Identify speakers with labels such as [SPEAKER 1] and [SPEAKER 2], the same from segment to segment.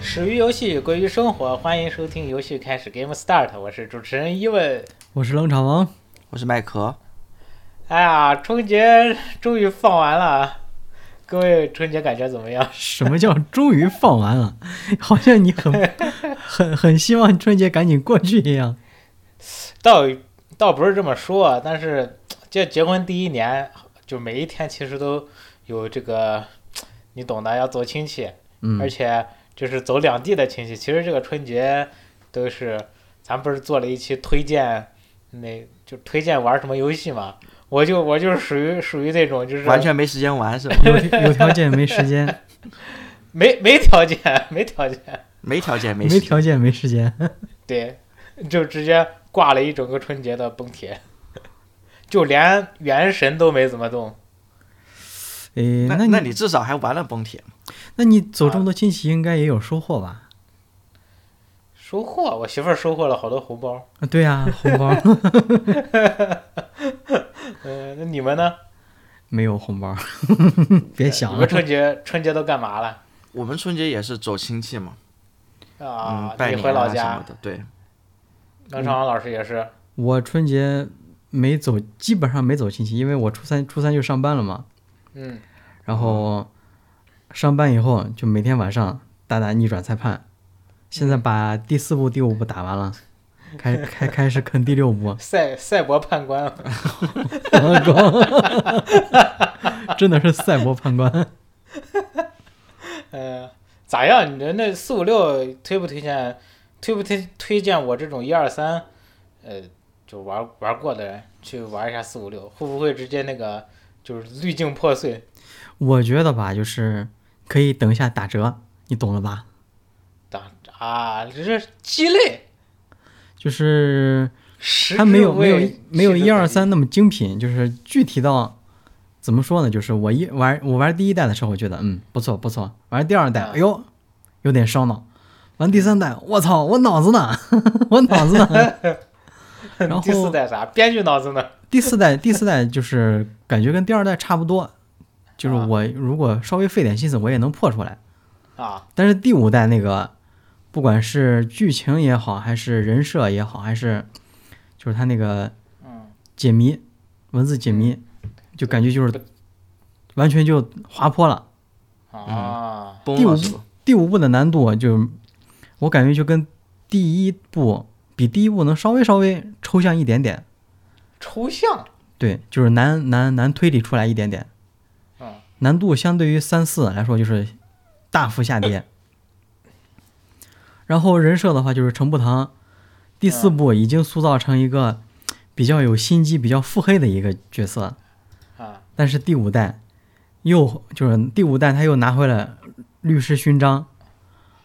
[SPEAKER 1] 始于游戏，归于生活，欢迎收听《游戏开始 Game Start》，我是主持人伊问。
[SPEAKER 2] 我是冷场王，
[SPEAKER 3] 我是麦壳，
[SPEAKER 1] 哎呀，春节终于放完了，啊各位春节感觉怎么样？
[SPEAKER 2] 什么叫终于放完了？ 好像你 很很很希望春节赶紧过去一样。
[SPEAKER 1] 倒倒不是这么说啊，但是这结婚第一年，就每一天其实都有这个，你懂的，要走亲戚，
[SPEAKER 2] 嗯
[SPEAKER 1] 而，且就是走两地的亲戚。其实这个春节都是，咱不是做了一期推荐，那就推荐玩什么游戏嘛。我就我就是属于属于那种就是
[SPEAKER 3] 完全没时间玩 是吧？
[SPEAKER 2] 有有条件没时间，
[SPEAKER 1] 没没条件，没条件，
[SPEAKER 3] 没条 件，
[SPEAKER 2] 没
[SPEAKER 3] 时间。
[SPEAKER 2] 条件没时间。
[SPEAKER 1] 对，就直接挂了一整个春节的崩铁， 就连原神都没怎么动。
[SPEAKER 2] 诶，
[SPEAKER 3] 那
[SPEAKER 2] 那
[SPEAKER 3] 那
[SPEAKER 2] 你啊
[SPEAKER 3] 你至少还玩了崩铁嘛？
[SPEAKER 2] 那你走这么多亲戚，应该也有收获吧？
[SPEAKER 1] 收获，我媳妇儿收获了好多红包。
[SPEAKER 2] 啊对 呀、红包
[SPEAKER 1] 嗯、那你们呢？
[SPEAKER 2] 没有红 包，别想啊
[SPEAKER 1] 你们。
[SPEAKER 2] 了
[SPEAKER 1] 春节春节都干嘛了？
[SPEAKER 3] 我们春节也是走亲戚嘛，
[SPEAKER 1] 啊
[SPEAKER 3] 嗯，，拜
[SPEAKER 1] 你
[SPEAKER 3] 年
[SPEAKER 1] 回老
[SPEAKER 3] 啊什么
[SPEAKER 1] 家，
[SPEAKER 3] 的，对，
[SPEAKER 1] 冷长王老师也是。
[SPEAKER 2] 我春节没走，基本上没走亲戚，因为我初三初三就上班了嘛。
[SPEAKER 1] 嗯，，
[SPEAKER 2] 然后上班以后就每天晚上打打逆转裁判，现在把第四部、第五部打完了，开开开始啃第六部
[SPEAKER 1] 赛赛博判官，
[SPEAKER 2] 我靠，真的是赛博判官。
[SPEAKER 1] 嗯、咋样？你的那四五六推不推荐？推不推推荐我这种一二三，呃，就玩玩过的人去玩一下四五六，会不会直接那个就是滤镜破碎？
[SPEAKER 2] 我觉得吧，就是可以等一下打折，你懂了吧？
[SPEAKER 1] 当啊，这是鸡肋，
[SPEAKER 2] 就是
[SPEAKER 1] 食
[SPEAKER 2] 它没有
[SPEAKER 1] 之
[SPEAKER 2] 没有
[SPEAKER 1] 味
[SPEAKER 2] 没有
[SPEAKER 1] 弃之
[SPEAKER 2] 一二
[SPEAKER 1] 可
[SPEAKER 2] 三
[SPEAKER 1] 惜
[SPEAKER 2] 那么精品，就是具体到怎么说呢？就是我一玩我玩第一代的时候，我觉得嗯不错不错，玩第二代，
[SPEAKER 1] 嗯
[SPEAKER 2] 哎呦有点烧脑，玩第三代，我操我脑子呢， 我脑子 呢。然后
[SPEAKER 1] 第四代啥？编剧脑子呢？
[SPEAKER 2] 第四代第四代就是感觉跟第二代差不多，就是
[SPEAKER 1] 啊
[SPEAKER 2] 我如果稍微费点心思，我也能破出来。
[SPEAKER 1] 啊，
[SPEAKER 2] 但是第五代那个，不管是剧情也好，还是人设也好，还是就是它那个
[SPEAKER 1] 嗯，
[SPEAKER 2] 解谜，文字解谜，就感觉就是完全就划破了。
[SPEAKER 1] 啊，
[SPEAKER 3] 崩了是吧？
[SPEAKER 2] 第五部的难度就，我感觉就跟第一部比第一部能稍微稍微抽象一点点，
[SPEAKER 1] 抽象，
[SPEAKER 2] 对，就是难难难推理出来一点点，
[SPEAKER 1] 嗯，
[SPEAKER 2] 难度相对于三四来说就是大幅下跌。然后人设的话就是程步堂，第四部已经塑造成一个比较有心机、比较腹黑的一个角色，
[SPEAKER 1] 啊，
[SPEAKER 2] 但是第五代又就是第五代，他又拿回了律师勋章，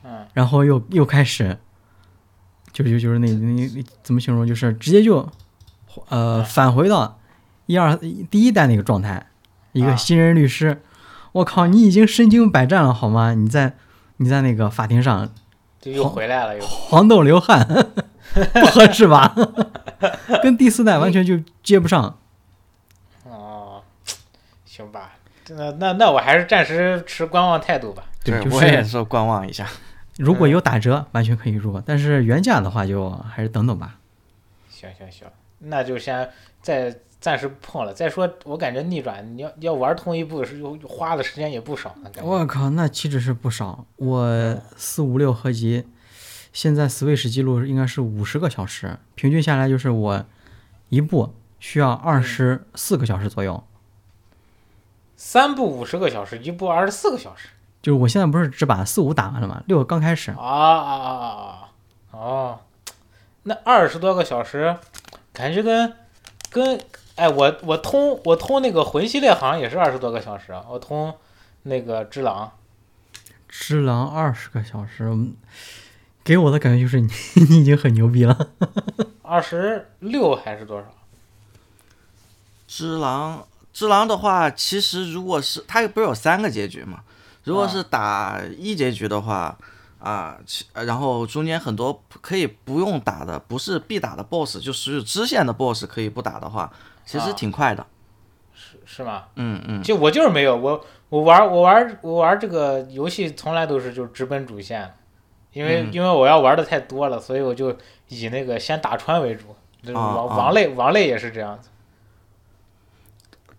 [SPEAKER 1] 嗯，
[SPEAKER 2] 然后又又开始，就就就是那那那怎么形容？就是直接就呃返回到一二第一代那个状态，一
[SPEAKER 1] 啊
[SPEAKER 2] 个新人律师，我靠，你已经身经百战了好吗？你在你在那个法庭上
[SPEAKER 1] 就又回来了，又
[SPEAKER 2] 黄豆流汗， 不合适吧？ 跟第四代完全就接不上。
[SPEAKER 1] 哦，行吧，那那那我还是暂时持观望态度吧。
[SPEAKER 2] 对，就是
[SPEAKER 3] 我也是观望一下。
[SPEAKER 2] 如果有打折，完全可以入，但是原价的话就还是等等吧。
[SPEAKER 1] 行行行，那就先再暂时不碰了。再说，我感觉逆转，你要要玩通一部是又又花的时间也不少呢，感觉。
[SPEAKER 2] 我靠，那岂止是不少？我四五六合集，现在 Switch 记录应该是五十个小时，平均下来就是我一部需要二十四个小时左右。
[SPEAKER 1] 三部五十个小时，一部二十四个小时。
[SPEAKER 2] 就是我现在不是只把四五打完了吗？六刚开始
[SPEAKER 1] 啊，啊啊啊！啊！哦，那二十多个小时，感觉跟跟哎，我我通我通那个魂系列好像也是二十多个小时，啊我通那个只狼
[SPEAKER 2] 只狼二十个小时，嗯给我的感觉就是你 你已经很牛逼了。
[SPEAKER 1] 二十六还是多少？
[SPEAKER 3] 只狼，只狼的话，其实如果是它不是有三个结局嘛？如果是打一结局的话，啊，其呃然后中间很多可以不用打的，不是必打的 BOSS，就是支线的 BOSS 可以不打的话，其实
[SPEAKER 1] 啊
[SPEAKER 3] 挺快的。
[SPEAKER 1] 是是吗？
[SPEAKER 3] 嗯嗯，
[SPEAKER 1] 就我就是没有我我玩我玩我玩这个游戏从来都是就直奔主线，因为、
[SPEAKER 3] 嗯
[SPEAKER 1] 因为我要玩的太多了，所以我就以那个先打穿为主。就是
[SPEAKER 3] 啊
[SPEAKER 1] 王
[SPEAKER 3] 啊
[SPEAKER 1] 王类王类也是这样子，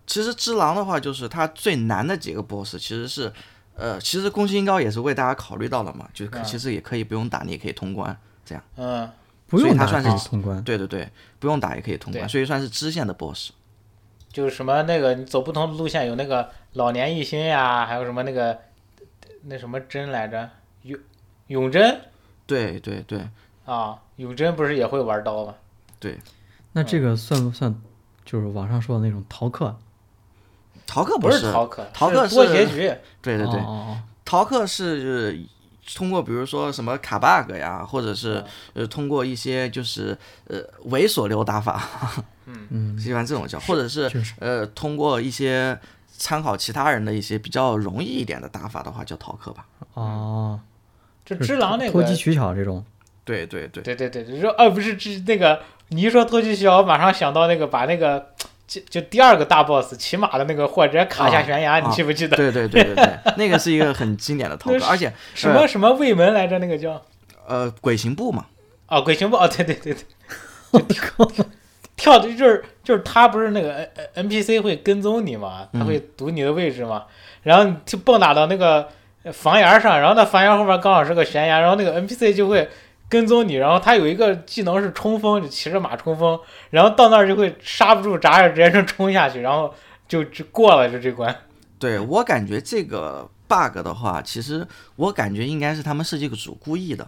[SPEAKER 3] 其实只狼的话，就是它最难的几个 BOSS 其实是，呃，其实宫崎英高也是为大家考虑到了嘛，就可
[SPEAKER 1] 嗯
[SPEAKER 3] 其实也可以不用打，你也可以通关。
[SPEAKER 1] 嗯，
[SPEAKER 2] 不
[SPEAKER 3] 所以
[SPEAKER 2] 用
[SPEAKER 3] 它
[SPEAKER 2] 打
[SPEAKER 3] 算
[SPEAKER 2] 可以
[SPEAKER 3] 是嗯
[SPEAKER 2] 通关。
[SPEAKER 3] 对对对，不用打也可以通关，
[SPEAKER 1] 对
[SPEAKER 3] 所以算是支线的 BOSS。
[SPEAKER 1] 就是什么那个你走不同的路线，有那个老年一心呀，还有什么那个那什么针来着，永永贞
[SPEAKER 3] 对对对，
[SPEAKER 1] 啊，永贞不是也会玩刀吗？
[SPEAKER 2] 那这个算不算就是网上说的那种逃课？
[SPEAKER 3] 逃课
[SPEAKER 1] 不
[SPEAKER 3] 是，
[SPEAKER 1] 逃课，
[SPEAKER 3] 逃课
[SPEAKER 1] 是多
[SPEAKER 3] 是
[SPEAKER 1] 结局，
[SPEAKER 3] 对对对，
[SPEAKER 2] 哦哦
[SPEAKER 3] 逃课是通过比如说什么卡 bug 呀，或者是呃通过一些就是呃猥琐流打法，
[SPEAKER 2] 哦嗯，
[SPEAKER 3] 一般这种叫，或者是
[SPEAKER 2] 确实
[SPEAKER 3] 呃通过一些参考其他人的一些比较容易一点的打法的话，叫逃课吧。
[SPEAKER 2] 哦，
[SPEAKER 1] 这
[SPEAKER 2] 就是
[SPEAKER 1] 只狼那个
[SPEAKER 2] 投机取巧这种，
[SPEAKER 3] 对对对，
[SPEAKER 1] 对对对，你说啊，不是这那个，你一说偷鸡小，马上想到那个把那个就就第二个大 boss 骑马的那个货直接卡下
[SPEAKER 3] 啊
[SPEAKER 1] 悬崖，你
[SPEAKER 3] 啊
[SPEAKER 1] 记不记得？
[SPEAKER 3] 对对对对对，那个是一个很经典的逃
[SPEAKER 1] 那
[SPEAKER 3] 课，
[SPEAKER 1] 是
[SPEAKER 3] 而且
[SPEAKER 1] 什么什么卫门来着？那个叫
[SPEAKER 3] 呃鬼行步嘛，
[SPEAKER 1] 啊，鬼行步 哦，对对对对，跳的就是就是他不是那个 N 呃 N P C 会跟踪你嘛，他
[SPEAKER 3] 嗯
[SPEAKER 1] 会读你的位置嘛，然后你就蹦打到那个呃房檐上，然后那房檐后面刚好是个悬崖，然后那个 N P C 就会跟踪你，然后他有一个技能是冲锋，就骑着马冲锋，然后到那儿就会刹不住闸，直接就冲下去，然后就就过了就这关。
[SPEAKER 3] 对
[SPEAKER 1] 嗯
[SPEAKER 3] 我感觉这个 bug 的话，其实我感觉应该是他们设计组故意的，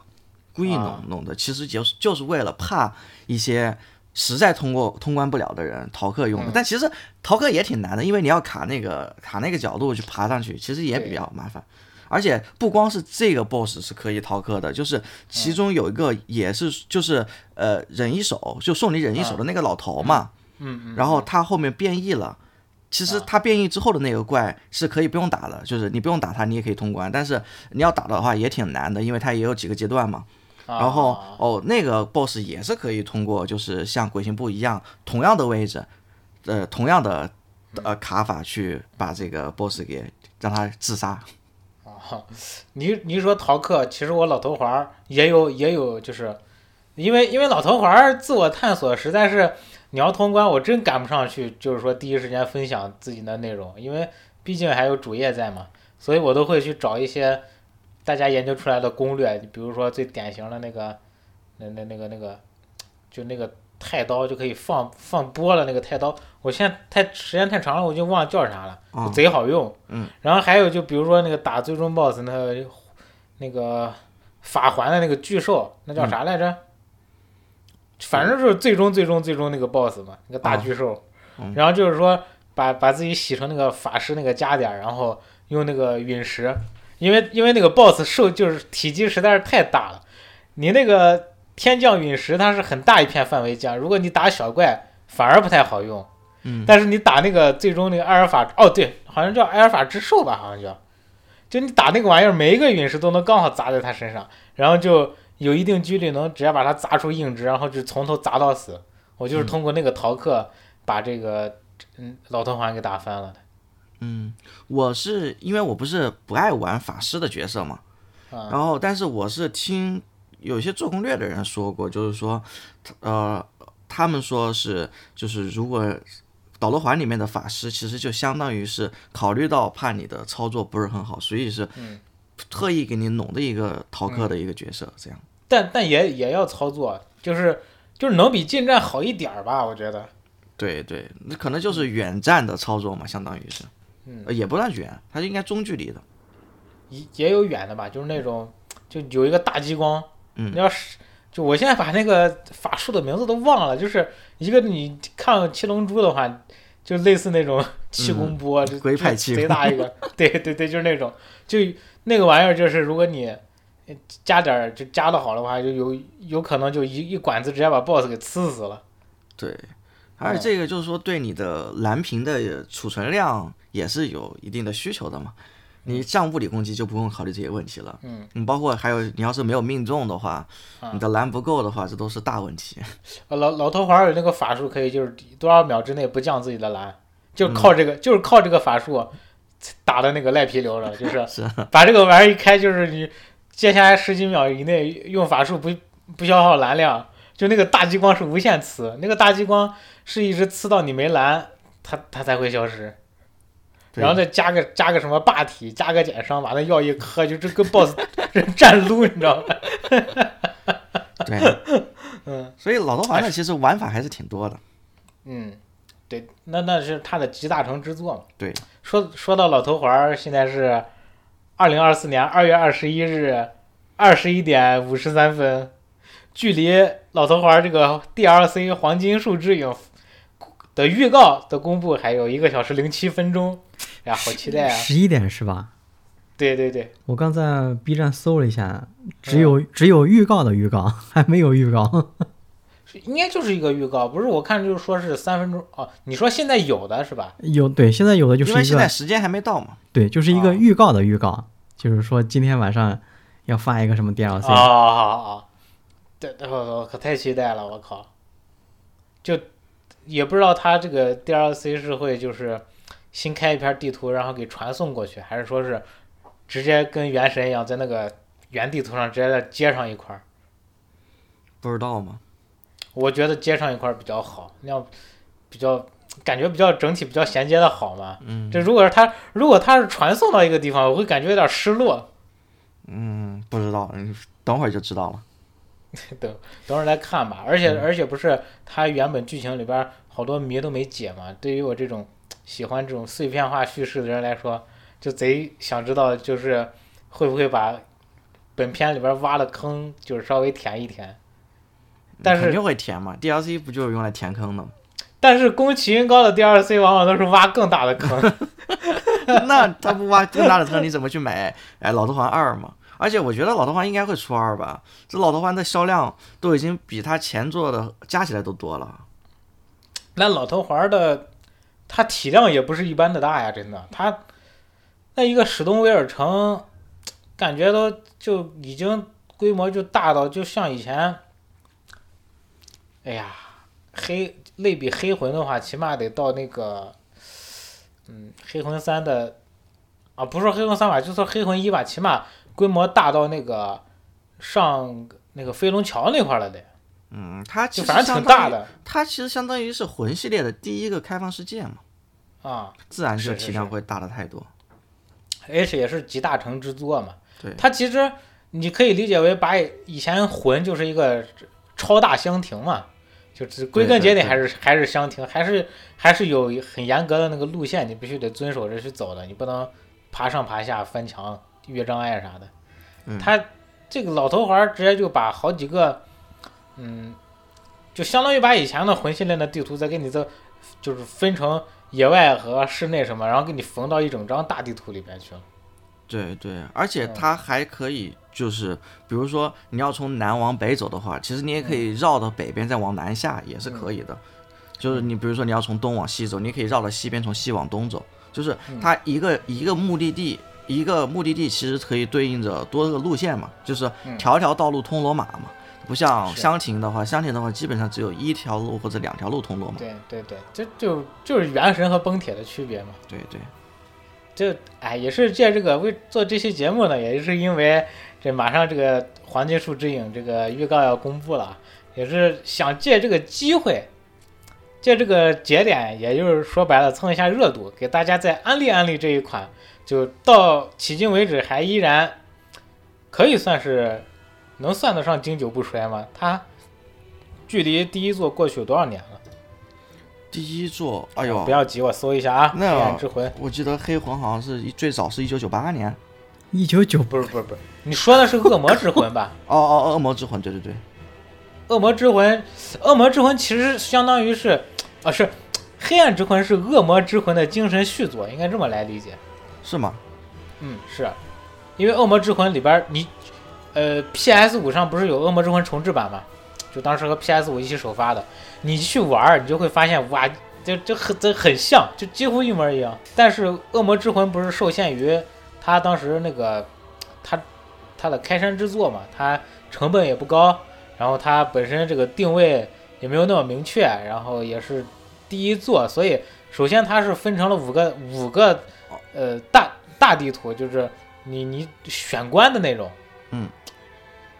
[SPEAKER 3] 故意弄、
[SPEAKER 1] 啊
[SPEAKER 3] 弄的，其实就是就是为了怕一些实在通过通关不了的人逃课用的。
[SPEAKER 1] 嗯
[SPEAKER 3] 但其实逃课也挺难的，因为你要卡那个卡那个角度去爬上去，其实也比较麻烦。而且不光是这个 boss 是可以逃课的，就是
[SPEAKER 1] 嗯
[SPEAKER 3] 其中有一个也是就是呃忍一手就送你忍一手的那个老头嘛，
[SPEAKER 1] 嗯嗯，
[SPEAKER 3] 然后他后面变异了。其实
[SPEAKER 1] 啊
[SPEAKER 3] 他变异之后的那个怪是可以不用打的，就是你不用打他，你也可以通关。但是你要打的话也挺难的，因为它也有几个阶段嘛。
[SPEAKER 1] 啊
[SPEAKER 3] 然后哦，那个 boss 也是可以通过，就是像鬼行步一样，同样的位置，呃，同样的呃卡法去把这个 boss 给让他自杀。
[SPEAKER 1] 啊，你你说逃课，其实我老头环儿也有也有，就是因为因为老头环儿自我探索实在是，你要通关，我真赶不上去，就是说第一时间分享自己的内容，因为毕竟还有主业在嘛，所以我都会去找一些大家研究出来的攻略，比如说最典型的那个，那那那个那个，就那个太刀就可以放放波了那个太刀，我现在太时间太长了，我已经忘了叫啥了，
[SPEAKER 3] 啊
[SPEAKER 1] 就贼好用。
[SPEAKER 3] 嗯，
[SPEAKER 1] 然后还有就比如说那个打最终 BOSS 那个那个法环的那个巨兽，那
[SPEAKER 3] 嗯
[SPEAKER 1] 叫啥来着？反正就是最终最终最终那个 BOSS 嘛，那个大
[SPEAKER 3] 啊
[SPEAKER 1] 巨兽。
[SPEAKER 3] 嗯
[SPEAKER 1] 然后就是说把把自己洗成那个法师那个加点儿，然后用那个陨石，因为因为那个 BOSS 受就是体积实在是太大了，你那个天降陨石它是很大一片范围降，如果你打小怪反而不太好用。
[SPEAKER 3] 嗯，
[SPEAKER 1] 但是你打那个最终那个埃尔法，哦对，好像叫埃尔法之兽吧，好像叫，就你打那个玩意儿，每一个陨石都能刚好砸在他身上，然后就有一定几率能直接把它砸出硬直，然后就从头砸到死。我就是通过那个逃课把这个嗯老头环给打翻了
[SPEAKER 3] 嗯，我是因为我不是不爱玩法师的角色嘛，
[SPEAKER 1] 啊
[SPEAKER 3] 然后但是我是听有些做攻略的人说过，就是说，呃，他们说是就是如果导罗环里面的法师其实就相当于是考虑到怕你的操作不是很好，所以是
[SPEAKER 1] 嗯
[SPEAKER 3] 特意给你弄的一个逃课的一个角色，这样。
[SPEAKER 1] 但但也也要操作，就是就是能比近战好一点儿吧，我觉得。
[SPEAKER 3] 对对，那可能就是远战的操作嘛，相当于是，
[SPEAKER 1] 嗯
[SPEAKER 3] 呃也不算远，它应该中距离的。
[SPEAKER 1] 也也有远的吧，就是那种就有一个大激光，
[SPEAKER 3] 嗯
[SPEAKER 1] 你要是就我现在把那个法术的名字都忘了，就是一个你看过七龙珠的话，就类似那种气功波，就
[SPEAKER 3] 嗯龟派
[SPEAKER 1] 就
[SPEAKER 3] 气
[SPEAKER 1] 贼
[SPEAKER 3] 功
[SPEAKER 1] 大一 个，对对对，就是那种，就那个玩意儿，就是如果你呃加点儿就加的好的话，就有有可能就一一管子直接把 BOSS 给呲死了。
[SPEAKER 3] 对，而
[SPEAKER 1] 哦
[SPEAKER 3] 且这个就是说对你的蓝屏的储存量也是有一定的需求的嘛。你像物理攻击就不用考虑这些问题了。
[SPEAKER 1] 嗯，
[SPEAKER 3] 你包括还有你要是没有命中的话，
[SPEAKER 1] 啊
[SPEAKER 3] 你的蓝不够的话，这都是大问题。
[SPEAKER 1] 呃老老头环儿有那个法术，可以就是多少秒之内不降自己的蓝，就靠
[SPEAKER 3] 嗯
[SPEAKER 1] 这个，就是靠 这个法术打的那个赖皮流了，就是
[SPEAKER 3] 是
[SPEAKER 1] 把这个玩意儿一开，就是你接下来十几秒以内用法术不不消耗蓝量，就那个大激光是无限呲，那个大激光是一直呲到你没蓝，它它才会消失。
[SPEAKER 3] 对
[SPEAKER 1] 然后再加个加个什么霸体，加个减伤，把那药一喝，就这跟 BOSS 战撸，你知道吗？
[SPEAKER 3] 对，
[SPEAKER 1] 嗯
[SPEAKER 3] 所以老头环的其实玩法还是挺多的。
[SPEAKER 1] 嗯，对，那那是他的集大成之作嘛。
[SPEAKER 3] 对，
[SPEAKER 1] 说说到老头环儿，现在是二零二四年二月二十一日二十一点五十三分，距离老头环儿这个 DLC 黄金树之影的预告的公布还有一个小时零七分钟，哎呀，好期待啊！
[SPEAKER 2] 十一点是吧？
[SPEAKER 1] 对对对，
[SPEAKER 2] 我刚在 B 站搜了一下，只有、只有预告的预告， 还没有预告。
[SPEAKER 1] 是应该就是一个预告，不是？我看就是说是三分钟哦，你说现在有的是吧？
[SPEAKER 2] 有对，现在哦有的就是
[SPEAKER 3] 因为
[SPEAKER 2] 一
[SPEAKER 3] 现在
[SPEAKER 2] 个
[SPEAKER 3] 时间还没到嘛。
[SPEAKER 2] 对，就是一
[SPEAKER 1] 啊
[SPEAKER 2] 个预告的预告，就是说今天晚上要发一个什么 DLC，、
[SPEAKER 1] 啊啊啊！对，我我可太期待了，我靠！就也不知道他这个 DLC 是会就是新开一片地图，然后给传送过去，还是说是直接跟原神一样，在那个原地图上直接再接上一块儿。
[SPEAKER 3] 不知道吗？
[SPEAKER 1] 我觉得接上一块儿比较好，那样比较感觉比较整体比较衔接的好嘛。
[SPEAKER 3] 嗯
[SPEAKER 1] 这如果是他如果他是传送到一个地方，我会感觉有点失落。
[SPEAKER 3] 嗯，不知道，嗯等会儿就知道了。
[SPEAKER 1] 等会儿来看吧。而且、
[SPEAKER 3] 嗯
[SPEAKER 1] 而且不是它原本剧情里边儿好多谜都没解嘛，对于我这种喜欢这种碎片化叙事的人来说，就贼想知道就是会不会把本片里边儿挖的坑就是稍微填一填。但是
[SPEAKER 3] 肯定会填嘛，DLC 不就是用来填坑的吗？
[SPEAKER 1] 但是宫崎英高的 DLC 往往都是挖更大的坑，
[SPEAKER 3] 那他不挖更大的坑，你怎么去买？哎，老头环二嘛。而且我觉得老头环应该会出二吧，这老头环的销量都已经比他前作的加起来都多了。
[SPEAKER 1] 那老头环儿的它体量也不是一般的大呀，真的，它那一个史东威尔城，感觉都就已经规模就大到就像以前，哎呀，黑类比黑魂的话，起码得到那个，嗯，黑魂三的啊，不说黑魂三吧，就说黑魂一吧，起码规模大到那个上那个飞龙桥那块儿了得，
[SPEAKER 3] 嗯，它其
[SPEAKER 1] 就
[SPEAKER 3] 实
[SPEAKER 1] 反正
[SPEAKER 3] 相
[SPEAKER 1] 挺
[SPEAKER 3] 当
[SPEAKER 1] 大
[SPEAKER 3] 于，
[SPEAKER 1] 的
[SPEAKER 3] 它其实相当于是魂系列的第一个开放世界嘛，
[SPEAKER 1] 啊。
[SPEAKER 3] 自然就是
[SPEAKER 1] 是
[SPEAKER 3] 体量会大的太多。
[SPEAKER 1] H 也是集大成之作嘛。
[SPEAKER 3] 对
[SPEAKER 1] 它其实你可以理解为把以前魂就是一个超大箱庭嘛，就是归根结底还是还是箱庭，还是还是有很严格的那个路线，你必须得遵守着去走的，你不能爬上爬下、翻墙、越障碍啥的。
[SPEAKER 3] 嗯
[SPEAKER 1] 他这个老头环儿直接就把好几个，嗯，就相当于把以前的魂系列的地图再给你这就是分成野外和室内什么，然后给你缝到一整张大地图里边去了。
[SPEAKER 3] 对对，而且
[SPEAKER 1] 嗯
[SPEAKER 3] 它还可以，就是比如说你要从南往北走的话，其实你也可
[SPEAKER 1] 嗯
[SPEAKER 3] 以绕到北边再往南下，也是可以的。就是
[SPEAKER 1] 嗯
[SPEAKER 3] 你比如说你要从东往西走，你可以绕到西边，从西往东走。就是
[SPEAKER 1] 嗯
[SPEAKER 3] 它一个、一个目的地，一个目的地其实可以对应着多个路线嘛，就是条条道路通罗马嘛。不像
[SPEAKER 1] 嗯是
[SPEAKER 3] 湘琴的话，湘琴的话基本上只有一条路或者两条路通罗马。
[SPEAKER 1] 对对对，这就就是原神和崩铁的区别嘛。
[SPEAKER 3] 对对，
[SPEAKER 1] 这哎也是借这个为做这期节目呢，也是因为这马上这个《黄金树之影》这个预告要公布了，也是想借这个机会，借这个节点，也就是说白了蹭一下热度，给大家再安利安利这一款，就到迄今为止还依然可以算是能算得上经久不衰吗？它距离第一座过去有多少年了？
[SPEAKER 3] 第一座，哎
[SPEAKER 1] 哦不
[SPEAKER 3] 呦，
[SPEAKER 1] 要急，我搜一下啊，《黑
[SPEAKER 3] 那
[SPEAKER 1] 暗之魂》
[SPEAKER 3] 我记得黑魂好像是一最早是一九九八年。
[SPEAKER 2] 一九九
[SPEAKER 1] 不是不是不是，你说的是《恶魔之魂》吧？
[SPEAKER 3] 哦哦，恶魔之魂，对对对。
[SPEAKER 1] 恶魔之魂，恶魔之魂其实相当于是，啊是，黑暗之魂是恶魔之魂的精神续作，应该这么来理解。
[SPEAKER 3] 是吗？
[SPEAKER 1] 嗯，是，因为恶魔之魂里边儿你，呃，PS 五上不是有恶魔之魂重置版吗？就当时和 PS 五一起首发的，你去玩儿，你就会发现哇，就就很这很像，就几乎一模一样。但是恶魔之魂不是受限于它当时那个它它的开山之作嘛，它成本也不高，然后它本身这个定位也没有那么明确，然后也是第一作，所以首先它是分成了五个五个呃大大地图，就是你你选关的那种，
[SPEAKER 3] 嗯，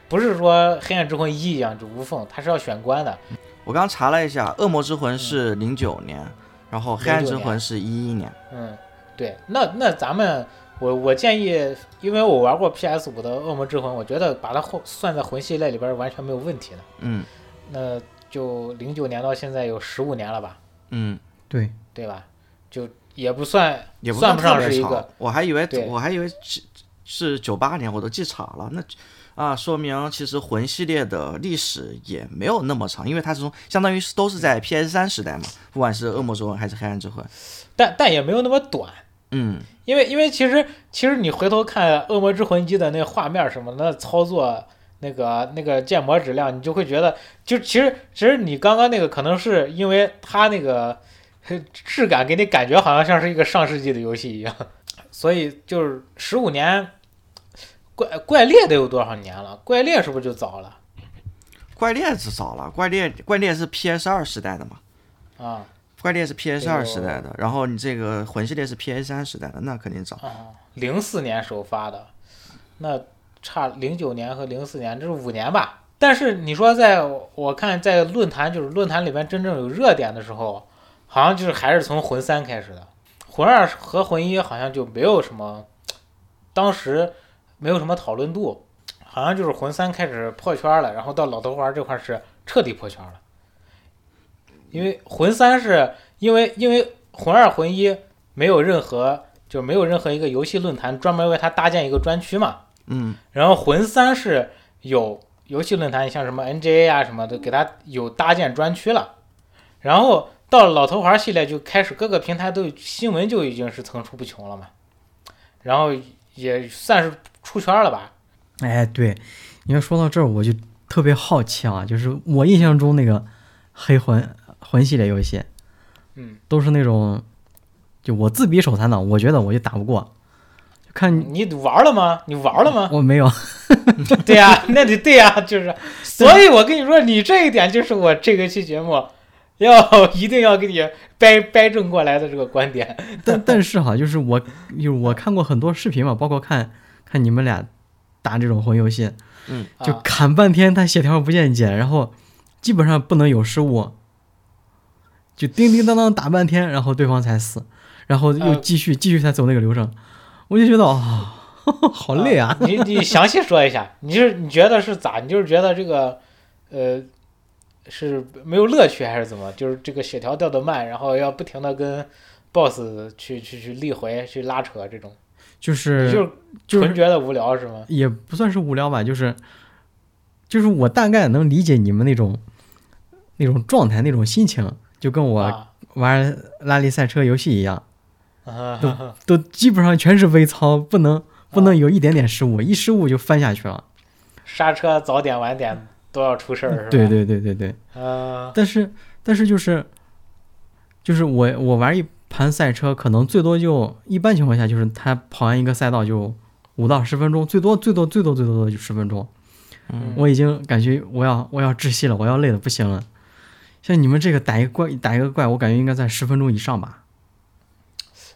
[SPEAKER 1] 不是说《黑暗之魂一》一样就无缝，它是要选关的。
[SPEAKER 3] 我刚查了一下，《恶魔之魂》
[SPEAKER 1] 嗯
[SPEAKER 3] 是零九年，然后《黑暗之魂》是一一年。
[SPEAKER 1] 嗯，对，那那咱们，我我建议，因为我玩过 PS 五的《恶魔之魂》，我觉得把它后算在魂系列里边完全没有问题的。
[SPEAKER 3] 嗯
[SPEAKER 1] 那就零九年到现在有十五年了吧，
[SPEAKER 3] 嗯，
[SPEAKER 2] 对，
[SPEAKER 1] 对吧？就也不算，
[SPEAKER 3] 也不
[SPEAKER 1] 算
[SPEAKER 3] 特
[SPEAKER 1] 上
[SPEAKER 3] 别
[SPEAKER 1] 是一
[SPEAKER 3] 长
[SPEAKER 1] 个，
[SPEAKER 3] 我还以为
[SPEAKER 1] 对
[SPEAKER 3] 我还以为是是九八年，我都记岔了。那啊，说明其实魂系列的历史也没有那么长，因为它是从相当于是都是在 PS 三时代嘛，不管是《恶魔之魂》还是《黑暗之魂》。
[SPEAKER 1] 但但也没有那么短。
[SPEAKER 3] 嗯，
[SPEAKER 1] 因为因为其实其实你回头看《恶魔之魂一》的那画面什么的那操作，那个那个建模质量，你就会觉得，就其实其实你刚刚那个可能是因为它那个呵质感给你感觉好像像是一个上世纪的游戏一样， 所以就是十五年，怪怪猎得有多少年了？怪猎是不是就早了
[SPEAKER 3] 怪猎至少了，怪猎怪猎是 PS 二时代的嘛，
[SPEAKER 1] 啊？
[SPEAKER 3] 怪猎是 PS
[SPEAKER 1] 哎呦
[SPEAKER 3] 二时代的，然后你这个魂系列是 PS 三时代的，那肯定早。
[SPEAKER 1] 啊，零四年首发的，那差零九年和零四年，这是五年吧？但是你说在，我看在论坛就是论坛里边真正有热点的时候，好像就是还是从魂三开始的，魂二和魂一好像就没有什么，当时没有什么讨论度，好像就是魂三开始破圈了，然后到老头环这块是彻底破圈了，因为魂三是因为因为魂二魂一没有任何就没有任何一个游戏论坛专门为它搭建一个专区嘛。
[SPEAKER 3] 嗯
[SPEAKER 1] 然后魂三是有游戏论坛，像什么 NGA 啊什么的，给它有搭建专区了。然后到了老头环系列就开始各个平台都有新闻就已经是层出不穷了嘛，然后也算是出圈了吧。
[SPEAKER 2] 哎，对，你要说到这儿，我就特别好奇啊，就是我印象中那个黑魂魂系列游戏，
[SPEAKER 1] 嗯，
[SPEAKER 2] 都是那种就我自比手残党，我觉得我就打不过，就看
[SPEAKER 1] 你玩了吗？你玩了 吗？
[SPEAKER 2] 我没有，
[SPEAKER 1] 对呀、那得对呀、就是，所以我跟你说，你这一点就是我这个期节目要一定要给你掰掰正过来的这个观点。
[SPEAKER 2] 但但是哈，就是我就是我看过很多视频嘛，包括看看你们俩打这种魂游戏，
[SPEAKER 3] 嗯，
[SPEAKER 1] 啊
[SPEAKER 2] 就砍半天，他血条不见减，然后基本上不能有失误，就叮叮当当打半天，然后对方才死，然后又
[SPEAKER 1] 呃
[SPEAKER 2] 继续、继续再走那个流程，我就觉得啊、 好累啊！
[SPEAKER 1] 你你详细说一下，你是你觉得是咋？你就是觉得这个，呃，是没有乐趣还是怎么？就是这个血条掉的慢，然后要不停的跟 BOSS 去去去立回去拉扯这种，
[SPEAKER 2] 就
[SPEAKER 1] 你
[SPEAKER 2] 是
[SPEAKER 1] 就是
[SPEAKER 2] 就
[SPEAKER 1] 纯
[SPEAKER 2] 是
[SPEAKER 1] 觉得无聊是吗？
[SPEAKER 2] 也不算是无聊吧，就是就是我大概能理解你们那种那种状态、那种心情，就跟我
[SPEAKER 1] 啊，
[SPEAKER 2] 玩拉力赛车游戏一样，
[SPEAKER 1] 啊
[SPEAKER 2] 都基本上全是微操，不能不能有一点点失误，一失误就翻下去了。
[SPEAKER 1] 刹车早点晚点都要出事儿是吧？
[SPEAKER 2] 对，对对对对。
[SPEAKER 1] 嗯、
[SPEAKER 2] 但是但是就是就是我我玩一盘赛车，可能最多就一般情况下就是他跑完一个赛道就五到十分钟，最多最多最多最多就十分钟。
[SPEAKER 1] 嗯
[SPEAKER 2] 我已经感觉我要我要窒息了，我要累的不行了。像你们这个打一个怪打一个怪，我感觉应该在十分钟以上吧。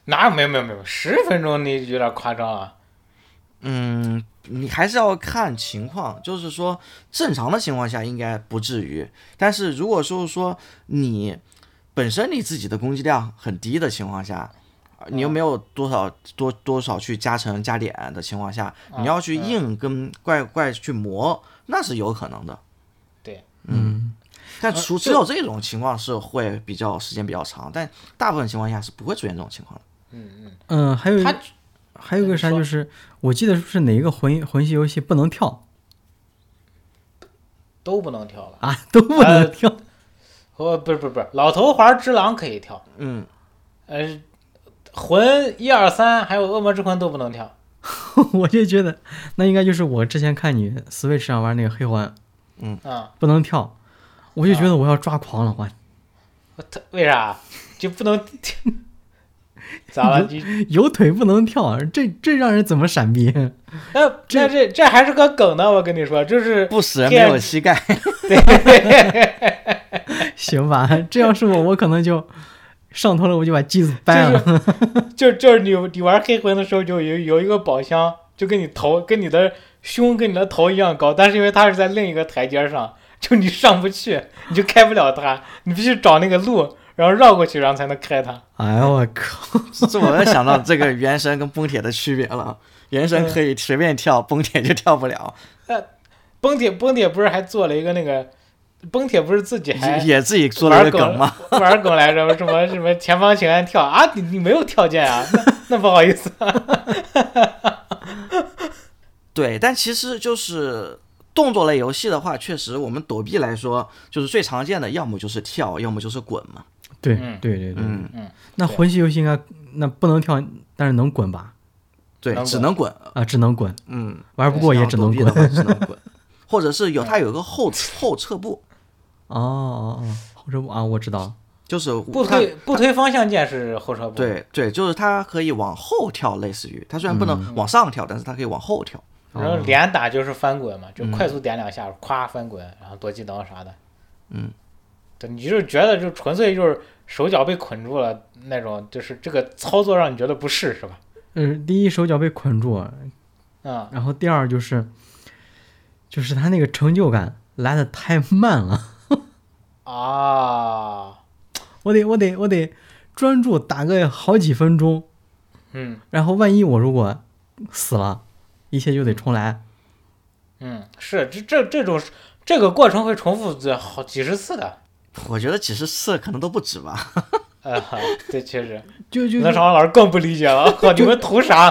[SPEAKER 1] 哪有没有没有没有，十分钟你有点夸张啊了。
[SPEAKER 3] 嗯，你还是要看情况，就是说正常的情况下应该不至于，但是如果说说你本身你自己的攻击量很低的情况下，呃你又没有多少多多少去加成加点的情况下，你要去硬跟怪怪去磨，那是有可能的。
[SPEAKER 1] 对，
[SPEAKER 2] 嗯，
[SPEAKER 3] 但除只有这种情况是会比较时间比较长，但大部分情况下是不会出现这种情况的。
[SPEAKER 1] 嗯
[SPEAKER 2] 嗯，还有
[SPEAKER 1] 嗯，
[SPEAKER 2] 一
[SPEAKER 1] 他
[SPEAKER 2] 个还有一个啥
[SPEAKER 1] 你说
[SPEAKER 2] 就是，我记得是不是哪一个魂魂系游戏不能跳
[SPEAKER 1] 都不能跳了。
[SPEAKER 2] 啊？ 都不
[SPEAKER 1] 呃
[SPEAKER 2] 能跳。
[SPEAKER 1] 哦，不是不是不是，老头环之狼可以跳。
[SPEAKER 3] 嗯，
[SPEAKER 1] 呃，魂一二三，还有恶魔之魂都不能跳。呃
[SPEAKER 2] 我就觉得那应该就是我之前看你 Switch 上玩那个黑魂
[SPEAKER 1] 啊、
[SPEAKER 2] 不能跳，我就觉得我要抓狂了，我
[SPEAKER 1] 我特为啥就不能？咋了？你
[SPEAKER 2] 有腿不能跳，这这让人怎么闪避？
[SPEAKER 1] 那那这这还是个梗呢，我跟你说， 就是
[SPEAKER 3] 不死人没有膝盖。
[SPEAKER 1] 哎
[SPEAKER 2] 行吧，这要是我，我可能就上头了，我就把机子
[SPEAKER 1] 哎
[SPEAKER 2] 掰了。
[SPEAKER 1] 就就是你你玩黑魂的时候，就有有一个宝箱，就跟你头跟你的胸跟你的头一样高，但是因为它是在另一个台阶上，就你上不去，你就开不了它，你必须找那个路，然后绕过去，然后才能开它。
[SPEAKER 2] 哎呦我靠！
[SPEAKER 3] 这我又想到这个原神跟崩铁的区别了，原神可
[SPEAKER 1] 嗯
[SPEAKER 3] 以随便跳，崩铁就跳不了，
[SPEAKER 1] 崩铁崩铁不是还做了一个那个，崩铁不是自己还
[SPEAKER 3] 也也自己做了
[SPEAKER 1] 玩
[SPEAKER 3] 个梗
[SPEAKER 1] 梗
[SPEAKER 3] 嘛。
[SPEAKER 1] 玩梗来着，什么什 么前方请按跳啊，你你没有跳键啊， 那那不好意 思。
[SPEAKER 3] 对，但其实就是动作类游戏的话，确实我们躲避来说，就是最常见的，要么就是跳，要么就是滚嘛。
[SPEAKER 2] 对
[SPEAKER 1] 嗯
[SPEAKER 2] 对对对，
[SPEAKER 3] 嗯，
[SPEAKER 2] 那
[SPEAKER 1] 对
[SPEAKER 2] 魂系游戏应该那不能跳，但是能滚吧？
[SPEAKER 3] 对，
[SPEAKER 1] 能
[SPEAKER 3] 只
[SPEAKER 1] 滚
[SPEAKER 3] 能滚。
[SPEAKER 2] 啊，只能滚，
[SPEAKER 3] 嗯，
[SPEAKER 2] 玩不过也只能
[SPEAKER 3] 想
[SPEAKER 2] 滚
[SPEAKER 3] 躲。避的话只能滚， 或者是有它有个后后撤步，
[SPEAKER 2] 哦哦哦，后撤步啊，我知道了。
[SPEAKER 3] 就是
[SPEAKER 1] 不
[SPEAKER 3] 它
[SPEAKER 1] 推不推方向键是后撤步。，
[SPEAKER 3] 对对，就是它可以往后跳，类似于它虽然不
[SPEAKER 1] 嗯
[SPEAKER 3] 能往上跳，但是它可以往后跳。
[SPEAKER 1] 然后连打就是翻滚嘛，就快速点两下，咵翻滚，然后躲技能啥的。
[SPEAKER 3] 嗯，
[SPEAKER 1] 对，你就是觉得就纯粹就是手脚被捆住了那种，就是这个操作让你觉得不适是吧？
[SPEAKER 2] 嗯、第一手脚被捆住，
[SPEAKER 1] 啊、
[SPEAKER 2] 然后第二就是，就是他那个成就感来的太慢了，
[SPEAKER 1] 啊，
[SPEAKER 2] 我得我得我得专注打个好几分钟，
[SPEAKER 1] 嗯
[SPEAKER 2] 然后万一我如果死了，一切就得重来。
[SPEAKER 1] 嗯，是这这这种这个过程会重复这好几十次的。
[SPEAKER 3] 我觉得几十次可能都不止吧。
[SPEAKER 1] 呃， 对，确实，
[SPEAKER 2] 就就
[SPEAKER 1] 那长老师更不理解了。我靠，你们图啥？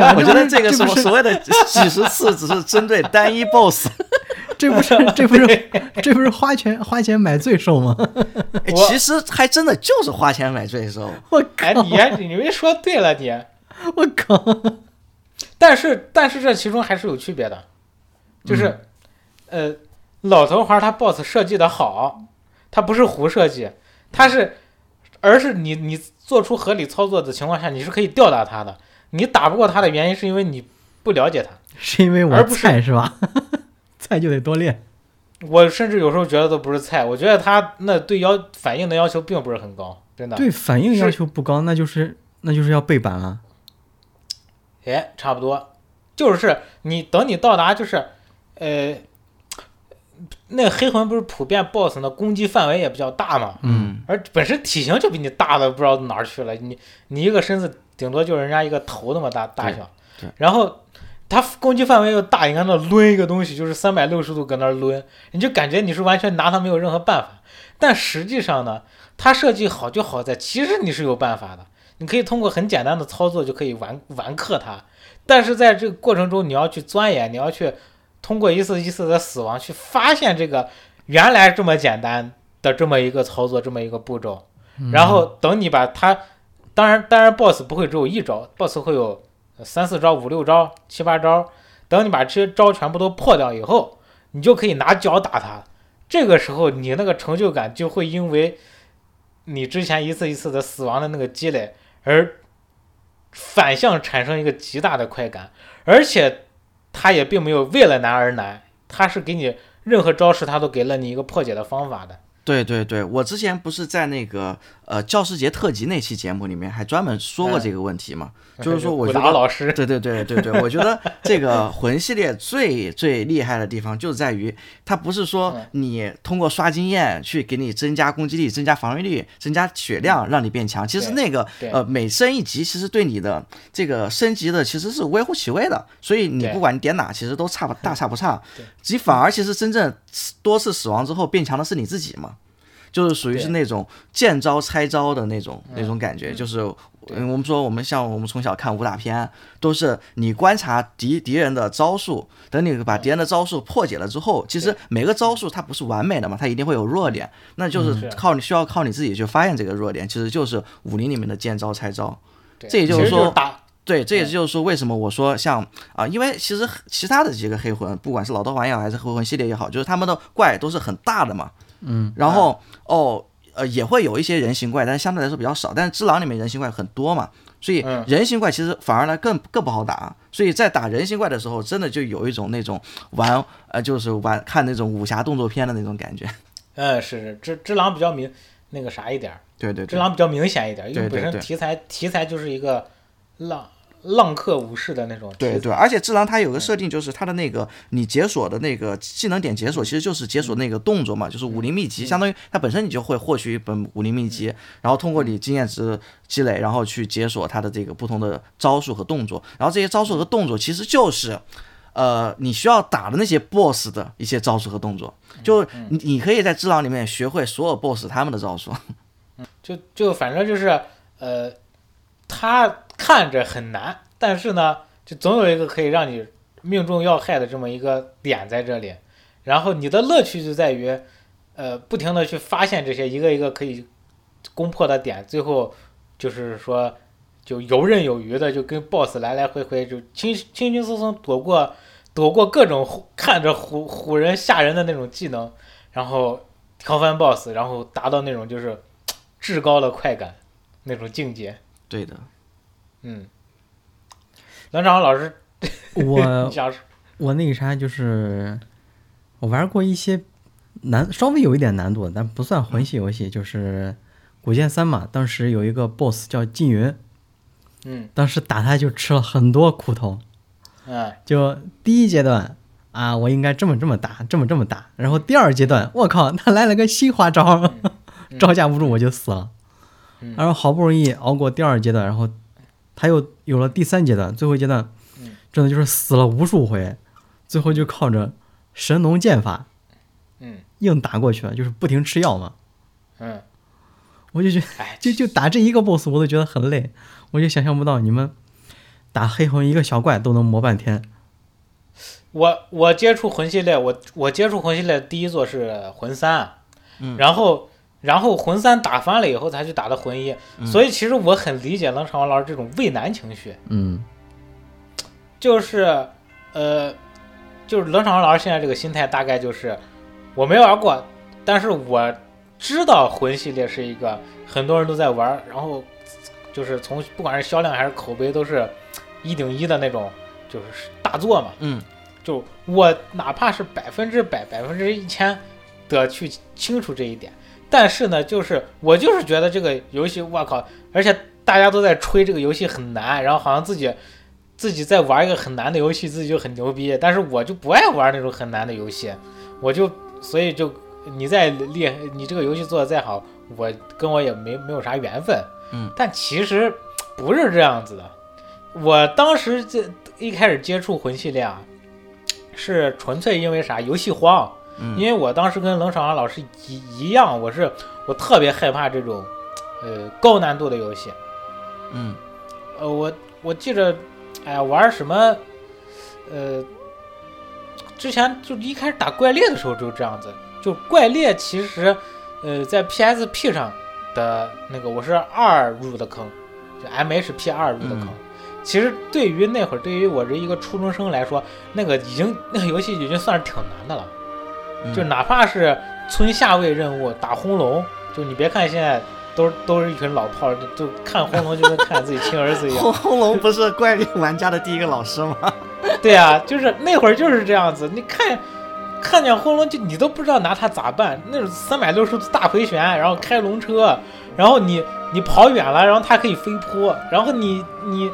[SPEAKER 2] 啊，
[SPEAKER 3] 我觉得
[SPEAKER 2] 这
[SPEAKER 3] 这个
[SPEAKER 2] 不
[SPEAKER 3] 所
[SPEAKER 2] 是
[SPEAKER 3] 所谓的几十次，只是针对单一 BOSS。
[SPEAKER 2] 这不是这不是 这不是花钱花钱买罪受吗？
[SPEAKER 3] 哎
[SPEAKER 1] 我
[SPEAKER 3] 其实还真的就是花钱买罪受。
[SPEAKER 2] 我
[SPEAKER 1] 哎，
[SPEAKER 2] 靠！
[SPEAKER 1] 你还你们说对了你，
[SPEAKER 2] 我靠！
[SPEAKER 1] 但是但是这其中还是有区别的，就是，呃，老头环他 BOSS 设计的好，他不是胡设计，他是，而是你你做出合理操作的情况下，你是可以吊打他的。你打不过他的原因是因为你不了解他。
[SPEAKER 2] 是因为我
[SPEAKER 1] 而不是
[SPEAKER 2] 菜是吧？ 菜就得多练。
[SPEAKER 1] 我甚至有时候觉得都不是菜，我觉得他那对要反应的要求并不是很高，真的。
[SPEAKER 2] 对反应要
[SPEAKER 1] 是
[SPEAKER 2] 求不高，那就是那就是要背板了。
[SPEAKER 1] 哎，差不多，就是你等你到达就是，呃，那黑魂不是普遍 BOSS 呢攻击范围也比较大嘛，
[SPEAKER 3] 嗯，
[SPEAKER 1] 而本身体型就比你大的不知道哪儿去了，你你一个身子顶多就是人家一个头那么大大小
[SPEAKER 3] 对对，
[SPEAKER 1] 然后他攻击范围又大，你看那抡一个东西就是三百六十度搁那儿抡，你就感觉你是完全拿他没有任何办法。但实际上呢，他设计好就好在，其实你是有办法的，你可以通过很简单的操作就可以完完克他。但是在这个过程中，你要去钻研，你要去通过一次一次的死亡去发现这个原来这么简单的这么一个操作，这么一个步骤。
[SPEAKER 2] 嗯
[SPEAKER 1] 然后等你把它，当然当然，boss 不会只有一招，boss 会有三四招、五六招、七八招。等你把这些招全部都破掉以后，你就可以拿脚打他。这个时候，你那个成就感就会因为你之前一次一次的死亡的那个积累而反向产生一个极大的快感，而且他也并没有为了难而难，他是给你任何招式他都给了你一个破解的方法的。
[SPEAKER 3] 对对对，我之前不是在那个呃教师节特辑那期节目里面还专门说过这个问题嘛，
[SPEAKER 1] 哎
[SPEAKER 3] 就是说我
[SPEAKER 1] 古
[SPEAKER 3] 觉
[SPEAKER 1] 达
[SPEAKER 3] 得
[SPEAKER 1] 老师，
[SPEAKER 3] 对对对对对，我觉得这个魂系列最最厉害的地方就在于，它不是说
[SPEAKER 1] 嗯
[SPEAKER 3] 你通过刷经验去给你增加攻击力、增加防御力、增加血量，让你变强。其实那个
[SPEAKER 1] 嗯对
[SPEAKER 3] 呃每升一级，其实对你的这个升级的其实是微乎其微的，所以你
[SPEAKER 1] 对嗯
[SPEAKER 3] 不管你点哪，其实都差不大差不差
[SPEAKER 1] 对。
[SPEAKER 3] 你反而其实真正多次死亡之后变强的是你自己嘛。就是属于是
[SPEAKER 1] 对
[SPEAKER 3] 那种见招拆招的那种那种感觉，就是嗯，我们说我们像我们从小看武打片，都是你观察敌敌人的招数，等你把敌人的招数破解了之后，其实每个招数它不是完美的嘛，它一定会有弱点，那就
[SPEAKER 1] 嗯是
[SPEAKER 3] 是靠你需要靠你自己去发现这个弱点，其实就是武林里面的见招拆招。
[SPEAKER 1] 对
[SPEAKER 3] 这也就
[SPEAKER 1] 其
[SPEAKER 3] 是
[SPEAKER 1] 实
[SPEAKER 3] 说
[SPEAKER 1] 打
[SPEAKER 3] 对，这也就是说为什么我说像啊、因为其实其他的几个黑魂，不管是老头环也好，还是黑魂系列也好，就是他们的怪都是很大的嘛。嗯。然后、哦，呃，也会有一些人形怪，但是相对来说比较少。但是只狼里面人形怪很多嘛，所以
[SPEAKER 1] 嗯
[SPEAKER 3] 人形怪其实反而呢更更不好打。所以在打人形怪的时候，真的就有一种那种玩呃，就是玩看那种武侠动作片的那种感觉。
[SPEAKER 1] 嗯，是是，只只狼比较明那个啥一点儿，
[SPEAKER 3] 对对
[SPEAKER 1] 只
[SPEAKER 3] 对。
[SPEAKER 1] 狼比较明显一点儿，因为
[SPEAKER 3] 对
[SPEAKER 1] 本
[SPEAKER 3] 对
[SPEAKER 1] 身
[SPEAKER 3] 对
[SPEAKER 1] 题材题材就是一个浪浪客武士的那嗯种。
[SPEAKER 3] 对对，而且智狼它有个设定，就是它的那个你解锁的那个技能点解锁，其实就是解锁
[SPEAKER 1] 嗯
[SPEAKER 3] 那个动作嘛，就是武林秘籍，相当于它本身你就会获取一本武林秘籍，
[SPEAKER 1] 嗯
[SPEAKER 3] 然后通过你经验值积累，然后去解锁它的这个不同的招数和动作，然后这些招数和动作其实就是。呃，你需要打的那些 BOSS 的一些招数和动作，
[SPEAKER 1] 嗯
[SPEAKER 3] 就你你可以在智狼里面学会所有 BOSS 他们的招数。
[SPEAKER 1] 就就反正就是呃，它看着很难，但是呢，就总有一个可以让你命中要害的这么一个点在这里。然后你的乐趣就在于，呃，不停的去发现这些一个一个可以攻破的点，最后就是说就游刃有余的，就跟 BOSS 来来回回，就轻轻轻松松躲过躲过各种唬看着唬唬人吓人的那种技能，然后挑翻 BOSS，然后达到那种就是至高的快感那种境界。
[SPEAKER 3] 对的，
[SPEAKER 1] 嗯，冷场老师，
[SPEAKER 2] 嗯我
[SPEAKER 3] 嗯
[SPEAKER 1] 你想说
[SPEAKER 2] 我那个啥就是，我玩过一些难，稍微有一点难度的，但不算魂系游戏，就是《古剑三》嘛。当时有一个 BOSS 叫缙云，
[SPEAKER 1] 嗯
[SPEAKER 2] 当时打他就吃了很多苦头。
[SPEAKER 1] 嗯
[SPEAKER 2] 就第一阶段啊，我应该这么这么打，这么这么打。然后第二阶段，我靠，他来了个新花招，招架不住我就死了。
[SPEAKER 1] 嗯
[SPEAKER 2] 然后好不容易熬过第二阶段，然后他又有了第三阶段，最后一阶段
[SPEAKER 1] 嗯，
[SPEAKER 2] 真的就是死了无数回，最后就靠着神农剑法
[SPEAKER 1] 嗯
[SPEAKER 2] 硬打过去了，就是不停吃药嘛。
[SPEAKER 1] 嗯，
[SPEAKER 2] 我就 觉得，
[SPEAKER 1] 哎
[SPEAKER 2] 就就打这一个 boss 我都觉得很累，我就想象不到你们打黑魂一个小怪都能磨半天。
[SPEAKER 1] 我我接触魂系列，我我接触魂系列的第一座是魂三，啊
[SPEAKER 3] 嗯
[SPEAKER 1] 然后然后魂三打翻了以后才去打的魂一，
[SPEAKER 3] 嗯
[SPEAKER 1] 所以其实我很理解冷场王老师这种畏难情绪，
[SPEAKER 2] 嗯
[SPEAKER 1] 就是呃，就是冷场王老师现在这个心态大概就是，我没玩过，但是我知道魂系列是一个很多人都在玩儿，然后就是从不管是销量还是口碑都是一顶一的那种，就是大作嘛。
[SPEAKER 3] 嗯，
[SPEAKER 1] 就我哪怕是百分之百、百分之一千的去清楚这一点，但是呢，就是我就是觉得这个游戏，我靠，而且大家都在吹这个游戏很难，然后好像自己自己在玩一个很难的游戏，自己就很牛逼，但是我就不爱玩那种很难的游戏，我就所以就你再厉害，你这个游戏做的再好，我跟我也没没有啥缘分，
[SPEAKER 3] 嗯，
[SPEAKER 1] 但其实不是这样子的，我当时这一开始接触魂系列啊。是纯粹因为啥？游戏荒，
[SPEAKER 3] 嗯
[SPEAKER 1] 因为我当时跟冷场老师一一样，我是我特别害怕这种，呃，高难度的游戏。
[SPEAKER 3] 嗯
[SPEAKER 1] 呃，我我记着，哎呀，玩什么，呃，之前就一开始打怪猎的时候就这样子，就怪猎其实，呃，在 PSP 上的那个我是二入的坑，就 MHP 二入的坑。
[SPEAKER 3] 嗯
[SPEAKER 1] 其实对于那会儿，对于我这一个初中生来说，那个已经那个游戏已经算是挺难的了。
[SPEAKER 3] 嗯
[SPEAKER 1] 就哪怕是村下位任务打轰龙，就你别看现在都都是一群老炮儿，就就看轰龙就跟看自己亲儿子一样。
[SPEAKER 3] 轰轰龙不是怪猎玩家的第一个老师吗？
[SPEAKER 1] 对啊，就是那会儿就是这样子，你看看见轰龙就你都不知道拿它咋办，那种三百六十度大回旋，然后开龙车，然后你你跑远了，然后它可以飞扑，然后你你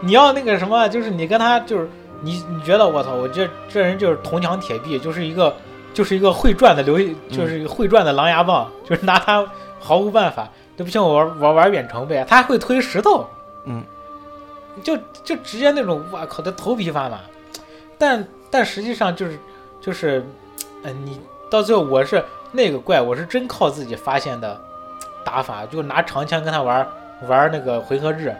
[SPEAKER 1] 你要那个什么，就是你跟他就是你你觉得我操，我这这人就是铜墙铁壁，就是一个就是一个会转的流，就是一个会转的狼牙棒，就是拿他毫无办法。那不行，我玩玩玩远程呗，他还会推石头，
[SPEAKER 3] 嗯，
[SPEAKER 1] 就就直接那种，我靠，这头皮发麻。但但实际上就是就是，呃，你到最后我是那个怪，我是真靠自己发现的打法，就拿长枪跟他玩玩那个回合制，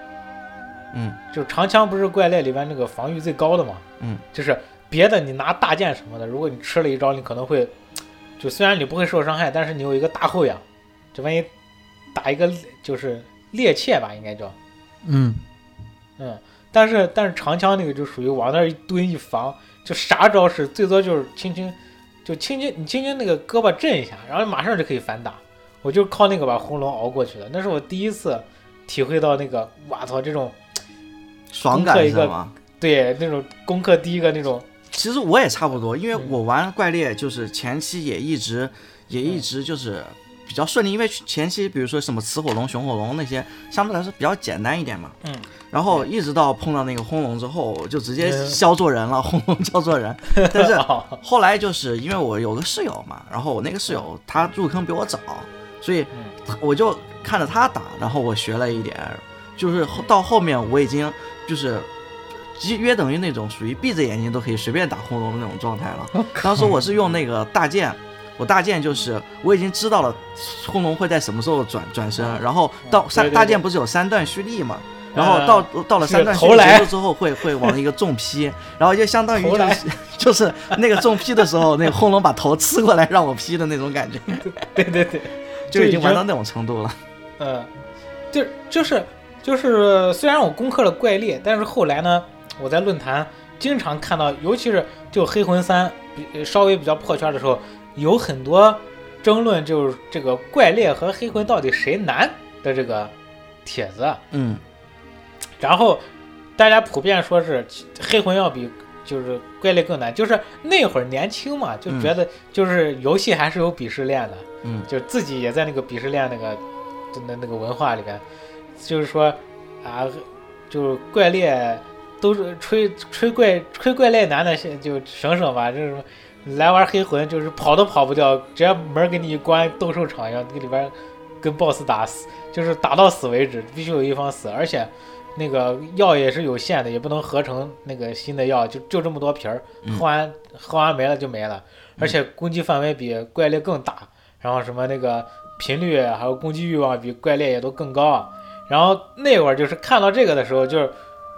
[SPEAKER 3] 嗯，
[SPEAKER 1] 就长枪不是怪猎里边那个防御最高的嘛，
[SPEAKER 3] 嗯，
[SPEAKER 1] 就是别的你拿大剑什么的，如果你吃了一招，你可能会，就虽然你不会受伤害，但是你有一个大后仰，就万一打一个就是趔趄吧，应该叫，
[SPEAKER 2] 嗯，
[SPEAKER 1] 嗯，但是但是长枪那个就属于往那儿一蹲一防，就啥招式最多就是轻轻，就轻轻你轻轻那个胳膊震一下，然后马上就可以反打。我就靠那个把红龙熬过去的，那是我第一次体会到那个哇操这种
[SPEAKER 3] 爽
[SPEAKER 1] 攻克
[SPEAKER 3] 感
[SPEAKER 1] 一
[SPEAKER 3] 是
[SPEAKER 1] 个
[SPEAKER 3] 吗？
[SPEAKER 1] 对那种攻克第一个那种
[SPEAKER 3] 其实我也差不多，因为我玩怪猎就是前期也一直也一直就是比较顺利，因为前期比如说什么雌火龙、雄火龙那些相对来说比较简单一点嘛。
[SPEAKER 1] 嗯。
[SPEAKER 3] 然后一直到碰到那个轰龙之后，我就直接教做人了，轰龙教做人。但是后来就是因为我有个室友嘛，然后我那个室友他入坑比我早，所以我就看着他打，然后我学了一点，就是后到后面我已经就是。即约等于那种属于闭着眼睛都可以随便打轰龙的那种状态了。当时我是用那个大剑，我大剑就是我已经知道了轰龙会在什么时候转转身，然后到
[SPEAKER 1] 嗯
[SPEAKER 3] 三
[SPEAKER 1] 对对
[SPEAKER 3] 大
[SPEAKER 1] 对
[SPEAKER 3] 剑不是有三段蓄力嘛，
[SPEAKER 1] 嗯
[SPEAKER 3] 然后到到了
[SPEAKER 1] 是
[SPEAKER 3] 三段蓄
[SPEAKER 1] 投
[SPEAKER 3] 力
[SPEAKER 1] 篮
[SPEAKER 3] 结束之后会会往一个重劈，然后就相当于
[SPEAKER 1] 投
[SPEAKER 3] 就
[SPEAKER 1] 篮
[SPEAKER 3] 是就是那个重劈的时候，那个轰龙把头刺过来让我劈的那种感觉，
[SPEAKER 1] 对对对，
[SPEAKER 3] 就已经玩
[SPEAKER 1] 就
[SPEAKER 3] 到那种程度了。
[SPEAKER 1] 嗯，就就是就是，虽然我攻克了怪猎，但是后来呢，我在论坛经常看到，尤其是就黑魂三比呃稍微比较破圈的时候，有很多争论，就是这个怪猎和黑魂到底谁难的这个帖子啊，
[SPEAKER 3] 嗯，
[SPEAKER 1] 然后大家普遍说是其黑魂要比。就是怪猎更难，就是那会儿年轻嘛，就觉得就是游戏还是有鄙视链的，
[SPEAKER 3] 嗯
[SPEAKER 1] 就自己也在那个鄙视链那个就那那个文化里边，就是说啊，就是怪猎都是吹吹怪吹怪猎男的先就省省吧，就是说来玩黑魂就是跑都跑不掉，只要门给你一关，斗兽场一样，那里边跟 BOSS 打死，就是打到死为止，必须有一方死，而且。那个药也是有限的，也不能合成那个新的药，就就这么多瓶儿，
[SPEAKER 3] 嗯
[SPEAKER 1] 喝完喝完没了就没了，而且攻击范围比怪猎更大，然后什么那个频率还有攻击欲望比怪猎也都更高啊。然后那会儿就是看到这个的时候，就是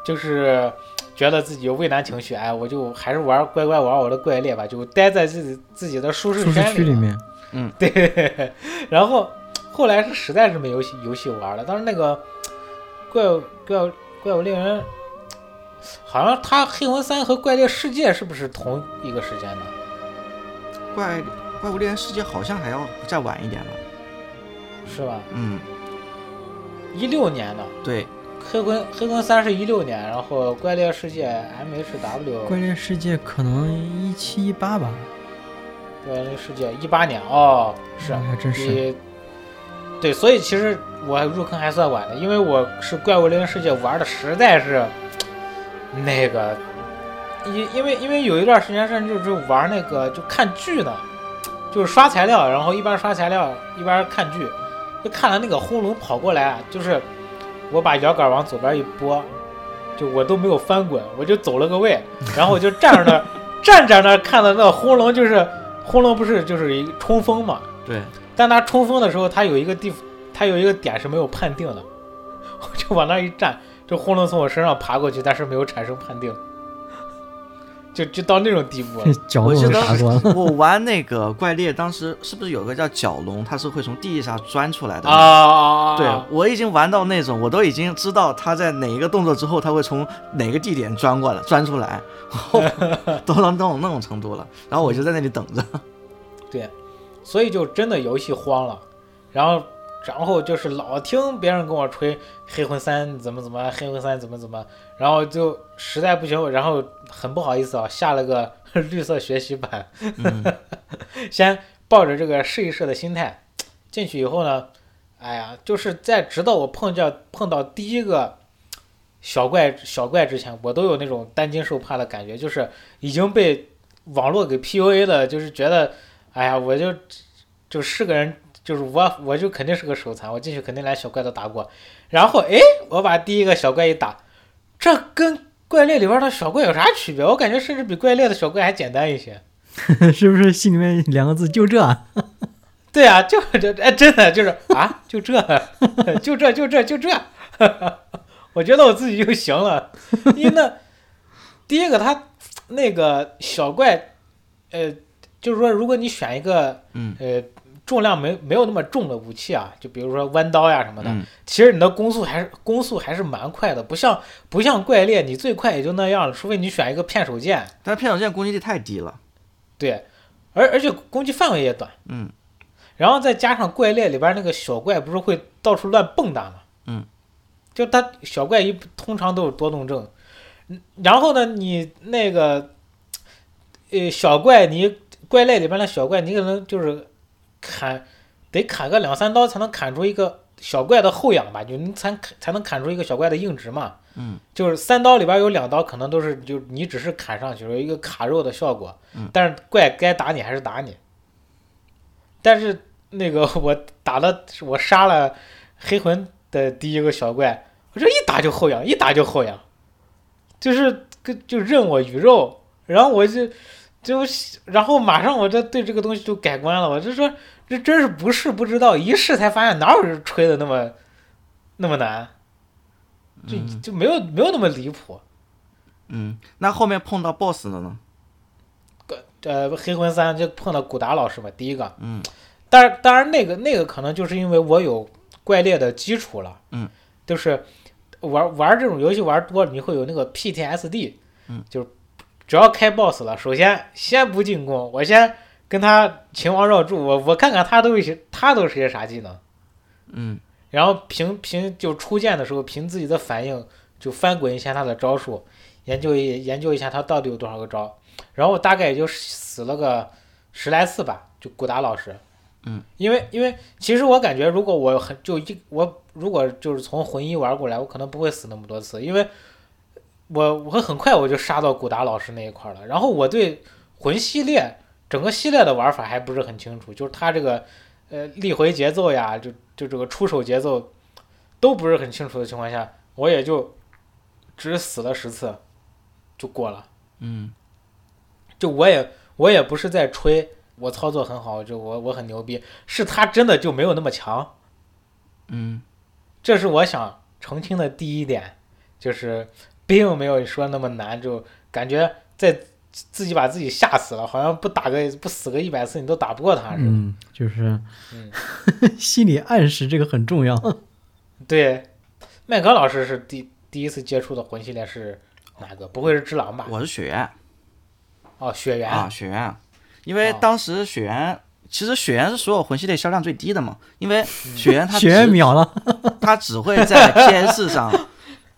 [SPEAKER 1] 就是觉得自己有畏难情绪，哎，我就还是玩乖乖玩我的怪猎吧，就待在自己自己的舒适
[SPEAKER 2] 舒适
[SPEAKER 1] 圈
[SPEAKER 2] 区里
[SPEAKER 1] 吧
[SPEAKER 2] 面，
[SPEAKER 1] 对， 然后后来是实在是没游戏游戏玩了，当时那个怪物怪物怪物猎人，好像他黑魂三和怪猎世界是不是同一个时间的？
[SPEAKER 3] 怪怪物猎人世界好像还要再晚一点了。
[SPEAKER 1] 是吧？
[SPEAKER 3] 嗯，
[SPEAKER 1] 一六年的
[SPEAKER 3] 对，
[SPEAKER 1] 黑魂黑魂三是一六年，然后怪猎世界 M H W
[SPEAKER 2] 怪猎世界可能一七一八吧，
[SPEAKER 1] 怪猎世界一八年哦，是
[SPEAKER 3] 啊
[SPEAKER 2] 嗯还真是。
[SPEAKER 1] 比对，所以其实我入坑还算晚的，因为我是怪物猎人世界玩的实在是那个，因因为因为有一段时间甚至就是玩那个就看剧呢，就是刷材料，然后一边刷材料一边看剧，就看了那个轰龙跑过来啊，就是我把摇杆往左边一拨，就我都没有翻滚，我就走了个 位，然后我就站着那儿站着那儿看到那个轰龙就是轰龙不是就是一冲锋嘛，
[SPEAKER 3] 对，
[SPEAKER 1] 但他冲锋的时候，他有一个地，他有一个点是没有判定的， 我就往那儿一站，这轰龙从我身上爬过去，但是没有产生判定，就就到那种地步 了
[SPEAKER 2] 这。角
[SPEAKER 3] 我
[SPEAKER 2] 度
[SPEAKER 3] 记
[SPEAKER 2] 都
[SPEAKER 3] 得
[SPEAKER 2] 傻瓜了，
[SPEAKER 3] 我玩那个怪猎，当时是不是有个叫角龙，它是会从地下钻出来的
[SPEAKER 1] 啊啊！啊
[SPEAKER 3] 对
[SPEAKER 1] 啊
[SPEAKER 3] 我已经玩到那种，我都已经知道他在哪一个动作之后，他会从哪个地点钻过来、钻出来， 都到那种那种程度了。然后我就在那里等着。
[SPEAKER 1] 所以就真的游戏荒了，然后然后就是老听别人跟我吹《黑魂三》怎么怎么，《黑魂三》怎么怎么，然后就实在不行，我然后很不好意思啊，下了个 绿色学习版，
[SPEAKER 3] 嗯，
[SPEAKER 1] 先抱着这个试一试的心态进去以后呢，哎呀，就是在直到我碰见碰到第一个小怪小怪之前，我都有那种担惊受怕的感觉，就是已经被网络给 PUA 了，就是觉得，哎呀，我就就是个人，就是我我就肯定是个手残，我进去肯定连小怪都打过，然后哎，我把第一个小怪一打，这跟怪猎里边的小怪有啥区别？我感觉甚至比怪猎的小怪还简单一些。
[SPEAKER 2] 是不是心里面两个字就这？
[SPEAKER 1] 对啊，就这哎，真的就是啊，就这， 就这，就这，就这， 我觉得我自己就行了。因为那第一个他那个小怪，呃，就是说，如果你选一个
[SPEAKER 3] 嗯
[SPEAKER 1] 呃重量没没有那么重的武器啊，就比如说弯刀呀什么的，
[SPEAKER 3] 嗯
[SPEAKER 1] 其实你的攻速还是攻速还是蛮快的，不像不像怪猎，你最快也就那样了，除非你选一个片手剑，
[SPEAKER 3] 但是片手剑攻击力太低了。
[SPEAKER 1] 对，而而且攻击范围也短。
[SPEAKER 3] 嗯
[SPEAKER 1] 然后再加上怪猎里边那个小怪不是会到处乱蹦跶吗？
[SPEAKER 3] 嗯，
[SPEAKER 1] 就它小怪一通常都有多动症，嗯然后呢，你那个呃小怪你怪猎里边的小怪，你可能就是砍得砍个两三刀才能砍出一个小怪的后仰吧，你能才才能砍出一个小怪的硬直嘛。嗯，就是三刀里边有两刀可能都是就你只是砍上去有一个卡肉的效果，但是怪该打你还是打你。但是那个 我打了我杀了黑魂的第一个小怪，我这一打就后仰，一打就后仰，就是跟就任我鱼肉，然后我就就然后马上我这对这个东西就改观了，我就说。这真是不试不知道，一试才发现哪有吹的那么那么难，就就没有没有那么离谱。
[SPEAKER 3] 嗯，那后面碰到 BOSS 了呢？
[SPEAKER 1] 呃，黑魂三就碰到古达老师嘛，第一个。
[SPEAKER 3] 嗯。
[SPEAKER 1] 但是当然那个那个可能就是因为我有怪猎的基础了。
[SPEAKER 3] 嗯。
[SPEAKER 1] 就是玩玩这种游戏玩多了，你会有那个 PTSD。嗯。就是只要开 BOSS 了，首先先不进攻，我先。跟他秦王绕柱，我我看看他都些他都是些啥技能，
[SPEAKER 3] 嗯
[SPEAKER 1] 然后凭凭就出剑的时候凭自己的反应就翻滚一下他的招数，研究一研究一下他到底有多少个招，然后我大概也就死了个十来次吧，就古达老师，
[SPEAKER 3] 嗯，
[SPEAKER 1] 因为因为其实我感觉如果我很就一我如果就是从魂一玩过来，我可能不会死那么多次，因为我我很快我就杀到古达老师那一块了，然后我对魂系列。整个系列的玩法还不是很清楚，就是它这个呃立回节奏呀，就就这个出手节奏都不是很清楚的情况下，我也就只死了十次就过了。
[SPEAKER 3] 嗯
[SPEAKER 1] 就我也我也不是在吹我操作很好，就我我很牛逼，是他真的就没有那么强，
[SPEAKER 3] 嗯
[SPEAKER 1] 这是我想澄清的第一点，就是并没有说那么难，就感觉在自己把自己吓死了，好像不打个不死个一百次你都打不过
[SPEAKER 3] 啊
[SPEAKER 1] 他似的。
[SPEAKER 2] 嗯，就是
[SPEAKER 1] 嗯
[SPEAKER 2] 心理暗示这个很重要。
[SPEAKER 1] 对，麦格老师是第第一次接触的魂系列是哪个？不会是只狼吧？
[SPEAKER 3] 我是雪原
[SPEAKER 1] 哦，雪原。
[SPEAKER 3] 啊，雪原，因为
[SPEAKER 1] 哦
[SPEAKER 3] 当时雪原。其实雪原是所有魂系列销量最低的嘛，因为雪 原它
[SPEAKER 2] 学员
[SPEAKER 3] 只
[SPEAKER 2] 秒了，
[SPEAKER 3] 它只会在 PS 上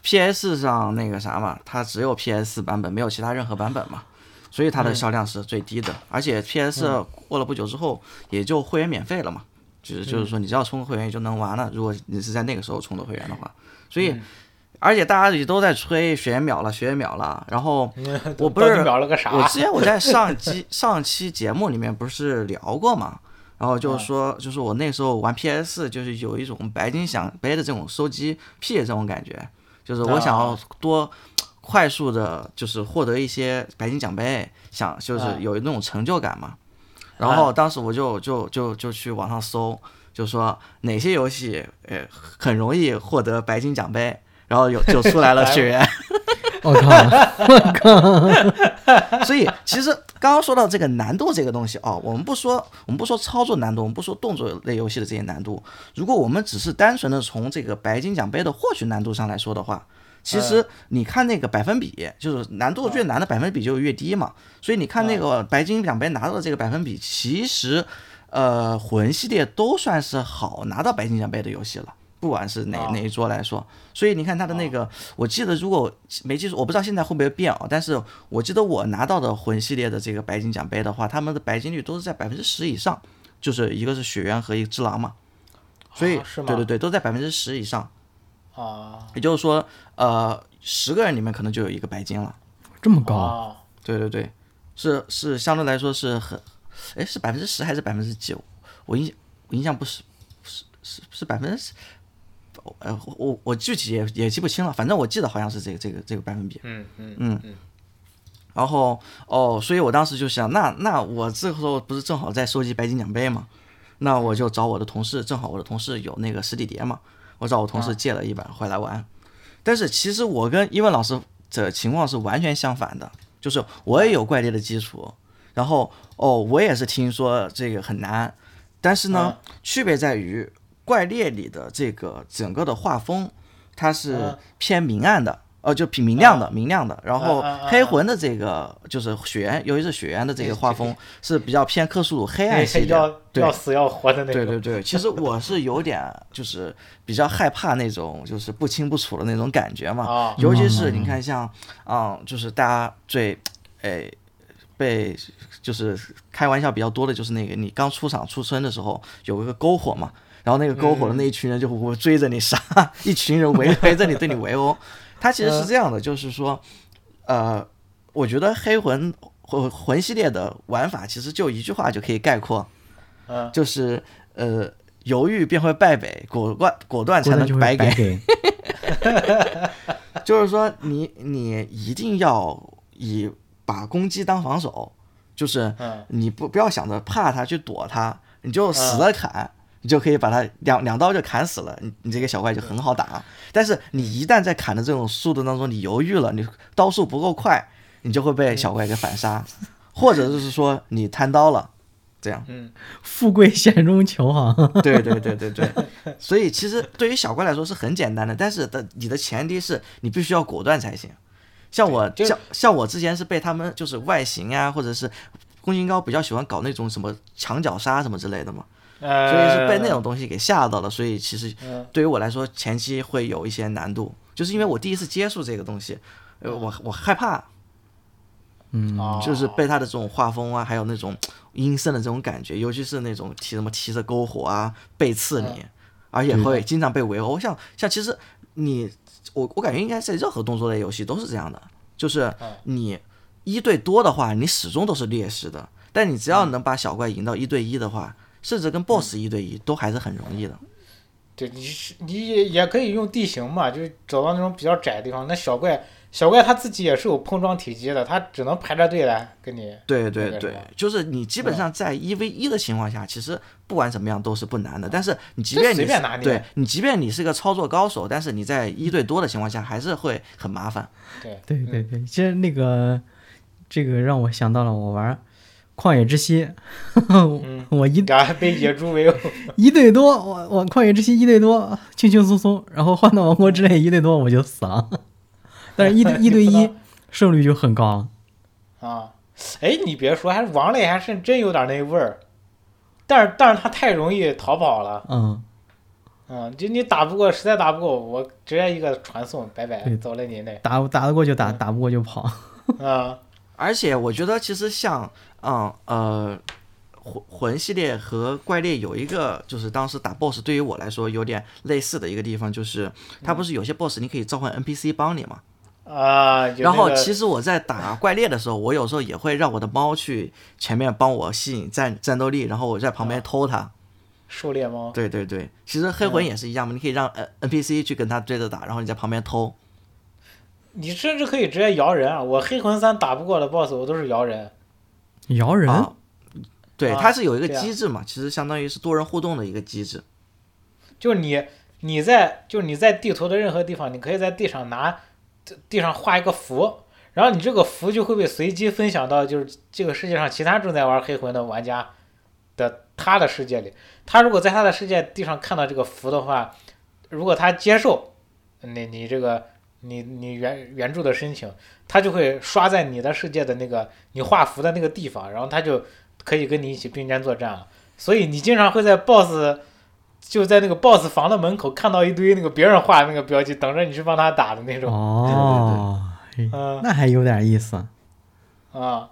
[SPEAKER 3] ，PS 上那个啥嘛，它只有 PS 版本，没有其他任何版本嘛，所以它的销量是最低的。而且 PS 过了不久之后，也就会员免费了嘛，就是就是说你只要充会员也就能玩了。如果你是在那个时候充的会员的话，所以。而且大家也都在吹雪原秒了，雪原秒了。然后我不
[SPEAKER 1] 到底
[SPEAKER 3] 是
[SPEAKER 1] 秒了个啥？
[SPEAKER 3] 我之 前我在上期上期节目里面不是聊过嘛，然后
[SPEAKER 1] 嗯
[SPEAKER 3] 就是说，就是我那时候玩 PS，就是有一种白金想杯的这种收集癖的这种感觉，就是我想要
[SPEAKER 1] 啊
[SPEAKER 3] 多快速的，就是获得一些白金奖杯，想就是
[SPEAKER 1] 啊
[SPEAKER 3] 有那种成就感嘛。然
[SPEAKER 1] 嗯
[SPEAKER 3] 后当时我就就就就去网上搜，就说哪些游戏呃很容易获得白金奖杯，然后有就 出来了雪原。
[SPEAKER 2] 我 靠，
[SPEAKER 3] 所以其实刚刚说到这个难度这个东西哦，我们不说我们不说操作难度，我们不说动作类游戏的这些难度，如果我们只是单纯的从这个白金奖杯的获取难度上来说的话，其实你看那个百分比，就是难度越难的百分比就越低嘛。所以你看那个白金奖杯拿到的这个百分比，其实呃魂系列都算是好拿到白金奖杯的游戏了。不管是哪
[SPEAKER 1] 啊
[SPEAKER 3] 哪一桌来说，所以你看它的那个，我记得如果没记错，我不知道现在会不会变啊。但是我记得我拿到的魂系列的这个白金奖杯的话，他们的白金率都是在百分之十以上，就是一个是雪原和一个只狼嘛。所以、
[SPEAKER 1] 啊是吗
[SPEAKER 3] 对对对，都在百分之十以上。
[SPEAKER 1] 啊
[SPEAKER 3] 也就是说，呃，十个人里面可能就有一个白金了。
[SPEAKER 2] 这么高，
[SPEAKER 1] 啊，
[SPEAKER 3] 对对对，是是相对来说是很，哎，是百分之十还是百分之几？我印我印象不是是是是百分之，呃，我我我具体也也记不清了，反正我记得好像是这个这个这个百分比。
[SPEAKER 1] 嗯嗯
[SPEAKER 3] 然后哦，所以我当时就想，那那我这个时候不是正好在收集白金奖杯嘛，那我就找我的同事，正好我的同事有那个实体碟嘛，我找我同事借了一版回来玩。但是其实我跟伊文老师的情况是完全相反的，就是我也有怪猎的基础，然后哦，我也是听说这个很难，但是呢，区别在于怪猎里的这个整个的画风，它是
[SPEAKER 1] 嗯
[SPEAKER 3] 偏明暗的，呃，就偏明亮的，明亮的。然后
[SPEAKER 1] 嗯嗯嗯
[SPEAKER 3] 黑魂的这个就是雪原，尤其是雪原的这个画 风是比较偏克苏鲁 黑
[SPEAKER 1] 那
[SPEAKER 3] 暗
[SPEAKER 1] 些
[SPEAKER 3] 系
[SPEAKER 1] 要
[SPEAKER 3] 的，对
[SPEAKER 1] 要死要活的那种。
[SPEAKER 3] 对对对，其实我是有点就是比较害怕那种就是不清不楚的那种感觉嘛，
[SPEAKER 1] 啊
[SPEAKER 3] 尤其是你看像嗯，就是大家最诶、被就是开玩笑比较多的就是那个你刚出场出生的时候有一个篝火嘛。然后那个篝火的那一群人就会追着你杀， 一群人围围着你对你围殴。它其实是这样的，就是说，呃，我觉得黑魂魂魂系列的玩法其实就一句话就可以概括，
[SPEAKER 1] 嗯，
[SPEAKER 3] 就是呃，犹豫便会败北，果断果断才
[SPEAKER 2] 果断就会
[SPEAKER 3] 能白给
[SPEAKER 2] 白。给。
[SPEAKER 3] 就是说你你一定要以把攻击当防守，就是
[SPEAKER 1] 嗯
[SPEAKER 3] 你不不要想着怕他去躲他，你就死了砍，你就可以把他两两刀就砍死了，你你这个小怪就很好打。但是你一旦在砍的这种速度当中，你犹豫了，你刀速不够快，你就会被小怪给反杀，或者就是说你贪刀了，这样。
[SPEAKER 2] 富贵险中求哈，
[SPEAKER 3] 对对对对对，所以其实对于小怪来说是很简单的，但是的你的前提是你必须要果断才行。像我
[SPEAKER 1] 对就是
[SPEAKER 3] 像像我之前是被他们就是外形啊，或者是宫崎英高比较喜欢搞那种什么墙角杀什么之类的嘛，所
[SPEAKER 1] 呃，
[SPEAKER 3] 以是被那种东西给吓到了，所以其实
[SPEAKER 1] 嗯
[SPEAKER 3] 对于我来说前期会有一些难度，就是因为我第一次接触这个东西，呃，我我害怕，
[SPEAKER 1] 哦
[SPEAKER 3] 嗯就是被他的这种画风啊，还有那种阴森的这种感觉，尤其是那种提什么提着篝火啊，背刺你，而且会经常被围殴。像像其实你我我感觉应该在任何动作类游戏都是这样的，就是你一对多的话，你始终都是劣势的。但你只要能把小怪赢到一对一的话，甚至跟 BOSS 一对一都还是很容易的。
[SPEAKER 1] 对，你是你也也可以用地形嘛，就是找到那种比较窄的地方。那小怪小怪他自己也是有碰撞体积的，他只能排着队来跟你。
[SPEAKER 3] 对对
[SPEAKER 1] 那个
[SPEAKER 3] 对
[SPEAKER 1] 是嗯吧，
[SPEAKER 3] 就是你基本上在一 v 一的情况下，其实不管怎么样都是不难的。但是你即
[SPEAKER 1] 这
[SPEAKER 3] 便你
[SPEAKER 1] 随便
[SPEAKER 3] 是
[SPEAKER 1] 拿捏
[SPEAKER 3] 对你即便你是个操作高手，但是你在一对多的情况下还是会很麻烦。
[SPEAKER 1] 对，
[SPEAKER 2] 对对
[SPEAKER 3] 嗯
[SPEAKER 2] 对，其实那个这个让我想到了我玩《旷野之息》
[SPEAKER 3] 嗯
[SPEAKER 2] 我，我一
[SPEAKER 1] 俩被野猪围殴。
[SPEAKER 2] 一对多，我我《旷野之息》一对多轻轻松松，然后换到《王国之泪》一对多我就死了， 但是 一对一对一胜率就很高了。
[SPEAKER 1] 啊，哎，你别说，还是王磊还是真有点那味儿，但是但是他太容易逃跑了，
[SPEAKER 2] 嗯，
[SPEAKER 1] 嗯，就你打不过，实在打不过，我直接一个传送，拜拜，
[SPEAKER 2] 对
[SPEAKER 1] 走了你 那，
[SPEAKER 2] 打打得过就打，打不过就跑。
[SPEAKER 1] 啊，
[SPEAKER 3] 而且我觉得其实像嗯呃魂魂系列和怪猎有一个就是当时打 BOSS 对于我来说有点类似的一个地方，就是它
[SPEAKER 1] 嗯
[SPEAKER 3] 不是有些 BOSS 你可以召唤 NPC 帮你嘛。
[SPEAKER 1] 啊，有那
[SPEAKER 3] 然后
[SPEAKER 1] 个
[SPEAKER 3] 其实我在打怪猎的时候，我有时候也会让我的猫去前面帮我吸引战战斗力，然后我在
[SPEAKER 1] 嗯
[SPEAKER 3] 旁边偷它。
[SPEAKER 1] 狩猎猫，
[SPEAKER 3] 对对对，其实黑
[SPEAKER 1] 嗯
[SPEAKER 3] 魂也是一样嘛，你可以让呃 N NPC 去跟他对着打，然后你在旁边偷。
[SPEAKER 1] 你甚至可以直接摇人啊！我黑魂三打不过的 BOSS，我都是摇人，
[SPEAKER 2] 摇人，
[SPEAKER 3] 啊，对，
[SPEAKER 1] 啊
[SPEAKER 3] 它是有一个
[SPEAKER 1] 这样
[SPEAKER 3] 机制嘛，其实相当于是多人互动的一个机制。
[SPEAKER 1] 就是你你在就是你在地图的任何地方，你可以在地上拿地上画一个符。然后你这个符就会被随机分享到，就是这个世界上其他正在玩黑魂的玩家的他的世界里。他如果在他的世界地上看到这个符的话，如果他接受你你这个你你原原著的申请，他就会刷在你的世界的那个你画符的那个地方，然后他就可以跟你一起并肩作战了。所以你经常会在 BOSS 就在那个 BOSS 房的门口看到一堆那个别人画的那个标记，等着你去帮他打的那种。
[SPEAKER 2] 哦，
[SPEAKER 1] 嗯
[SPEAKER 2] 那还有点意思。
[SPEAKER 1] 啊，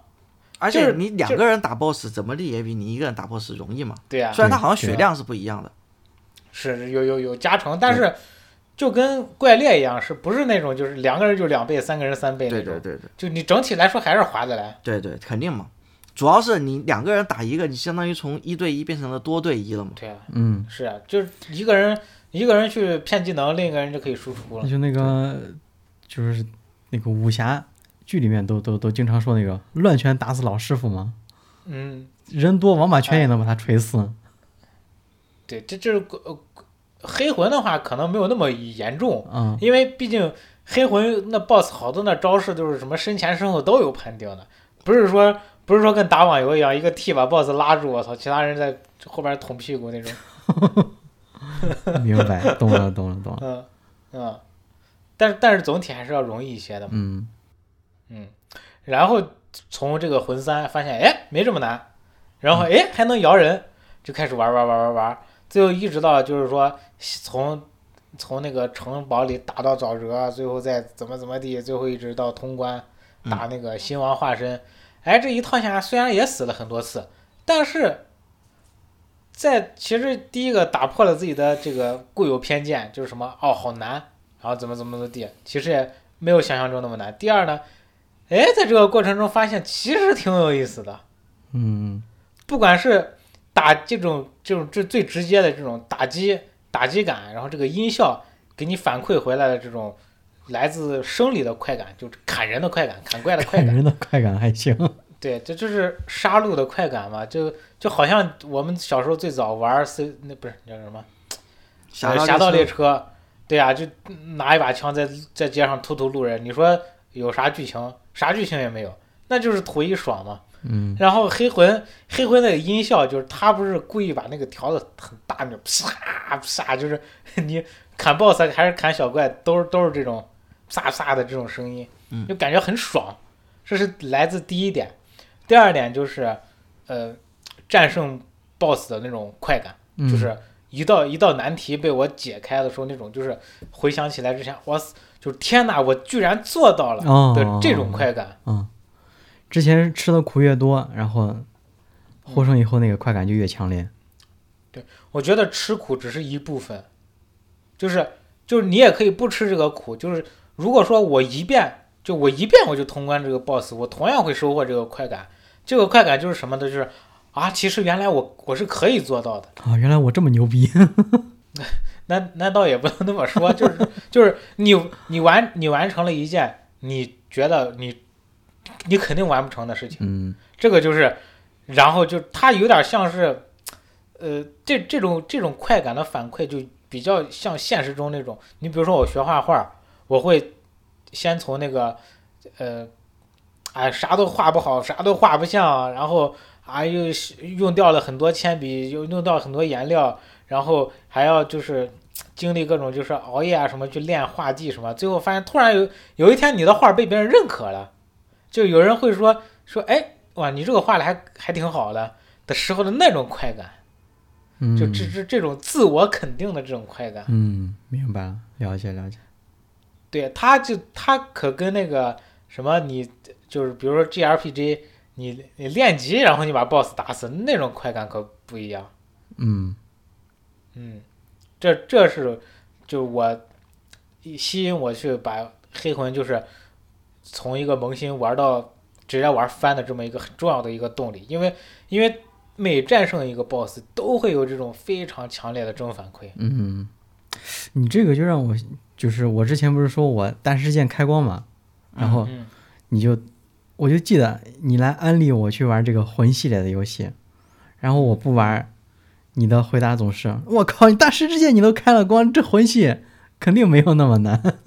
[SPEAKER 3] 而
[SPEAKER 1] 就
[SPEAKER 3] 且
[SPEAKER 1] 是
[SPEAKER 3] 你两
[SPEAKER 1] 就
[SPEAKER 3] 个人打 BOSS 怎么地也比你一个人打 BOSS 容易嘛。
[SPEAKER 1] 对啊呀、
[SPEAKER 3] 虽然它好像
[SPEAKER 2] 对啊
[SPEAKER 3] 血量是不一样的，
[SPEAKER 1] 是有有有加成，但是就跟怪猎一样，是不是那种就是两个人就两倍，三个人三倍
[SPEAKER 3] 对
[SPEAKER 1] 那种？
[SPEAKER 3] 对对对
[SPEAKER 1] 就你整体来说还是划得来。
[SPEAKER 3] 对对，肯定嘛。主要是你两个人打一个，你相当于从一对一变成了多对一了嘛。
[SPEAKER 1] 对啊，
[SPEAKER 2] 嗯，
[SPEAKER 1] 是啊，就是一个人一个人去骗技能，另一个人就可以输出
[SPEAKER 2] 那
[SPEAKER 1] 了。
[SPEAKER 2] 就那个就是那个武侠剧里面都都都经常说那个乱拳打死老师傅嘛，
[SPEAKER 1] 嗯，
[SPEAKER 2] 人多王八拳也能把他锤死。
[SPEAKER 1] 对，这这是呃黑魂的话可能没有那么严重，
[SPEAKER 2] 嗯，
[SPEAKER 1] 因为毕竟黑魂那 BOSS 好多那招式都是什么身前身后都有判定的，不是说不是说跟打网游一样，一个 T 把 BOSS 拉住，我操，其他人在后边捅屁股那种。
[SPEAKER 2] 嗯明白，懂了，懂了，懂了。
[SPEAKER 1] 嗯嗯，但是但是总体还是要容易一些的嘛。
[SPEAKER 2] 嗯，
[SPEAKER 1] 嗯，然后从这个魂三发现，哎，没这么难，然后哎还能摇人，就开始玩玩玩玩玩，最后一直到就是说从从那个城堡里打到沼泽，最后再怎么怎么地，最后一直到通关打那个新王化身，哎，这一趟下来虽然也死了很多次，但是在其实第一个打破了自己的这个固有偏见，就是什么哦好难，然后怎么怎么怎么地，其实也没有想象中那么难。第二呢，哎，在这个过程中发现其实挺有意思的，
[SPEAKER 2] 嗯，
[SPEAKER 1] 不管是打这种这种这最直接的这种打击打击感，然后这个音效给你反馈回来的这种来自生理的快感，就是砍人的快感、砍怪的快
[SPEAKER 2] 看
[SPEAKER 1] 感，
[SPEAKER 2] 人的 快感还行，
[SPEAKER 1] 对，这就是杀戮的快感嘛，就就好像我们小时候最早玩 C 那不是叫什么
[SPEAKER 3] 侠
[SPEAKER 1] 呃
[SPEAKER 3] 盗
[SPEAKER 1] 侠盗
[SPEAKER 3] 猎
[SPEAKER 1] 猎
[SPEAKER 3] 车
[SPEAKER 1] 车，对啊，就拿一把枪在在街上突突路人，你说有啥剧情？啥剧情也没有，那就是图一爽嘛。
[SPEAKER 2] 嗯，
[SPEAKER 1] 然后黑魂黑魂那个音效就是他不是故意把那个调的很大，那种啪啪，就是 你砍 BOSS 还是砍小怪，都是都是这种啪啪的这种声音，
[SPEAKER 3] 嗯
[SPEAKER 1] 就感觉很爽。这是来自第一点，第二点就是呃战胜 BOSS 的那种快感，
[SPEAKER 2] 嗯
[SPEAKER 1] 就是一道一道难题被我解开的时候，那种就是回想起来之前，哇塞，就是天哪，我居然做到了
[SPEAKER 2] 哦
[SPEAKER 1] 的这种快感。
[SPEAKER 2] 嗯，之前吃的苦越多，然
[SPEAKER 1] 嗯
[SPEAKER 2] 后获胜以后那个快感就越强烈。
[SPEAKER 1] 我觉得吃苦只是一部分，就是就是你也可以不吃这个苦，就是如果说我一遍就我一遍我就通关这个 boss，我同样会收获这个快感。这个快感就是什么呢？就是啊，其实原来我我是可以做到的。
[SPEAKER 2] 啊，原来我这么 牛逼！
[SPEAKER 1] 难难道也不能那么说？就是就是你你完你完成了一件你觉得你你肯定完不成的事情。
[SPEAKER 2] 嗯
[SPEAKER 1] 这个就是，然后就它有点像是，呃，这这种这种快感的反馈就比较像现实中那种。你比如说我学画画，我会先从那个，呃，哎啥都画不好，啥都画不像，然后啊又是用掉了很多铅笔，又用掉了很多颜料，然后还要就是。经历各种就是熬夜啊什么去练画技什么，最后发现突然有有一天你的画被别人认可了，就有人会说说哎哇，你这个画的还还挺好的的时候的那种快感，
[SPEAKER 2] 嗯，
[SPEAKER 1] 就这这这种自我肯定的这种快感，
[SPEAKER 2] 嗯，明白了，了解了解。
[SPEAKER 1] 对，他就他可跟那个什么你就是比如说 G R P G，你你练级然后你把 BOSS 打死那种快感可不一样，
[SPEAKER 2] 嗯
[SPEAKER 1] 嗯，这这是就我吸引我去把黑魂就是从一个萌新玩到直接玩翻的这么一个很重要的一个动力，因为因为每战胜一个 BOSS 都会有这种非常强烈的正反馈，
[SPEAKER 2] 嗯，你这个就让我就是我之前不是说我单事件开光嘛，然后
[SPEAKER 1] 嗯
[SPEAKER 2] 你就我就记得你来安利我去玩这个魂系列的游戏，然后我不玩，你的回答总是我靠，你大师之剑你都开了光，这魂系肯定没有那么难。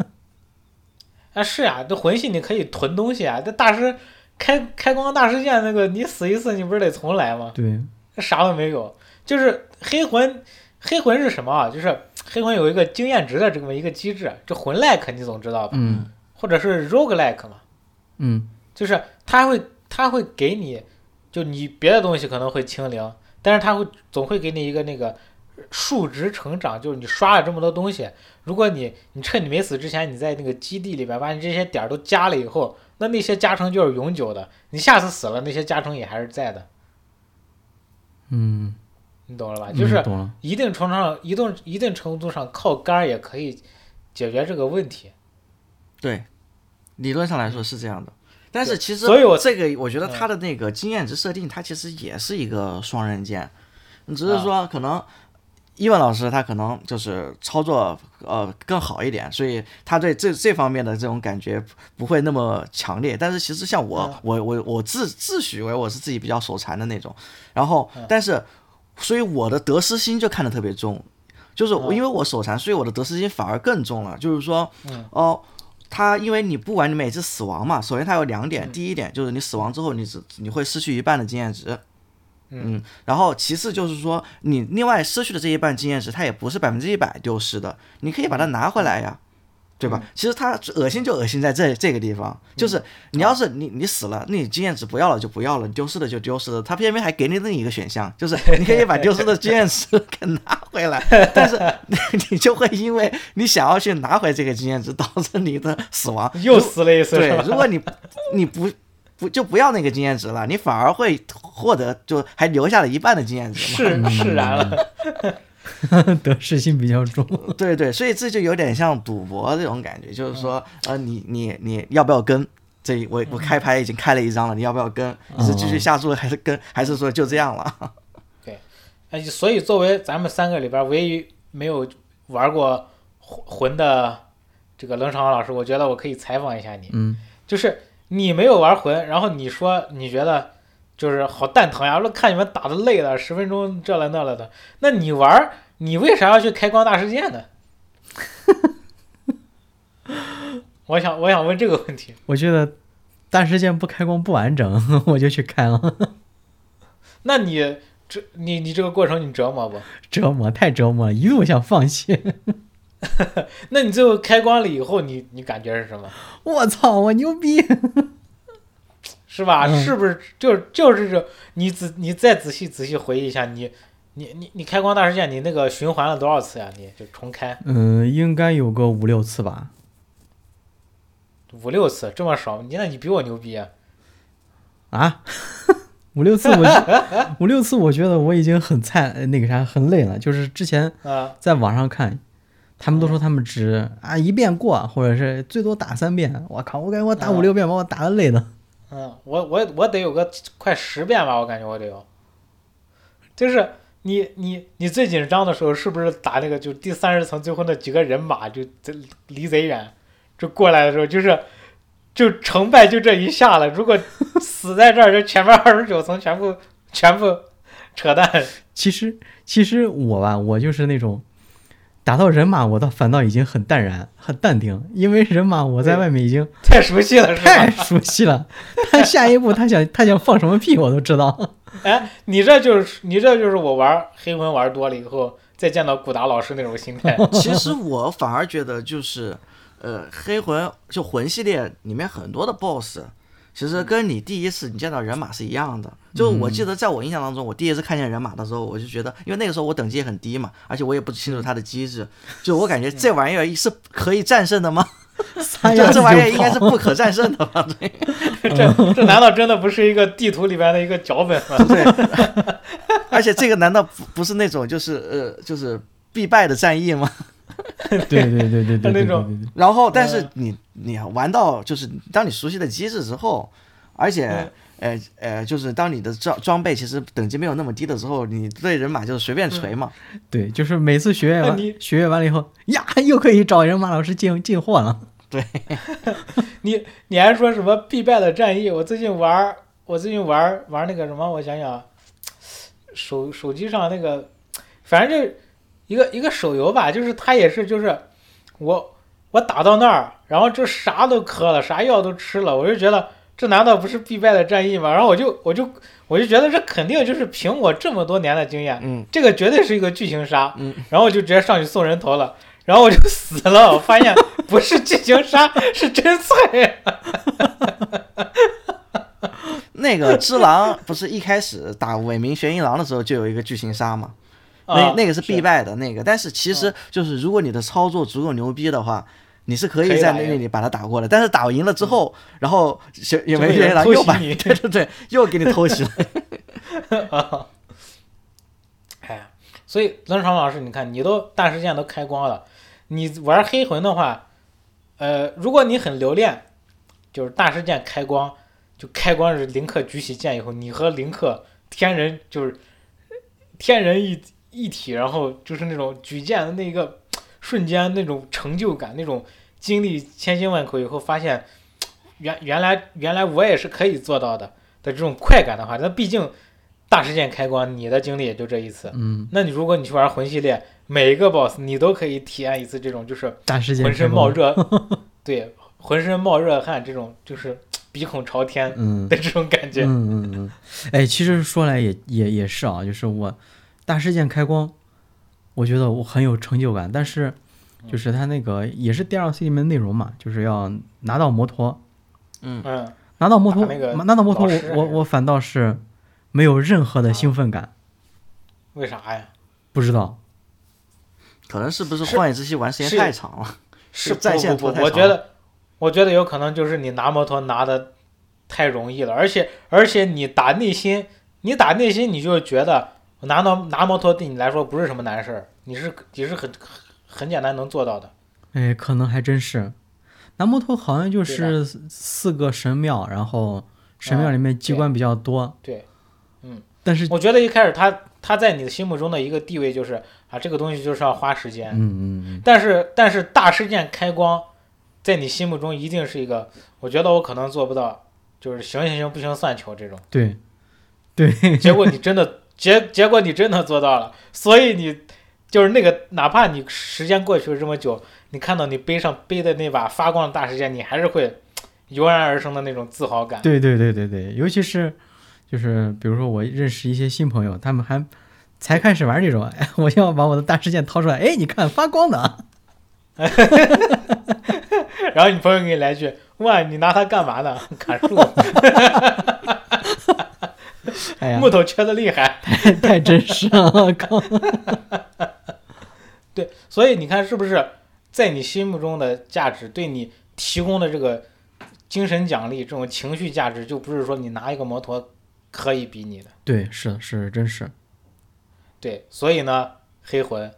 [SPEAKER 1] 啊是呀、这魂系你可以囤东西啊，这大师开开光大事件那个你死一次你不是得重来吗？
[SPEAKER 2] 对，
[SPEAKER 1] 啥都没有，就是黑魂，黑魂是什么啊？就是黑魂有一个经验值的这么一个机制，这魂 like 你总知道吧？
[SPEAKER 2] 嗯
[SPEAKER 1] 或者是 rogue like 嘛，
[SPEAKER 2] 嗯
[SPEAKER 1] 就是它会它会给你，就你别的东西可能会清零，但是它会总会给你一个那个数值成长，就是你刷了这么多东西，如果你你趁你没死之前，你在那个基地里边把你这些点儿都加了以后，那那些加成就是永久的，你下次死了那些加成也还是在的，
[SPEAKER 2] 嗯，
[SPEAKER 1] 你懂了吧？啊就是
[SPEAKER 2] 嗯懂了。
[SPEAKER 1] 一定程度上，一定一定程度上靠杆儿也可以解决这个问题。
[SPEAKER 3] 对，理论上来说是这样的。但是其实，
[SPEAKER 1] 所以我嗯
[SPEAKER 3] 这个我觉得它的那个经验值设定，它其实也是一个双刃剑，只是说可能伊万老师他可能就是操作呃更好一点，所以他对这这方面的这种感觉不会那么强烈。但是其实像我，我我我自自诩为我是自己比较手残的那种，然后但是所以我的得失心就看得特别重，就是我因为我手残，所以我的得失心反而更重了。就是说，哦，他因为你不管你每次死亡嘛，首先它有两点，第一点就是你死亡之后你只你会失去一半的经验值。嗯，然后其次就是说，你另外失去的这一半经验值，它也不是百分之一百丢失的，你可以把它拿回来呀，对吧？其实它恶心就恶心在这这个地方，就是你要是你你死了，那你经验值不要了就不要了，你丢失的就丢失了，他偏偏还给你另一个选项，就是你可以把丢失的经验值 给拿回来，但是 你就会因为你想要去
[SPEAKER 2] 啊
[SPEAKER 3] 拿回这个经验值，导致你的死亡
[SPEAKER 1] 又死了一次
[SPEAKER 3] 对
[SPEAKER 1] 是吧？，
[SPEAKER 3] 如果你你不不就不要那个经验值了，你反而会获得就还留下了一半的经验值 嘛。
[SPEAKER 1] 释释然了，
[SPEAKER 2] 得失心比较重。
[SPEAKER 3] 对对，所以这就有点像赌博这种感觉，就是说，呃，你你你要不要跟？这我我开牌已经开了一张了，你要不要跟？你是继续下注还是跟？还是说就这样了？
[SPEAKER 1] 哎，所以作为咱们三个里边唯一没有玩过魂魂的这个冷场王老师，我觉得我可以采访一下你，
[SPEAKER 2] 嗯，
[SPEAKER 1] 就是你没有玩魂，然后你说你觉得就是好蛋疼呀，看你们打的累了，十分钟这了那了的，那你玩儿你为啥要去开光大世界呢？ 我想我想问这个问题，
[SPEAKER 2] 我觉得大事件不开光不完整， 我就去开了，
[SPEAKER 1] 那你这你你这个过程你折磨不？
[SPEAKER 2] 折磨太折磨了，一度想放弃。
[SPEAKER 1] 那你最后开光了以后，你你感觉是什么？
[SPEAKER 2] 我操，我牛逼！
[SPEAKER 1] 是吧？
[SPEAKER 2] 嗯
[SPEAKER 1] 是不是就就是这？你仔你再仔细仔细回忆一下，你你你你开光大事件，你那个循环了多少次呀？你就重开
[SPEAKER 2] 嗯、应该有个五六次吧。
[SPEAKER 1] 五六次，这么少？你那你比我牛逼啊！
[SPEAKER 2] 啊，五六次我五六次，我觉得我已经很菜，呃那个啥，很累了。就是之前
[SPEAKER 1] 啊
[SPEAKER 2] 在网上看，他们都说他们只啊一遍过，或者是最多打三遍。我靠，我感觉我打
[SPEAKER 1] 嗯
[SPEAKER 2] 五六遍把我打的累的。
[SPEAKER 1] 嗯，我我我得有个快十遍吧，我感觉我得有。就是你你你最紧张的时候，是不是打那个就第三十层最后那几个人马就贼离贼远，就过来的时候就是。就成败就这一下了，如果死在这儿，就前面二十九层全部全部扯淡。
[SPEAKER 2] 其实其实我吧，我就是那种打到人马，我倒反倒已经很淡然、很淡定，因为人马我在外面已经
[SPEAKER 1] 太熟悉了，是吧
[SPEAKER 2] 太？熟悉了。他下一步他想他想放什么屁，我都知道。
[SPEAKER 1] 哎，你这就是你这就是我玩黑魂玩多了以后，再见到古达老师那种心态。
[SPEAKER 3] 其实我反而觉得就是，呃，黑魂就魂系列里面很多的 BOSS，其
[SPEAKER 2] 嗯
[SPEAKER 3] 实跟你第一次你见到人马是一样的。就我记得在我印象当中，我第一次看见人马的时候，我就觉得，因为那个时候我等级也很低嘛，而且我也不清楚它的机制，就我感觉这玩意儿是可以战胜的吗？
[SPEAKER 2] 撒
[SPEAKER 3] 就
[SPEAKER 2] 丫子
[SPEAKER 3] 这
[SPEAKER 2] 哎就
[SPEAKER 3] 玩意儿应该
[SPEAKER 2] 跑。
[SPEAKER 3] 是不可战胜的吧？对
[SPEAKER 1] 这这难道真的不是一个地图里边的一个脚本吗？
[SPEAKER 3] 对， 而且这个难道不不是那种就是呃就是必败的战役吗？
[SPEAKER 2] 对对对对对对对
[SPEAKER 1] 那种
[SPEAKER 2] 对对
[SPEAKER 3] 然后，但是
[SPEAKER 1] 嗯
[SPEAKER 3] 你你玩到就是当你熟悉的机制之后，而且呃呃，就是当你的装装备其实等级没有那么低的时候，你对人马就是随便锤嘛。
[SPEAKER 2] 对，就是每次学业
[SPEAKER 1] 那
[SPEAKER 2] 完
[SPEAKER 1] 你
[SPEAKER 2] 学业完了以后呀，又可以找人马老师进进货了。
[SPEAKER 1] 你你还说什么必败的战役？我最近玩，我最近玩玩那个什么，我想想，手手机上那个，反正就是一个一个手游吧，就是它也是就是我我打到那儿，然后这啥都磕了，啥药都吃了，我就觉得这难道不是必败的战役吗？然后我就我就我就觉得这肯定就是凭我这么多年的经验，
[SPEAKER 3] 嗯，
[SPEAKER 1] 这个绝对是一个剧情杀，
[SPEAKER 3] 嗯
[SPEAKER 1] 然后我就直接上去送人头了，然后我就死了，我发现不是剧情杀， 是真菜。
[SPEAKER 3] 那个只狼不是一开始打伟明玄一郎的时候就有一个剧情杀 嘛？那
[SPEAKER 1] 啊
[SPEAKER 3] 那个是必败的那个，但是其实就是如果你的操作足够牛逼的话。你是可
[SPEAKER 1] 可
[SPEAKER 3] 以
[SPEAKER 1] 以
[SPEAKER 3] 在
[SPEAKER 1] 打
[SPEAKER 3] 那
[SPEAKER 1] 赢
[SPEAKER 3] 里把他打过的，但是打赢了之后，然后小也
[SPEAKER 1] 就
[SPEAKER 3] 没
[SPEAKER 1] 被人
[SPEAKER 3] 人了，
[SPEAKER 1] 偷
[SPEAKER 3] 又
[SPEAKER 1] 袭
[SPEAKER 3] 把
[SPEAKER 1] 你
[SPEAKER 3] 对对对，又给你偷袭了。
[SPEAKER 1] 啊，哎，所以冷场老师，你看你都大事件都开光了，你玩黑魂的话，呃，如果你很留恋，就是大事件开光，就开光是林克举起剑以后，你和林克天人就是天人一一体，然后就是那种举剑的那个瞬间那种成就感，那种经历千辛万苦以后发现。原原来原来我也是可以做到的的这种快感的话，那毕竟大事件开光，你的经历也就这一次。
[SPEAKER 2] 嗯，
[SPEAKER 1] 那你如果你去玩魂系列，每一个 BOSS 你都可以体验一次这种，就是
[SPEAKER 2] 大事件
[SPEAKER 1] 浑身
[SPEAKER 2] 开光
[SPEAKER 1] 冒。热， 对，浑身冒热汗这种，就是鼻孔朝天
[SPEAKER 2] 嗯
[SPEAKER 1] 的这种感觉。
[SPEAKER 2] 嗯嗯嗯。哎，其实说来也也也是啊，就是我大事件开光，我觉得我很有成就感，但是
[SPEAKER 1] 嗯
[SPEAKER 2] 就是它那个也是 DLC 里面内容嘛，就是要拿到摩托，
[SPEAKER 3] 嗯，
[SPEAKER 1] 嗯，
[SPEAKER 2] 拿到摩托，
[SPEAKER 1] 打那个
[SPEAKER 2] 拿到摩托，
[SPEAKER 1] 老
[SPEAKER 2] 我
[SPEAKER 1] 师
[SPEAKER 2] 我我反倒是没有任何的兴奋感，
[SPEAKER 1] 为啥呀？
[SPEAKER 2] 不知道。
[SPEAKER 3] 可能是不是《
[SPEAKER 1] 是
[SPEAKER 3] 荒野之息》玩时间
[SPEAKER 1] 是
[SPEAKER 3] 太长了？
[SPEAKER 1] 是
[SPEAKER 3] 在线
[SPEAKER 1] 不
[SPEAKER 3] 拖
[SPEAKER 1] 不
[SPEAKER 3] 太
[SPEAKER 1] 不，我
[SPEAKER 3] 长
[SPEAKER 1] 觉得，我觉得有可能就是你拿摩托拿的太容易了，而且而且你打内心，你打内心，你就觉得拿到拿摩托对你来说不是什么难事儿，你是你是很很简单能做到的。
[SPEAKER 2] 哎，可能还真是。南摩托好像就
[SPEAKER 1] 对啊
[SPEAKER 2] 是四四个神庙，然后神庙里面机关比较多，
[SPEAKER 1] 对，嗯，
[SPEAKER 2] 但是，
[SPEAKER 1] 我觉得一开始他他在你的心目中的一个地位就是啊，这个东西就是要花时间，
[SPEAKER 2] 嗯嗯
[SPEAKER 1] 但是但是大事件开光，在你心目中一定是一个，我觉得我可能做不到，就是行行行不行算球这种
[SPEAKER 2] 嗯，。对，对，
[SPEAKER 1] 结果你真的结结果你真的做到了，所以你就是那个，哪怕你时间过去了这么久，你看到你背上背的那把发光的大事件，你还是会油然而生的那种自豪感。
[SPEAKER 2] 对对对对对，尤其是就是比如说我认识一些新朋友，他们还才开始玩这种， 哎，我要把我的大事件掏出来，哎，你看发光 的，
[SPEAKER 1] 然后你朋友给你来一句：“哇，你拿它干嘛呢？砍 树，
[SPEAKER 2] 哎呀
[SPEAKER 1] 木，头缺的厉害。
[SPEAKER 2] 太太真实了，我靠，”
[SPEAKER 1] 对，所以你看是不是在你心目中的价值，对你提供的这个精神奖励、这种情绪价值，就不是说你拿一个摩托可以比拟的。
[SPEAKER 2] 对，是是，真是，
[SPEAKER 1] 对，所以呢，黑魂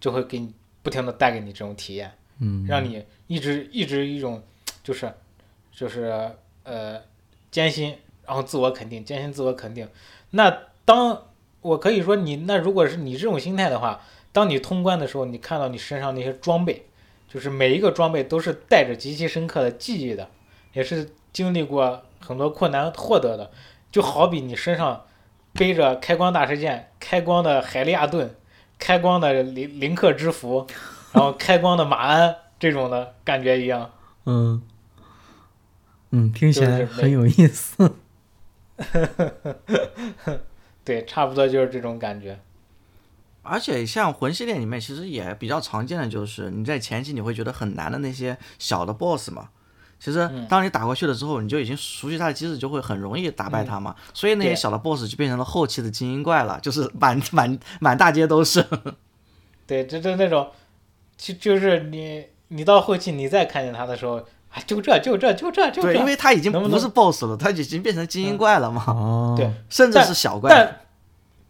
[SPEAKER 1] 就会给你不停的带给你这种体验，
[SPEAKER 2] 嗯，
[SPEAKER 1] 让你一直一直一种就是就是呃艰辛，然后自我肯定，艰辛自我肯定。那当我可以说你那如果是你这种心态的话，当你通关的时候，你看到你身上那些装备，就是每一个装备都是带着极其深刻的记忆的，也是经历过很多困难获得的，就好比你身上。背着开光大事件、开光的海利亚顿、开光的林林克之符，然后开光的马鞍这种的感觉一样。
[SPEAKER 2] 嗯，嗯，听起
[SPEAKER 1] 就是
[SPEAKER 2] 来
[SPEAKER 1] 没
[SPEAKER 2] 很有意 思。
[SPEAKER 1] 对，差不多就是这种感觉。
[SPEAKER 3] 而且像魂系列里面，其实也比较常见的就是你在前期你会觉得很难的那些小的 BOSS 嘛，其实
[SPEAKER 1] 嗯
[SPEAKER 3] 当你打过去了之后，你就已经熟悉它的机制，就会很容易打败它嘛。所以那些
[SPEAKER 1] 嗯对
[SPEAKER 3] 小的 BOSS 就变成了后期的精英怪了，就是满满满大街都是。
[SPEAKER 1] 对，这这那种，就就是你你到后期你再看见他的时候，啊，就这就这就这就这。
[SPEAKER 3] 对，因为它已经
[SPEAKER 1] 能不
[SPEAKER 3] 不是
[SPEAKER 1] 能
[SPEAKER 3] BOSS 了，它已经变成精英怪了嘛，
[SPEAKER 2] 哦，
[SPEAKER 1] 对
[SPEAKER 3] 甚至
[SPEAKER 1] 但
[SPEAKER 3] 是小怪。
[SPEAKER 1] 但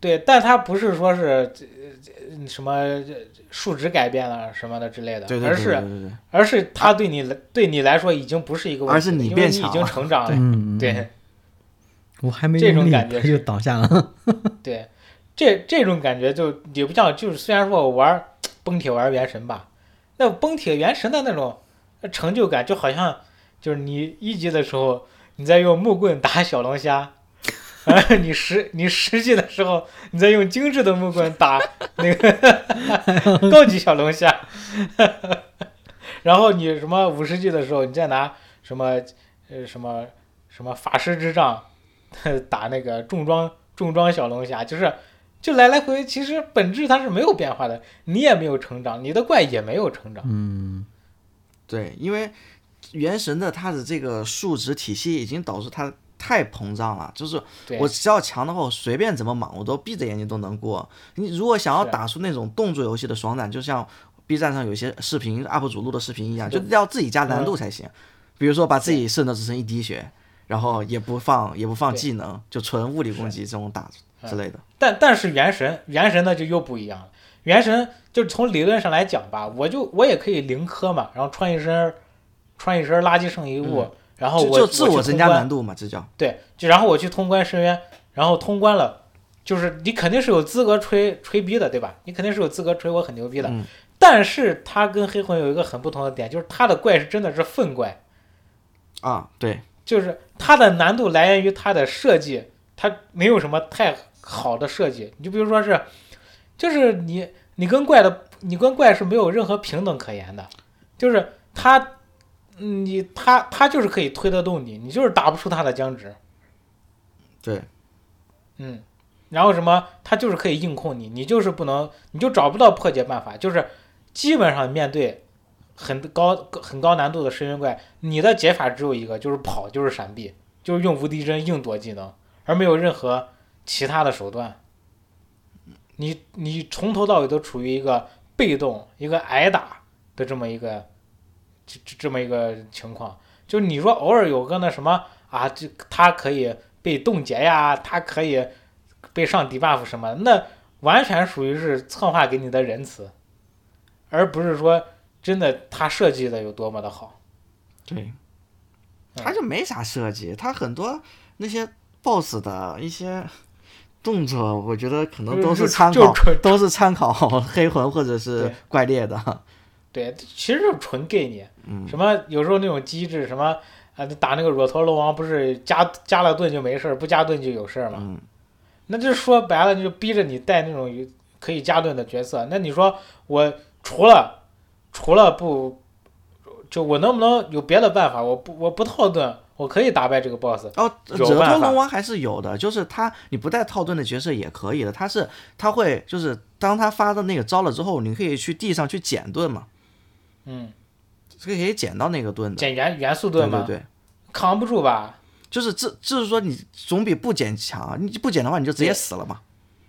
[SPEAKER 1] 对，但他不是说是这这什么这数值改变了什么的之类的，
[SPEAKER 3] 对对
[SPEAKER 1] 而
[SPEAKER 3] 对对
[SPEAKER 1] 是
[SPEAKER 3] 对对，
[SPEAKER 1] 而是他对你来对你来说已经不是一个问题了，
[SPEAKER 3] 而是你
[SPEAKER 1] 因为
[SPEAKER 3] 变
[SPEAKER 1] 你已
[SPEAKER 3] 强
[SPEAKER 1] 经
[SPEAKER 3] 了
[SPEAKER 1] 成长了，
[SPEAKER 2] 嗯，嗯，
[SPEAKER 1] 啊对。
[SPEAKER 2] 我还没
[SPEAKER 1] 这
[SPEAKER 2] 用
[SPEAKER 1] 种
[SPEAKER 2] 力，
[SPEAKER 1] 感觉
[SPEAKER 2] 它就是倒下了。
[SPEAKER 1] 对，这这种感觉就也不像，就是虽然说我玩儿崩铁玩儿原神吧，那崩铁原神的那种成就感，就好像就是你一级的时候，你在用木棍打小龙虾，然后你十你十级的时候，你在用精致的木棍打那个高级小龙虾，然后你什么五十级的时候，你再拿什么呃什么什么法师之杖 打那个重装重装小龙虾，就是就来来回，其实本质它是没有变化的，你也没有成长，你的怪也没有成长。
[SPEAKER 2] 嗯，
[SPEAKER 3] 对，因为原神的它的这个数值体系已经导致它太膨胀了，就是
[SPEAKER 1] 对
[SPEAKER 3] 我只要强的话，我随便怎么莽，我都闭着眼睛都能过。你如果想要
[SPEAKER 1] 是
[SPEAKER 3] 打出那种动作游戏的爽感，就像 B 站上有一些视频 UP 主录的视频一样，就要自己加难
[SPEAKER 1] 嗯
[SPEAKER 3] 度才行。比如说把自己渗的只剩一滴血，然后也不放也不放
[SPEAKER 1] 对
[SPEAKER 3] 技能，就纯物理攻击这种打
[SPEAKER 1] 嗯
[SPEAKER 3] 之类的。
[SPEAKER 1] 但但是原神，原神呢就又不一样了。原神就是从理论上来讲吧，我就我也可以零氪嘛，然后穿一身穿一身垃圾圣遗物，然后
[SPEAKER 3] 嗯就
[SPEAKER 1] 我
[SPEAKER 3] 就自
[SPEAKER 1] 我
[SPEAKER 3] 我
[SPEAKER 1] 去
[SPEAKER 3] 增
[SPEAKER 1] 通
[SPEAKER 3] 加
[SPEAKER 1] 关
[SPEAKER 3] 难度嘛，这叫。
[SPEAKER 1] 对，就然后我去通关深渊，然后通关了，就是你肯定是有资格吹吹逼的，对吧？你肯定是有资格吹我很牛逼的。
[SPEAKER 3] 嗯
[SPEAKER 1] 但是它跟黑魂有一个很不同的点，就是它的怪是真的是粪怪，
[SPEAKER 3] 啊，对，
[SPEAKER 1] 就是它的难度来源于它的设计，它没有什么太好的设计。你就比如说是，就是你你跟怪的你跟怪是没有任何平等可言的，就是它嗯你它它就是可以推得动你，你就是打不出它的僵直。
[SPEAKER 3] 对，
[SPEAKER 1] 嗯，然后什么，他就是可以硬控你，你就是不能，你就找不到破解办法，就是基本上面对很高很高难度的深渊怪，你的解法只有一个，就是跑，就是闪避，就是用无敌帧硬躲技能，而没有任何其他的手段。你你从头到尾都处于一个被动、一个挨打的这么一个这这这么一个情况，就是你说偶尔有个那什么啊，这他可以被冻结呀，他可以被上 debuff 什么，那完全属于是策划给你的仁慈，而不是说真的他设计的有多么的好。
[SPEAKER 3] 对，
[SPEAKER 1] 嗯
[SPEAKER 3] 他就没啥设计，他很多那些 BOSS 的一些动作，我觉得可能都
[SPEAKER 1] 就是
[SPEAKER 3] 参
[SPEAKER 1] 就是
[SPEAKER 3] 考，
[SPEAKER 1] 纯
[SPEAKER 3] 都是参考黑魂或者是
[SPEAKER 1] 对
[SPEAKER 3] 怪猎的。
[SPEAKER 1] 对，其实就是纯给你，
[SPEAKER 3] 嗯
[SPEAKER 1] 什么有时候那种机制，什么啊，打那个裸陀龙王不是加加了盾就没事儿，不加盾就有事儿嘛。
[SPEAKER 3] 嗯，
[SPEAKER 1] 那就是说白了，就逼着你带那种有可以加盾的角色。那你说我除了除了不，就我能不能有别的办法？我不我不套盾，我可以打败这个 boss。
[SPEAKER 3] 哦，
[SPEAKER 1] 有
[SPEAKER 3] 惹多
[SPEAKER 1] 办法
[SPEAKER 3] 龙王还是有的，就是他你不带套盾的角色也可以的，他是他会就是当他发的那个招了之后，你可以去地上去捡盾嘛，
[SPEAKER 1] 嗯，
[SPEAKER 3] 这个可以捡到那个盾的。
[SPEAKER 1] 减元元素
[SPEAKER 3] 对
[SPEAKER 1] 盾
[SPEAKER 3] 对
[SPEAKER 1] 嘛，
[SPEAKER 3] 对，
[SPEAKER 1] 扛不住吧？
[SPEAKER 3] 就是这，就是说你总比不捡强，你不捡的话你就直接
[SPEAKER 1] 对
[SPEAKER 3] 死了嘛。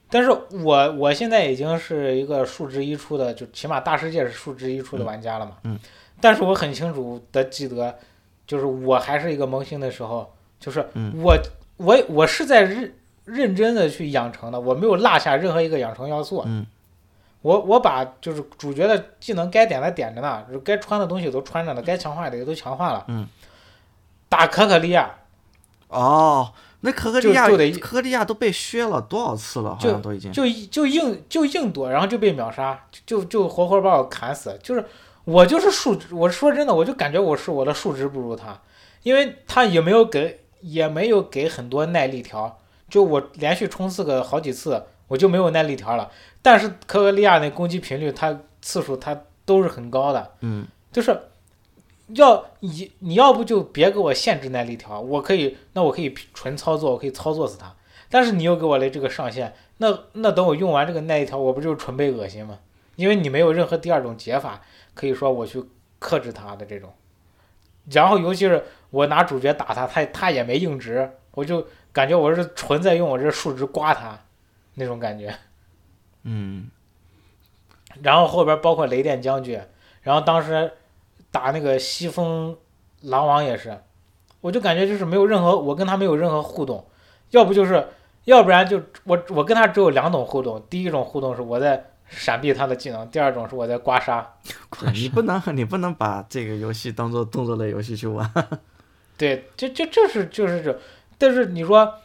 [SPEAKER 1] 但是我我现在已经是一个数值一出的，就起码大世界是数值一出的玩家了嘛。
[SPEAKER 3] 嗯
[SPEAKER 1] 但是我很清楚的记得，就是我还是一个萌新的时候，就是
[SPEAKER 3] 嗯
[SPEAKER 1] 我、我我是在认认真的去养成的，我没有落下任何一个养成要素。啊
[SPEAKER 3] 嗯
[SPEAKER 1] 我我把就是主角的技能该点的点着呢，就是该穿的东西都穿着呢，该强化的也都强化了。
[SPEAKER 3] 嗯
[SPEAKER 1] 打可可利亚，
[SPEAKER 3] 哦，那可可利亚，
[SPEAKER 1] 就就得
[SPEAKER 3] 可可利亚都被削了多少次了？好
[SPEAKER 1] 就
[SPEAKER 3] 像都已经。
[SPEAKER 1] 就就硬就硬躲，然后就被秒杀，就就就活活把我砍死。就是我就是数值，我说真的，我就感觉我是我的数值不如他，因为他也没有给也没有给很多耐力条，就我连续冲刺个好几次，我就没有耐力条了。但是科格利亚那攻击频率，它次数它都是很高的，
[SPEAKER 3] 嗯，
[SPEAKER 1] 就是。要你你要不就别给我限制耐力条，我可以，那我可以纯操作，我可以操作死他。但是你又给我了这个上限，那那等我用完这个那一条，我不就是纯被恶心吗？因为你没有任何第二种解法，可以说我去克制他的这种。然后尤其是我拿主角打他，他他也没硬直，我就感觉我是纯在用我这数值刮他那种感觉。
[SPEAKER 3] 嗯，
[SPEAKER 1] 然后后边包括雷电将军，然后当时打那个西风狼王也是，我就感觉就是没有任何我跟他没有任何互动，要不就是要不然就我我跟他只有两种互动，第一种互动是我在闪避他的技能，第二种是我在刮痧。
[SPEAKER 3] 对你不能，你不能把这个游戏当做动作类游戏去玩。
[SPEAKER 1] 对，这这这是就是这，但是你说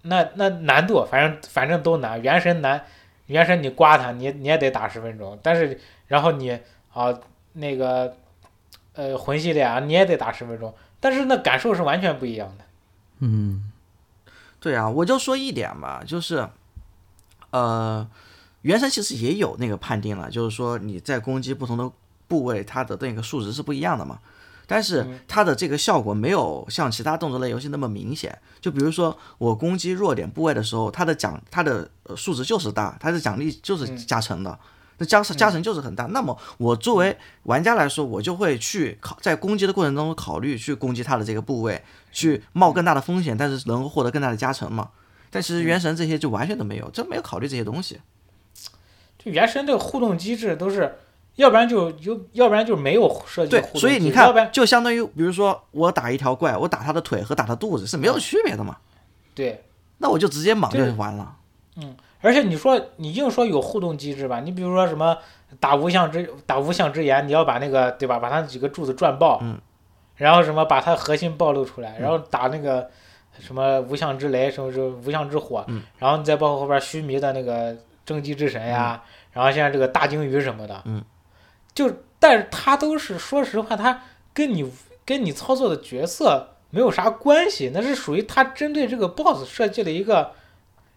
[SPEAKER 1] 那那难度，反正反正都难，原神难，原神你刮他，你你也得打十分钟，但是然后你啊那个呃魂系列啊，你也得打十分钟，但是那感受是完全不一样的。
[SPEAKER 2] 嗯，
[SPEAKER 3] 对啊，我就说一点吧，就是，呃，原神其实也有那个判定了，就是说你在攻击不同的部位，它的那个数值是不一样的嘛。但是它的这个效果没有像其他动作类游戏那么明显。就比如说我攻击弱点部位的时候，它的奖它的呃数值就是大，它的奖励就是
[SPEAKER 1] 嗯
[SPEAKER 3] 加成的，那加加成就是很大。那么我作为玩家来说，我就会去考在攻击的过程当中考虑去攻击它的这个部位，去冒更大的风险，但是能够获得更大的加成嘛。但
[SPEAKER 1] 嗯
[SPEAKER 3] 其实原神这些就完全都没有，这没有考虑这些东西。
[SPEAKER 1] 就原神这个互动机制都是，要不然就有，要不然就没有设计
[SPEAKER 3] 对
[SPEAKER 1] 互动机，制，
[SPEAKER 3] 所以你
[SPEAKER 1] 要不然
[SPEAKER 3] 看，就相当于比如说我打一条怪，我打他的腿和打他肚子是没有区别的嘛，
[SPEAKER 1] 对，
[SPEAKER 3] 那我就直接莽就
[SPEAKER 1] 对
[SPEAKER 3] 完了。
[SPEAKER 1] 而且你说你硬说有互动机制吧，你比如说什么打无相之打无相之眼，你要把那个对吧，把他几个柱子转爆，
[SPEAKER 3] 嗯
[SPEAKER 1] 然后什么把他核心暴露出来，然后打那个什么无相之雷，什么什么无相之火，
[SPEAKER 3] 嗯
[SPEAKER 1] 然后你再包括后边须弥的那个蒸机之神呀，然后现在这个大鲸鱼什么的，
[SPEAKER 3] 嗯
[SPEAKER 1] 就但是它都是说实话，它跟你跟你操作的角色没有啥关系，那是属于它针对这个 BOSS 设计了一个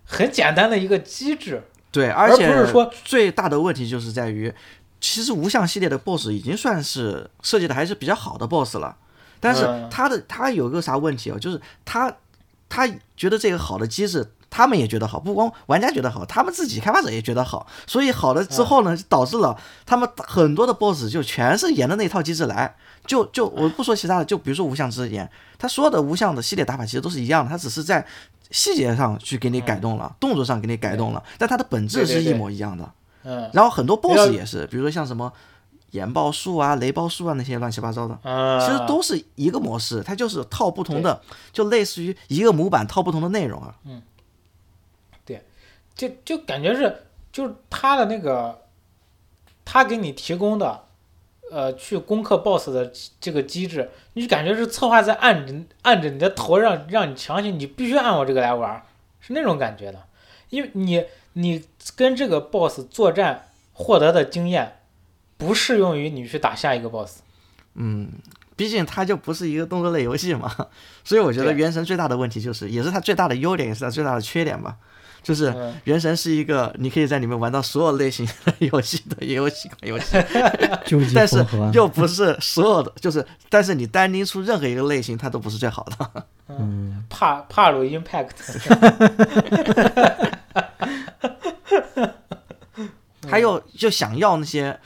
[SPEAKER 1] 很简单的一个机制。
[SPEAKER 3] 对，
[SPEAKER 1] 而
[SPEAKER 3] 而且
[SPEAKER 1] 不是说
[SPEAKER 3] 最大的问题就是在于，其实无相系列的 BOSS 已经算是设计的还是比较好的 BOSS 了，但是
[SPEAKER 1] 嗯
[SPEAKER 3] 他的他有个啥问题啊？就是他他觉得这个好的机制。他们也觉得好，不光玩家觉得好，他们自己开发者也觉得好，所以好了之
[SPEAKER 1] 嗯
[SPEAKER 3] 后呢，就导致了他们很多的 BOSS 就全是沿着那套机制来，就就我不说其他的，就比如说无相之言，他所有的无相的系列打法其实都是一样的，他只是在细节上去给你改动了，动作上给你改动了，但它的本质
[SPEAKER 1] 对对
[SPEAKER 3] 是一
[SPEAKER 1] 对
[SPEAKER 3] 模一样的。
[SPEAKER 1] 嗯，
[SPEAKER 3] 然后很多
[SPEAKER 1] 比较
[SPEAKER 3] BOSS 也是，比如说像什么岩爆术啊、雷爆术啊那些乱七八糟的，
[SPEAKER 1] 嗯，
[SPEAKER 3] 其实都是一个模式，它就是套不同的，就类似于一个模板套不同的内容啊。
[SPEAKER 1] 就就感觉是就是他的那个，他给你提供的，呃，去攻克 BOSS 的这个机制，你就感觉是策划在按着按着你的头让让你强行你必须按我这个来玩儿，是那种感觉的，因为你你跟这个 BOSS 作战获得的经验，不适用于你去打下一个 BOSS。
[SPEAKER 3] 嗯，毕竟它就不是一个动作类游戏嘛，所以我觉得《
[SPEAKER 1] 对
[SPEAKER 3] 原神》最大的问题就是，也是它最大的优点，也是它最大的缺点吧，就是《
[SPEAKER 1] 嗯，
[SPEAKER 3] 原神》是一个你可以在里面玩到所有类型的游戏的游戏款游戏。
[SPEAKER 2] 究极混
[SPEAKER 3] 但是
[SPEAKER 2] 合，
[SPEAKER 3] 又 不啊是所有的，就是但是你单拎出任何一个类型，它都不是最好的。
[SPEAKER 2] 嗯，
[SPEAKER 1] 帕帕鲁 Impact，
[SPEAKER 3] 他又就想要那些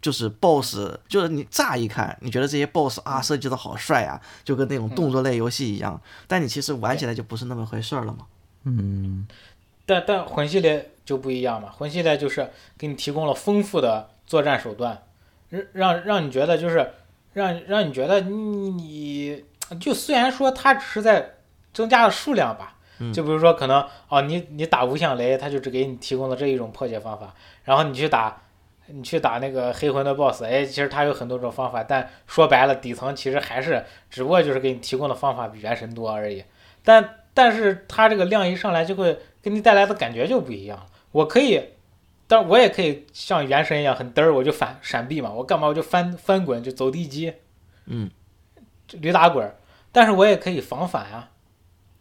[SPEAKER 3] 就是 BOSS，就是你乍一看你觉得这些 BOSS 啊设计的好帅啊，就跟那种动作类游戏一样，但你其实玩起来就不是那么回事儿了嘛。
[SPEAKER 2] 嗯，
[SPEAKER 1] 但但魂系列就不一样嘛，魂系列就是给你提供了丰富的作战手段，让让让你觉得就是让让你觉得你你就虽然说它只是在增加了数量吧，就比如说可能哦你你打无响雷，它就只给你提供了这一种破解方法，然后你去打。你去打那个黑魂的 BOSS，哎，其实它有很多种方法，但说白了，底层其实还是只不过就是给你提供的方法比原神多而已。但但是它这个量一上来，就会给你带来的感觉就不一样了。我可以，但我也可以像原神一样很嘚儿，我就反闪避嘛，我干嘛我就翻翻滚就走地鸡，
[SPEAKER 3] 嗯，
[SPEAKER 1] 驴打滚儿。但是我也可以防反啊，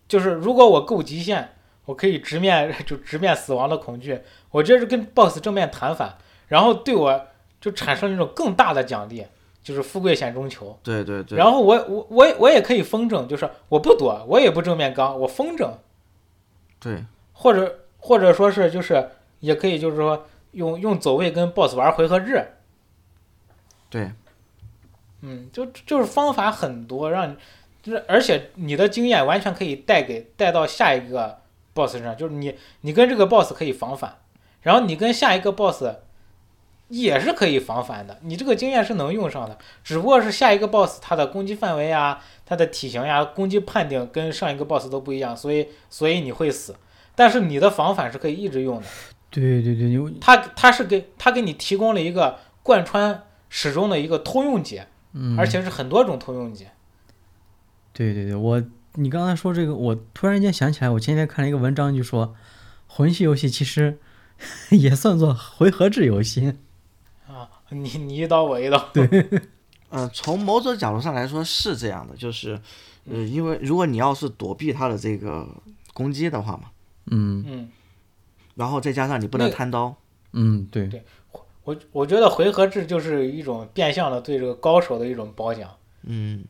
[SPEAKER 1] 就是如果我够极限，我可以直面 就直面死亡的恐惧，我这是跟 BOSS 正面谈反，然后对我就产生一种更大的奖励，就是富贵险中求。
[SPEAKER 3] 对对对，
[SPEAKER 1] 然后我我我也我也可以风筝，就是我不躲，我也不正面刚，我风筝，
[SPEAKER 3] 对
[SPEAKER 1] 或者或者说是就是也可以就是说用用走位跟 BOSS 玩回合制，
[SPEAKER 3] 对，
[SPEAKER 1] 嗯，就就是方法很多，让你就是而且你的经验完全可以带给带到下一个 BOSS 身上，就是你你跟这个 BOSS 可以防反，然后你跟下一个 BOSS 也是可以防反的，你这个经验是能用上的，只不过是下一个 BOSS 它的攻击范围啊、它的体型呀、攻击判定跟上一个 BOSS 都不一样，所以所以你会死，但是你的防反是可以一直用的。
[SPEAKER 2] 对对对，有
[SPEAKER 1] 它它是给它给你提供了一个贯穿始终的一个通用解，
[SPEAKER 2] 嗯，
[SPEAKER 1] 而且是很多种通用解。
[SPEAKER 2] 对对对，我你刚才说这个，我突然间想起来，我前几天看了一个文章，就说魂系游戏其实 也算作回合制游戏。
[SPEAKER 1] 啊，你你一刀我一刀，
[SPEAKER 3] 嗯，从某种角度上来说是这样的，就是，呃，因为如果你要是躲避它的这个攻击的话嘛，
[SPEAKER 2] 嗯
[SPEAKER 1] 嗯，
[SPEAKER 3] 然后再加上你不能
[SPEAKER 1] 那
[SPEAKER 3] 贪刀，
[SPEAKER 2] 嗯，对，
[SPEAKER 1] 我我觉得回合制就是一种变相的对这个高手的一种褒奖，
[SPEAKER 3] 嗯，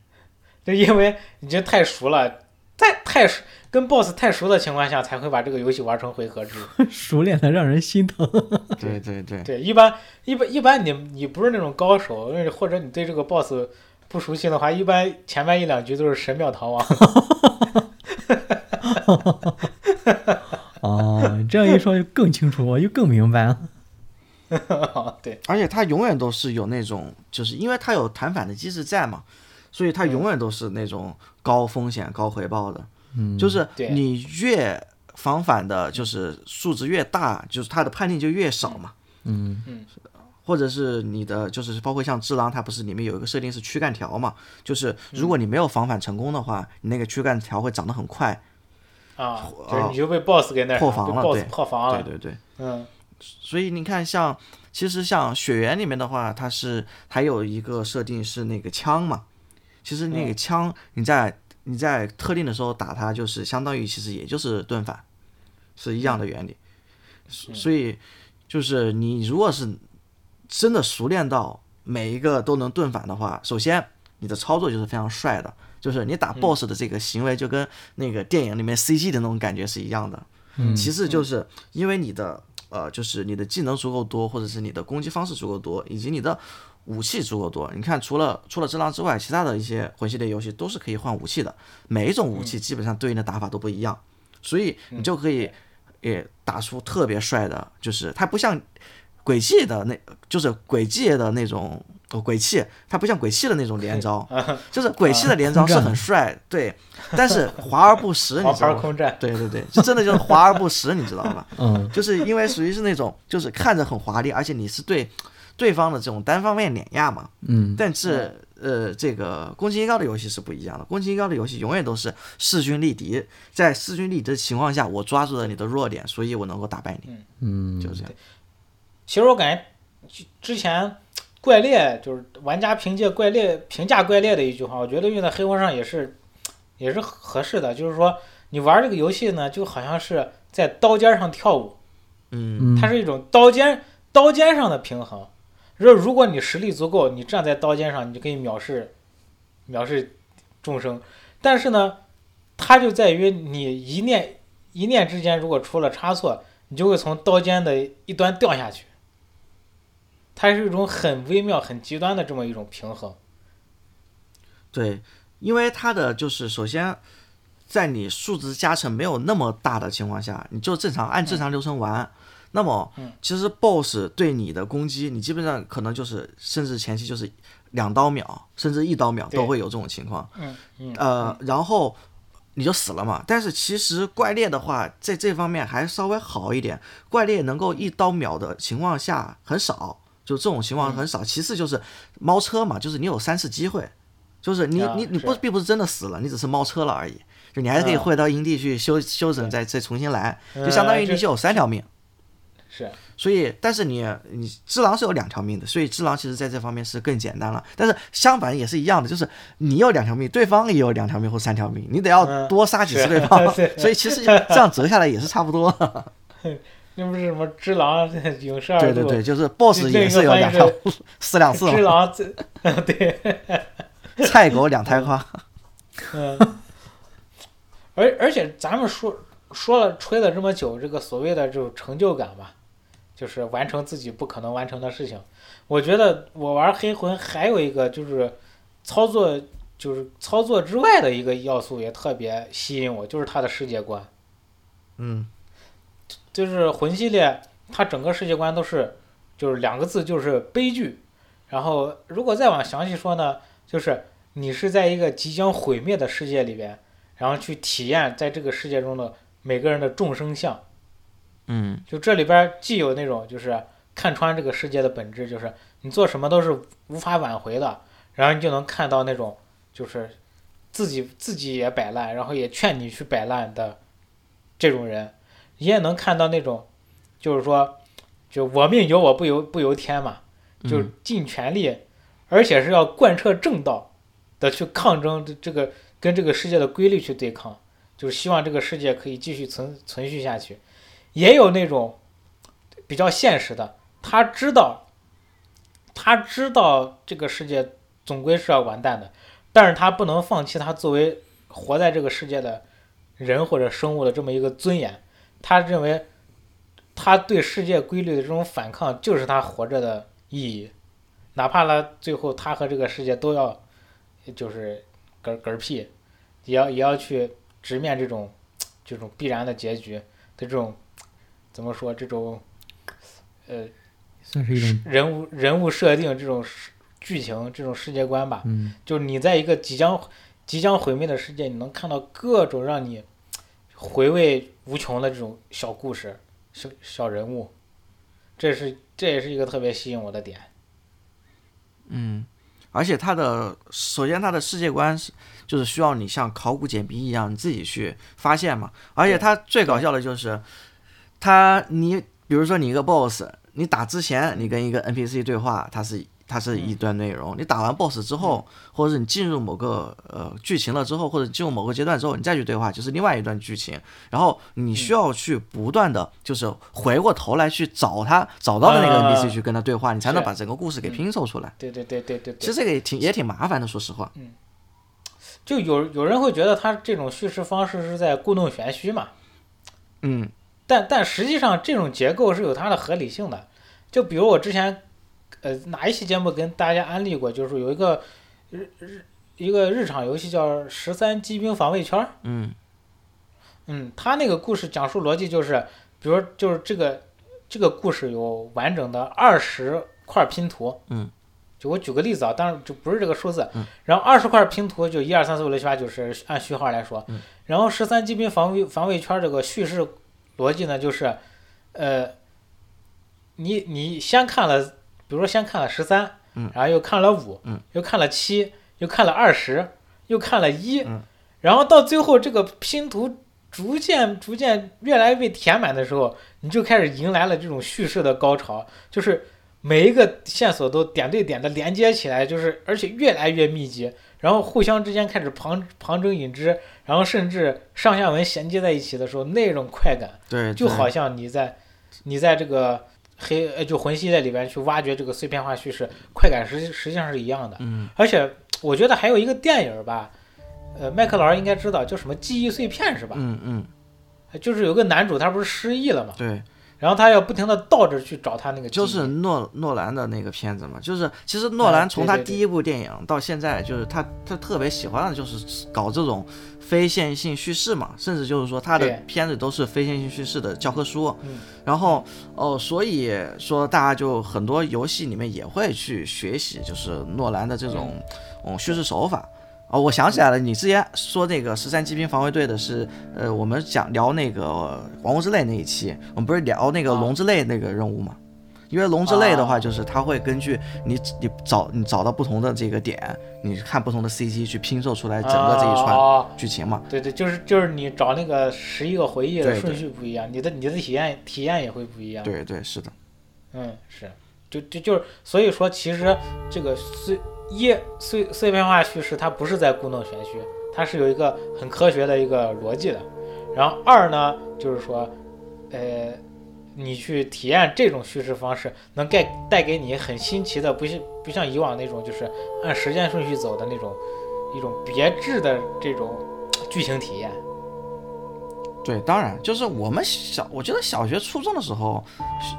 [SPEAKER 1] 就因为已经太熟了，太太熟跟 BOSS 太熟的情况下，才会把这个游戏玩成回合 制。
[SPEAKER 2] 熟练的让人心疼。
[SPEAKER 3] 对对对，
[SPEAKER 1] 对，一般一般一般你你不是那种高手，或者你对这个 BOSS 不熟悉的话，一般前面一两局都是神庙逃亡。
[SPEAKER 2] 哦，这样一说就更清楚，我就更明白了。
[SPEAKER 1] 对，
[SPEAKER 3] 而且它永远都是有那种，就是因为它有弹反的机制在嘛，所以它永远都是那种高风险高回报的。
[SPEAKER 2] 嗯，
[SPEAKER 3] 就是
[SPEAKER 1] 对
[SPEAKER 3] 你越防反的，就是数值越大，就是它的判定就越少嘛。
[SPEAKER 2] 嗯
[SPEAKER 3] 或者是你的，就是包括像智狼，它不是里面有一个设定是躯干条嘛？就是如果你没有防反成功的话，你那个躯干条会长得很快。
[SPEAKER 1] 啊，
[SPEAKER 3] 啊
[SPEAKER 1] 就是你就被 boss 给那啥
[SPEAKER 3] 破防
[SPEAKER 1] 被
[SPEAKER 3] 了
[SPEAKER 1] boss
[SPEAKER 3] 对
[SPEAKER 1] 破防
[SPEAKER 3] 对
[SPEAKER 1] 了，
[SPEAKER 3] 对对。
[SPEAKER 1] 嗯
[SPEAKER 3] 所以你看像，其实像血缘里面的话，它是还有一个设定是那个枪嘛，其实那个枪你在、你在特定的时候打它，就是相当于其实也就是盾反，是一样的原理。所所以就是你如果是真的熟练到每一个都能盾反的话，首先你的操作就是非常帅的。就是你打 BOSS 的这个行为，就跟那个电影里面 CG 的那种感觉是一样的。
[SPEAKER 2] 嗯
[SPEAKER 3] 其次就是因为你的呃，就是你的技能足够多，或者是你的攻击方式足够多，以及你的武器足够多。你看，除了除了《只狼》之外，其他的一些魂系列游戏都是可以换武器的，每一种武器基本上对应的打法都不一样，所以你就可以也打出特别帅的，就是它不像轨迹的那，就是轨迹的那种哦，鬼泣，它不像鬼泣的那种连招，就是鬼泣的连招是很帅，对， 但是华而不实，你
[SPEAKER 1] 黄
[SPEAKER 3] 知
[SPEAKER 1] 牌
[SPEAKER 3] 道吗？
[SPEAKER 1] 空战，
[SPEAKER 3] 对对对，就真的就是华而不实，你知道 吧？
[SPEAKER 2] 嗯，
[SPEAKER 3] 就是因为属于是那种，就是看着很华丽，而且你是对对方的这种单方面碾压嘛。
[SPEAKER 2] 嗯，
[SPEAKER 3] 但是呃，这个宫崎英高的游戏是不一样的，宫崎英高的游戏永远都是势均力敌，在势均力敌的情况下，我抓住了你的弱点，所以我能够打败你，
[SPEAKER 2] 嗯，
[SPEAKER 3] 就是这样。
[SPEAKER 1] 其实我感觉就之前怪猎就是玩家凭借怪猎评价怪猎的一句话，我觉得用在黑魂上也是也是合适的。就是说，你玩这个游戏呢，就好像是在刀尖上跳舞，
[SPEAKER 3] 嗯
[SPEAKER 2] 嗯，
[SPEAKER 1] 它是一种刀尖刀尖上的平衡。如如果你实力足够，你站在刀尖上，你就可以藐视藐视众生。但是呢，它就在于你一念一念之间，如果出了差错，你就会从刀尖的一端掉下去。它是一种很微妙、很极端的这么一种平衡。
[SPEAKER 3] 对，因为它的就是首先，在你数值加成没有那么大的情况下，你就正常按正常流程玩。那么
[SPEAKER 1] 嗯，
[SPEAKER 3] 其实 BOSS 对你的攻击，你基本上可能就是，甚至前期就是两刀秒，甚至一刀秒
[SPEAKER 1] 对
[SPEAKER 3] 都会有这种情况。
[SPEAKER 1] 嗯嗯，
[SPEAKER 3] 呃，然后你就死了嘛。但是其实怪猎的话，在这方面还稍微好一点，怪猎能够一刀秒的情况下很少，就这种情
[SPEAKER 1] 嗯
[SPEAKER 3] 况很少。其次就是猫车嘛，就是你有三次机会，就是你、
[SPEAKER 1] 啊
[SPEAKER 3] 你你不
[SPEAKER 1] 是
[SPEAKER 3] 并不是真的死了，你只是猫车了而已。就你还是可以
[SPEAKER 1] 啊
[SPEAKER 3] 回到营地去修、修整，再再重新来，就相
[SPEAKER 1] 呃
[SPEAKER 3] 当于你
[SPEAKER 1] 这
[SPEAKER 3] 就有三条命。
[SPEAKER 1] 是
[SPEAKER 3] 所以，但是你你只狼是有两条命的，所以只狼其实在这方面是更简单了。但是相反也是一样的，就是你有两条命，对方也有两条命或三条命，你得要
[SPEAKER 1] 嗯
[SPEAKER 3] 多杀几次
[SPEAKER 1] 是
[SPEAKER 3] 对方。
[SPEAKER 1] 对
[SPEAKER 3] 所以其实这样折下来也是差 不多。
[SPEAKER 1] 那不是什么只狼 影射二
[SPEAKER 3] 对对
[SPEAKER 1] 度
[SPEAKER 3] 对，就是 boss
[SPEAKER 1] 另
[SPEAKER 3] 也
[SPEAKER 1] 一
[SPEAKER 3] 是
[SPEAKER 1] 个
[SPEAKER 3] 有
[SPEAKER 1] 翻译
[SPEAKER 3] 两
[SPEAKER 1] 是
[SPEAKER 3] 条，死两次
[SPEAKER 1] 只
[SPEAKER 3] 嘛，
[SPEAKER 1] 狼自对。
[SPEAKER 3] 菜狗 两胎花。
[SPEAKER 1] 嗯，而而且咱们说说了吹了这么久，这个所谓的这种成就感吧，就是完成自己不可能完成的事情。我觉得我玩黑魂还有一个就是操作，就是操作之外的一个要素也特别吸引我，就是它的世界观。
[SPEAKER 3] 嗯，
[SPEAKER 1] 就是魂系列，它整个世界观都是就是两个字，就是悲剧。然后如果再往详细说呢，就是你是在一个即将毁灭的世界里边，然后去体验在这个世界中的每个人的众生相。
[SPEAKER 3] 嗯，
[SPEAKER 1] 就这里边儿既有那种就是看穿这个世界的本质，就是你做什么都是无法挽回的，然后你就能看到那种就是自己自己也摆烂，然后也劝你去摆烂的这种人，你也能看到那种就是说就我命由我不由不由天嘛，就
[SPEAKER 3] 嗯
[SPEAKER 1] 尽全力，而且是要贯彻正道的去抗争这这个跟这个世界的规律去对抗，就是希望这个世界可以继续存存续下去。也有那种比较现实的，他知道他知道这个世界总归是要完蛋的，但是他不能放弃他作为活在这个世界的人或者生物的这么一个尊严。他认为他对世界规律的这种反抗就是他活着的意义，哪怕他最后他和这个世界都要就是嗝嗝屁，也要也要去直面这种这种必然的结局的这种怎么说这种呃
[SPEAKER 2] 算是一种，
[SPEAKER 1] 人物人物设定这种呃世剧情这种世界观吧，
[SPEAKER 2] 嗯
[SPEAKER 1] 就是你在一个即将即将毁灭的世界，你能看到各种让你回味无穷的这种小故事、小小人物，这是这也是一个特别吸引我的点。
[SPEAKER 3] 而且它的首先它的世界观是就是需要你像考古解谜一样你自己去发现嘛。而且它最搞笑的就是，它你比如说你一个 boss，你打之前你跟一个 NPC 对话，它是它是一段内
[SPEAKER 1] 嗯
[SPEAKER 3] 容。你打完 boss 之后，或者是你进入某个呃剧情了之后，或者进入某个阶段之后，你再去对话就是另外一段剧情。然后你需要去不断的就是回过头来去找他找到的那个
[SPEAKER 1] 啊
[SPEAKER 3] NPC 去跟他对话，你才能
[SPEAKER 1] 是
[SPEAKER 3] 把整个故事给
[SPEAKER 1] 嗯
[SPEAKER 3] 拼凑出来。
[SPEAKER 1] 对对对对对对。
[SPEAKER 3] 其实这个也挺也挺麻烦的，说实话。
[SPEAKER 1] 就有有人会觉得他这种叙事方式是在故弄玄虚嘛，
[SPEAKER 3] 嗯
[SPEAKER 1] 但但实际上这种结构是有它的合理性的。就比如我之前，呃，哪一期节目跟大家安利过，就是有一个日日一个日常游戏叫《十三机兵防卫圈》，
[SPEAKER 3] 嗯
[SPEAKER 1] 嗯，他那个故事讲述逻辑就是，比如就是这个这个故事有完整的二十块拼图，
[SPEAKER 3] 嗯，
[SPEAKER 1] 就我举个例子啊，当然就不是这个数字。然后二十块拼图就一二三四五六七八九十，按序号来说。
[SPEAKER 3] 嗯
[SPEAKER 1] 然后十三机兵防卫防卫圈这个叙事逻辑呢，就是，呃，你你先看了，比如说先看了十三，
[SPEAKER 3] 嗯
[SPEAKER 1] 然后又看了五、
[SPEAKER 3] 嗯
[SPEAKER 1] 又看了七，又看了二十，又看了一、
[SPEAKER 3] 嗯
[SPEAKER 1] 然后到最后这个拼图逐渐逐渐越来越被填满的时候，你就开始迎来了这种叙事的高潮，就是每一个线索都点对点的连接起来，就是而且越来越密集，然后互相之间开始旁旁征引之，然后甚至上下文衔接在一起的时候，那种快感。
[SPEAKER 3] 对，
[SPEAKER 1] 就
[SPEAKER 3] 对
[SPEAKER 1] 好像你在你在这个黑呃就魂系列里边去挖掘这个碎片化叙事，快感实际实际上是一样的。
[SPEAKER 3] 嗯，
[SPEAKER 1] 而且我觉得还有一个电影儿吧，呃，麦克劳应该知道，叫什么《记忆碎片》是吧？
[SPEAKER 3] 嗯嗯，
[SPEAKER 1] 就是有个男主他不是失忆了嘛，
[SPEAKER 3] 对，
[SPEAKER 1] 然后他要不停的倒着去找他那个记忆
[SPEAKER 3] 就是诺诺兰的那个片子嘛，就是其实诺
[SPEAKER 1] 啊
[SPEAKER 3] 兰从他
[SPEAKER 1] 对对对
[SPEAKER 3] 第一部电影到现在，就是他他特别喜欢的就是搞这种非线性叙事嘛，甚至就是说他的
[SPEAKER 1] 对
[SPEAKER 3] 片子都是非线性叙事的教科书。
[SPEAKER 1] 嗯
[SPEAKER 3] 然后哦，所以说大家就很多游戏里面也会去学习，就是诺兰的这种嗯叙事手法。哦，我想起来了，你之前说那个十三机兵防卫队的是，呃，我们讲聊那个呃王国之泪那一期，我们不是聊那个
[SPEAKER 1] 啊
[SPEAKER 3] 龙之泪那个任务吗？因为龙之泪的话，
[SPEAKER 1] 啊
[SPEAKER 3] 就是它会根据你你找你找到不同的这个点，你看不同的 CG 去拼凑出来整个这一
[SPEAKER 1] 啊
[SPEAKER 3] 串
[SPEAKER 1] 啊啊
[SPEAKER 3] 剧情嘛。
[SPEAKER 1] 对对，就是就是你找那个十一个回忆的
[SPEAKER 3] 对
[SPEAKER 1] 顺序不一样，你的你的体验体验也会不一样。
[SPEAKER 3] 对对，是的，
[SPEAKER 1] 嗯，是，就就就是，所以说其实这个碎一碎碎片化叙事，它不是在故弄玄虚，它是有一个很科学的一个逻辑的。然后二呢，就是说，呃，你去体验这种叙事方式，能带带给你很新奇的，不像不像以往那种就是按时间顺序走的那种一种别致的这种剧情体验。
[SPEAKER 3] 对，当然就是我们小，我觉得小学、初中的时候，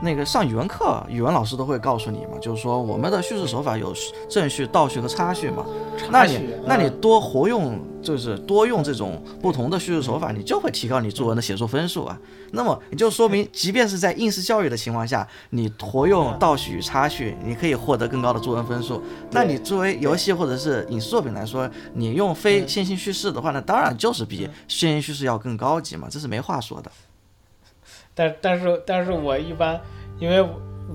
[SPEAKER 3] 那个上语文课，语文老师都会告诉你嘛，就是说我们的叙事手法有正序、倒序和插序嘛。那
[SPEAKER 1] 插
[SPEAKER 3] 你
[SPEAKER 1] 叙
[SPEAKER 3] 那你
[SPEAKER 1] 嗯
[SPEAKER 3] 多活用，就是多用这种不同的叙事手法，你就会提高你作文的写作分数啊。那么也就说明，即便是在应试教育的情况下，你活用倒叙与插叙，你可以获得更高的作文分数。那你作为游戏或者是影视作品来说，你用非线性叙事的话，那当然就是比线性叙事要更高级嘛，这是没话说的。
[SPEAKER 1] 但但是但是我一般，因为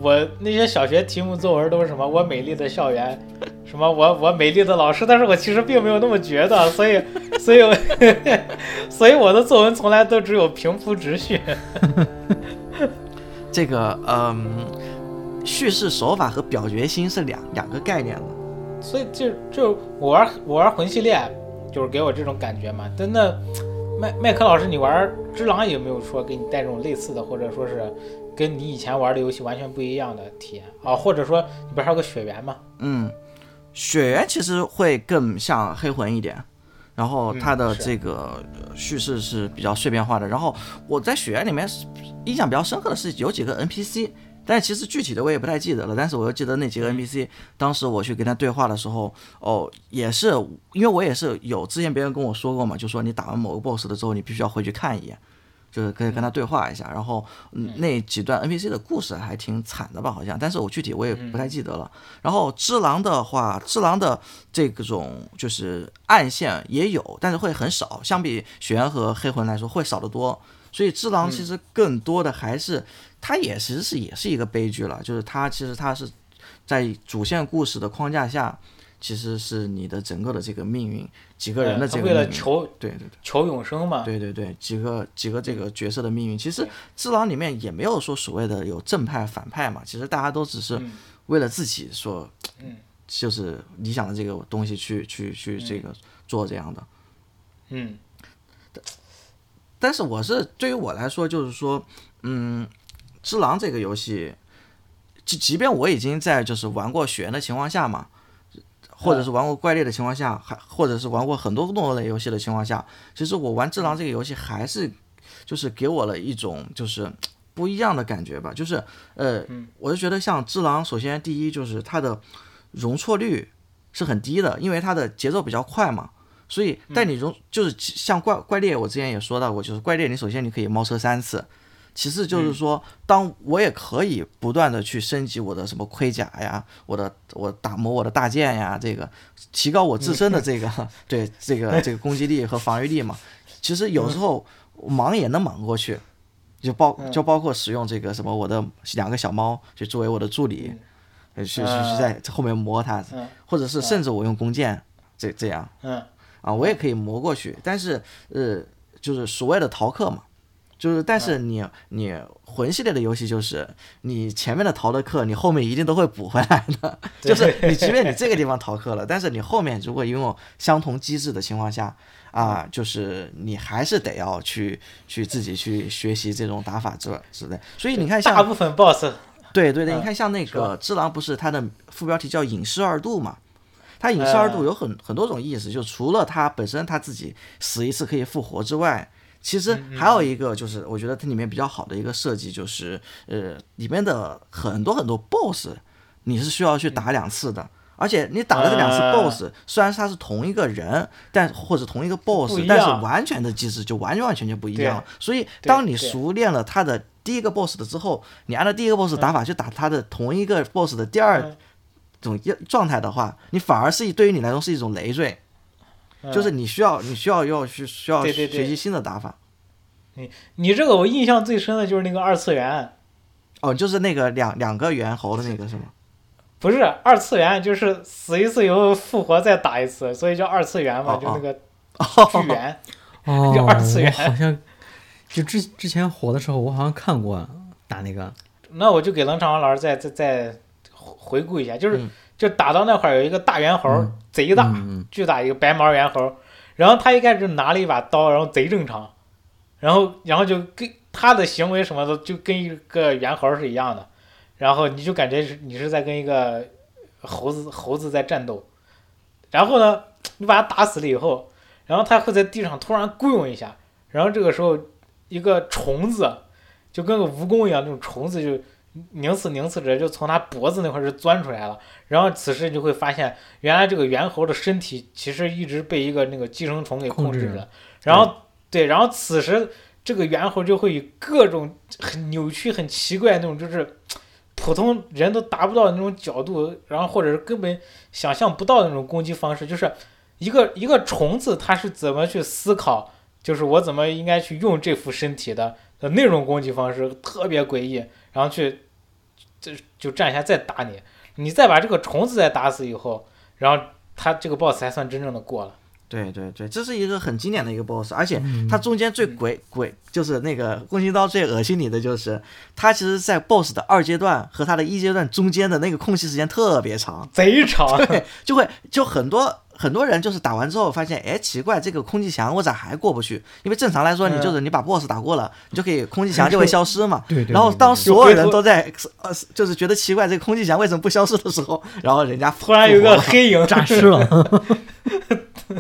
[SPEAKER 1] 我那些小学题目作文都是什么我美丽的校园，什么我我美丽的老师，但是我其实并没有那么觉得，所以所以我 所以我的作文从来都只有平铺直叙。
[SPEAKER 3] 这个，嗯，叙事手法和表决心是两两个概念了。
[SPEAKER 1] 所以就就我玩我玩魂系列，就是给我这种感觉嘛。真的，麦麦克老师，你玩只狼有没有说给你带这种类似的，或者说是跟你以前玩的游戏完全不一样的体验啊？或者说你不是还有个血缘吗？
[SPEAKER 3] 嗯，血缘其实会更像黑魂一点，然后它
[SPEAKER 1] 嗯
[SPEAKER 3] 的
[SPEAKER 1] 是
[SPEAKER 3] 这个呃叙事是比较碎片化的。然后我在血缘里面是印象比较深刻的是有几个 NPC，但是其实具体的我也不太记得了。但是我又记得那几
[SPEAKER 1] 嗯
[SPEAKER 3] 个 NPC，当时我去跟他对话的时候，哦，也是因为我也是有之前别人跟我说过嘛，就说你打完某个 BOSS 了之后，你必须要回去看一眼。就是可以跟他对话一下，然后嗯那几段 NPC 的故事还挺惨的吧，好像，但是我具体我
[SPEAKER 1] 嗯
[SPEAKER 3] 也不太记得了。然后只狼的话，只狼的这种就是暗线也有，但是会很少，相比血缘和黑魂来说会少得多。所以只狼
[SPEAKER 1] 嗯
[SPEAKER 3] 其实更多的还是、它也其实是也是一个悲剧了，就是它其实它是在主线故事的框架下，其实是你的整个的这个命运，几个人的
[SPEAKER 1] 嗯他
[SPEAKER 3] 这个
[SPEAKER 1] 为了
[SPEAKER 3] 命运
[SPEAKER 1] 求
[SPEAKER 3] 对对对。
[SPEAKER 1] 求永生嘛，
[SPEAKER 3] 对对对，几个几个这个角色的命运，其实《只狼》里面也没有说所谓的有正派反派嘛，其实大家都只是
[SPEAKER 1] 嗯
[SPEAKER 3] 为了自己说，
[SPEAKER 1] 嗯
[SPEAKER 3] 就是理想的这个东西去去去这个做这样的。
[SPEAKER 1] 嗯
[SPEAKER 3] 但是我是对于我来说，就是说，嗯，《只狼》这个游戏，即即便我已经在就是玩过血缘的情况下嘛，或者是玩过怪猎的情况下，还或者是玩过很多诺类游戏的情况下，其实我玩《只狼》这个游戏还是就是给我了一种就是。不一样的感觉吧，就是，呃，我就觉得像《只狼》，首先第一就是它的容错率是很低的，因为它的节奏比较快嘛，所以，
[SPEAKER 1] 嗯
[SPEAKER 3] 但你容就是像怪怪猎，我之前也说到过，就是怪猎，你首先你可以猫车三次，其次就是说，
[SPEAKER 1] 嗯
[SPEAKER 3] 当我也可以不断的去升级我的什么盔甲呀，我的我打磨我的大剑呀，这个提高我自身
[SPEAKER 1] 嗯
[SPEAKER 3] 的这个 对这个这个攻击力和防御力嘛。其实有时候忙也能忙过去，就包
[SPEAKER 1] 嗯
[SPEAKER 3] 就包括使用这个什么我的两个小猫就作为我的助理，呃去去去在后面磨它，
[SPEAKER 1] 嗯
[SPEAKER 3] 或者是甚至我用弓箭这这样。
[SPEAKER 1] 嗯
[SPEAKER 3] 啊，我也可以磨过去，但是呃，就是所谓的逃课嘛，就是但是你、
[SPEAKER 1] 嗯
[SPEAKER 3] 你魂系列的游戏就是你前面的逃的课，你后面一定都会补回来 的，就是你即便你这个地方逃课了，但是你后面如果拥有相同机制的情况下啊，就是你还是得要去去自己去学习这种打法之之类，所以你看像
[SPEAKER 1] 大部分 BOSS
[SPEAKER 3] 对对对，
[SPEAKER 1] 嗯
[SPEAKER 3] 你看像那
[SPEAKER 1] 是吧
[SPEAKER 3] 个《只狼》，不是它的副标题叫“影视二度”嘛？它影视二
[SPEAKER 1] 嗯
[SPEAKER 3] 度有很、很多种意思，就除了它本身它自己死一次可以复活之外，其实
[SPEAKER 1] 嗯
[SPEAKER 3] 还有一个就是，我觉得它里面比较好的一个设计就是，呃，里面的很多很多 BOSS 你是需要去打两次的。而且你打了这两次
[SPEAKER 1] 嗯
[SPEAKER 3] BOSS，、虽然他是同一个人，但或者同一个 BOSS，
[SPEAKER 1] 不一
[SPEAKER 3] 但是
[SPEAKER 1] 样
[SPEAKER 3] 完全的机制就完完全全不一
[SPEAKER 1] 对
[SPEAKER 3] 样了。所以当你
[SPEAKER 1] 对
[SPEAKER 3] 熟练了他的第一个 boss 的之后，你按照第一个 boss 打
[SPEAKER 1] 嗯
[SPEAKER 3] 法去打他的同一个 boss 的第二种一状态的话，你反而是一对于你来说是一种累赘，
[SPEAKER 1] 嗯
[SPEAKER 3] 就是你需要你需要要去需要
[SPEAKER 1] 对对对
[SPEAKER 3] 学习新的打法。
[SPEAKER 1] 你这个我印象最深的就是那个二次元，
[SPEAKER 3] 哦，就是那个两两个猿猴的那个是吗？
[SPEAKER 1] 不是二次元，就是死一次以后复活再打一次，所以叫二次元嘛，
[SPEAKER 3] 哦
[SPEAKER 1] 就那个巨
[SPEAKER 3] 哦，
[SPEAKER 1] 猿。
[SPEAKER 2] 哦，
[SPEAKER 1] 就二次元
[SPEAKER 2] 我好像就之之前火的时候，我好像看过打那个，
[SPEAKER 1] 那我就给冷场王老师再再再回顾一下，就是、
[SPEAKER 3] 嗯
[SPEAKER 1] 就打到那块儿有一个大猿猴，
[SPEAKER 2] 嗯
[SPEAKER 1] 贼大，
[SPEAKER 2] 嗯
[SPEAKER 1] 巨大一个白毛猿猴，然后他一开始拿了一把刀，然后贼正常，然后然后就跟他的行为什么的就跟一个猿猴是一样的，然后你就感觉是你是在跟一个猴子猴子在战斗，然后呢，你把他打死了以后，然后他会在地上突然咕涌一下，然后这个时候一个虫子就跟个蜈蚣一样，那种虫子就拧死拧死着就从他脖子那块儿就钻出来了，然后此时你就会发现。原来这个猿猴的身体其实一直被一个那个寄生虫给控制
[SPEAKER 2] 控制
[SPEAKER 1] 着，然后对，然后此时这个猿猴就会以各种很扭曲、很奇怪那种，就是普通人都达不到的那种角度，然后或者是根本想象不到的那种攻击方式，就是一个一个虫子它是怎么去思考，就是我怎么应该去用这副身体的的那种攻击方式，特别诡异，然后去就就站下再打你，你再把这个虫子再打死以后，然后他这个 boss 才算真正的过了。
[SPEAKER 3] 对对对，这是一个很经典的一个 boss，而且
[SPEAKER 2] 嗯
[SPEAKER 3] 它中间最鬼鬼就是那个攻心刀最恶心你的就是，它其实，在 boss 的二阶段和它的一阶段中间的那个空隙时间特别长。
[SPEAKER 1] 贼长，
[SPEAKER 3] 对，就会就很多很多人就是打完之后发现，哎，奇怪，这个空气墙我咋还过不去？因为正常来说，你就是你把 BOSS 打过了，你就可以空气墙就会消失嘛。
[SPEAKER 2] 嗯 对对对
[SPEAKER 3] 然后
[SPEAKER 2] 对
[SPEAKER 3] 当
[SPEAKER 2] 对
[SPEAKER 3] 所有
[SPEAKER 1] 就回
[SPEAKER 3] 人
[SPEAKER 1] 头
[SPEAKER 3] 都在呃就是觉得奇怪，这个空气墙为什么不消失的时候，然后人家
[SPEAKER 1] 突然有
[SPEAKER 3] 复活
[SPEAKER 1] 个
[SPEAKER 3] 了
[SPEAKER 1] 黑影
[SPEAKER 2] 诈尸了，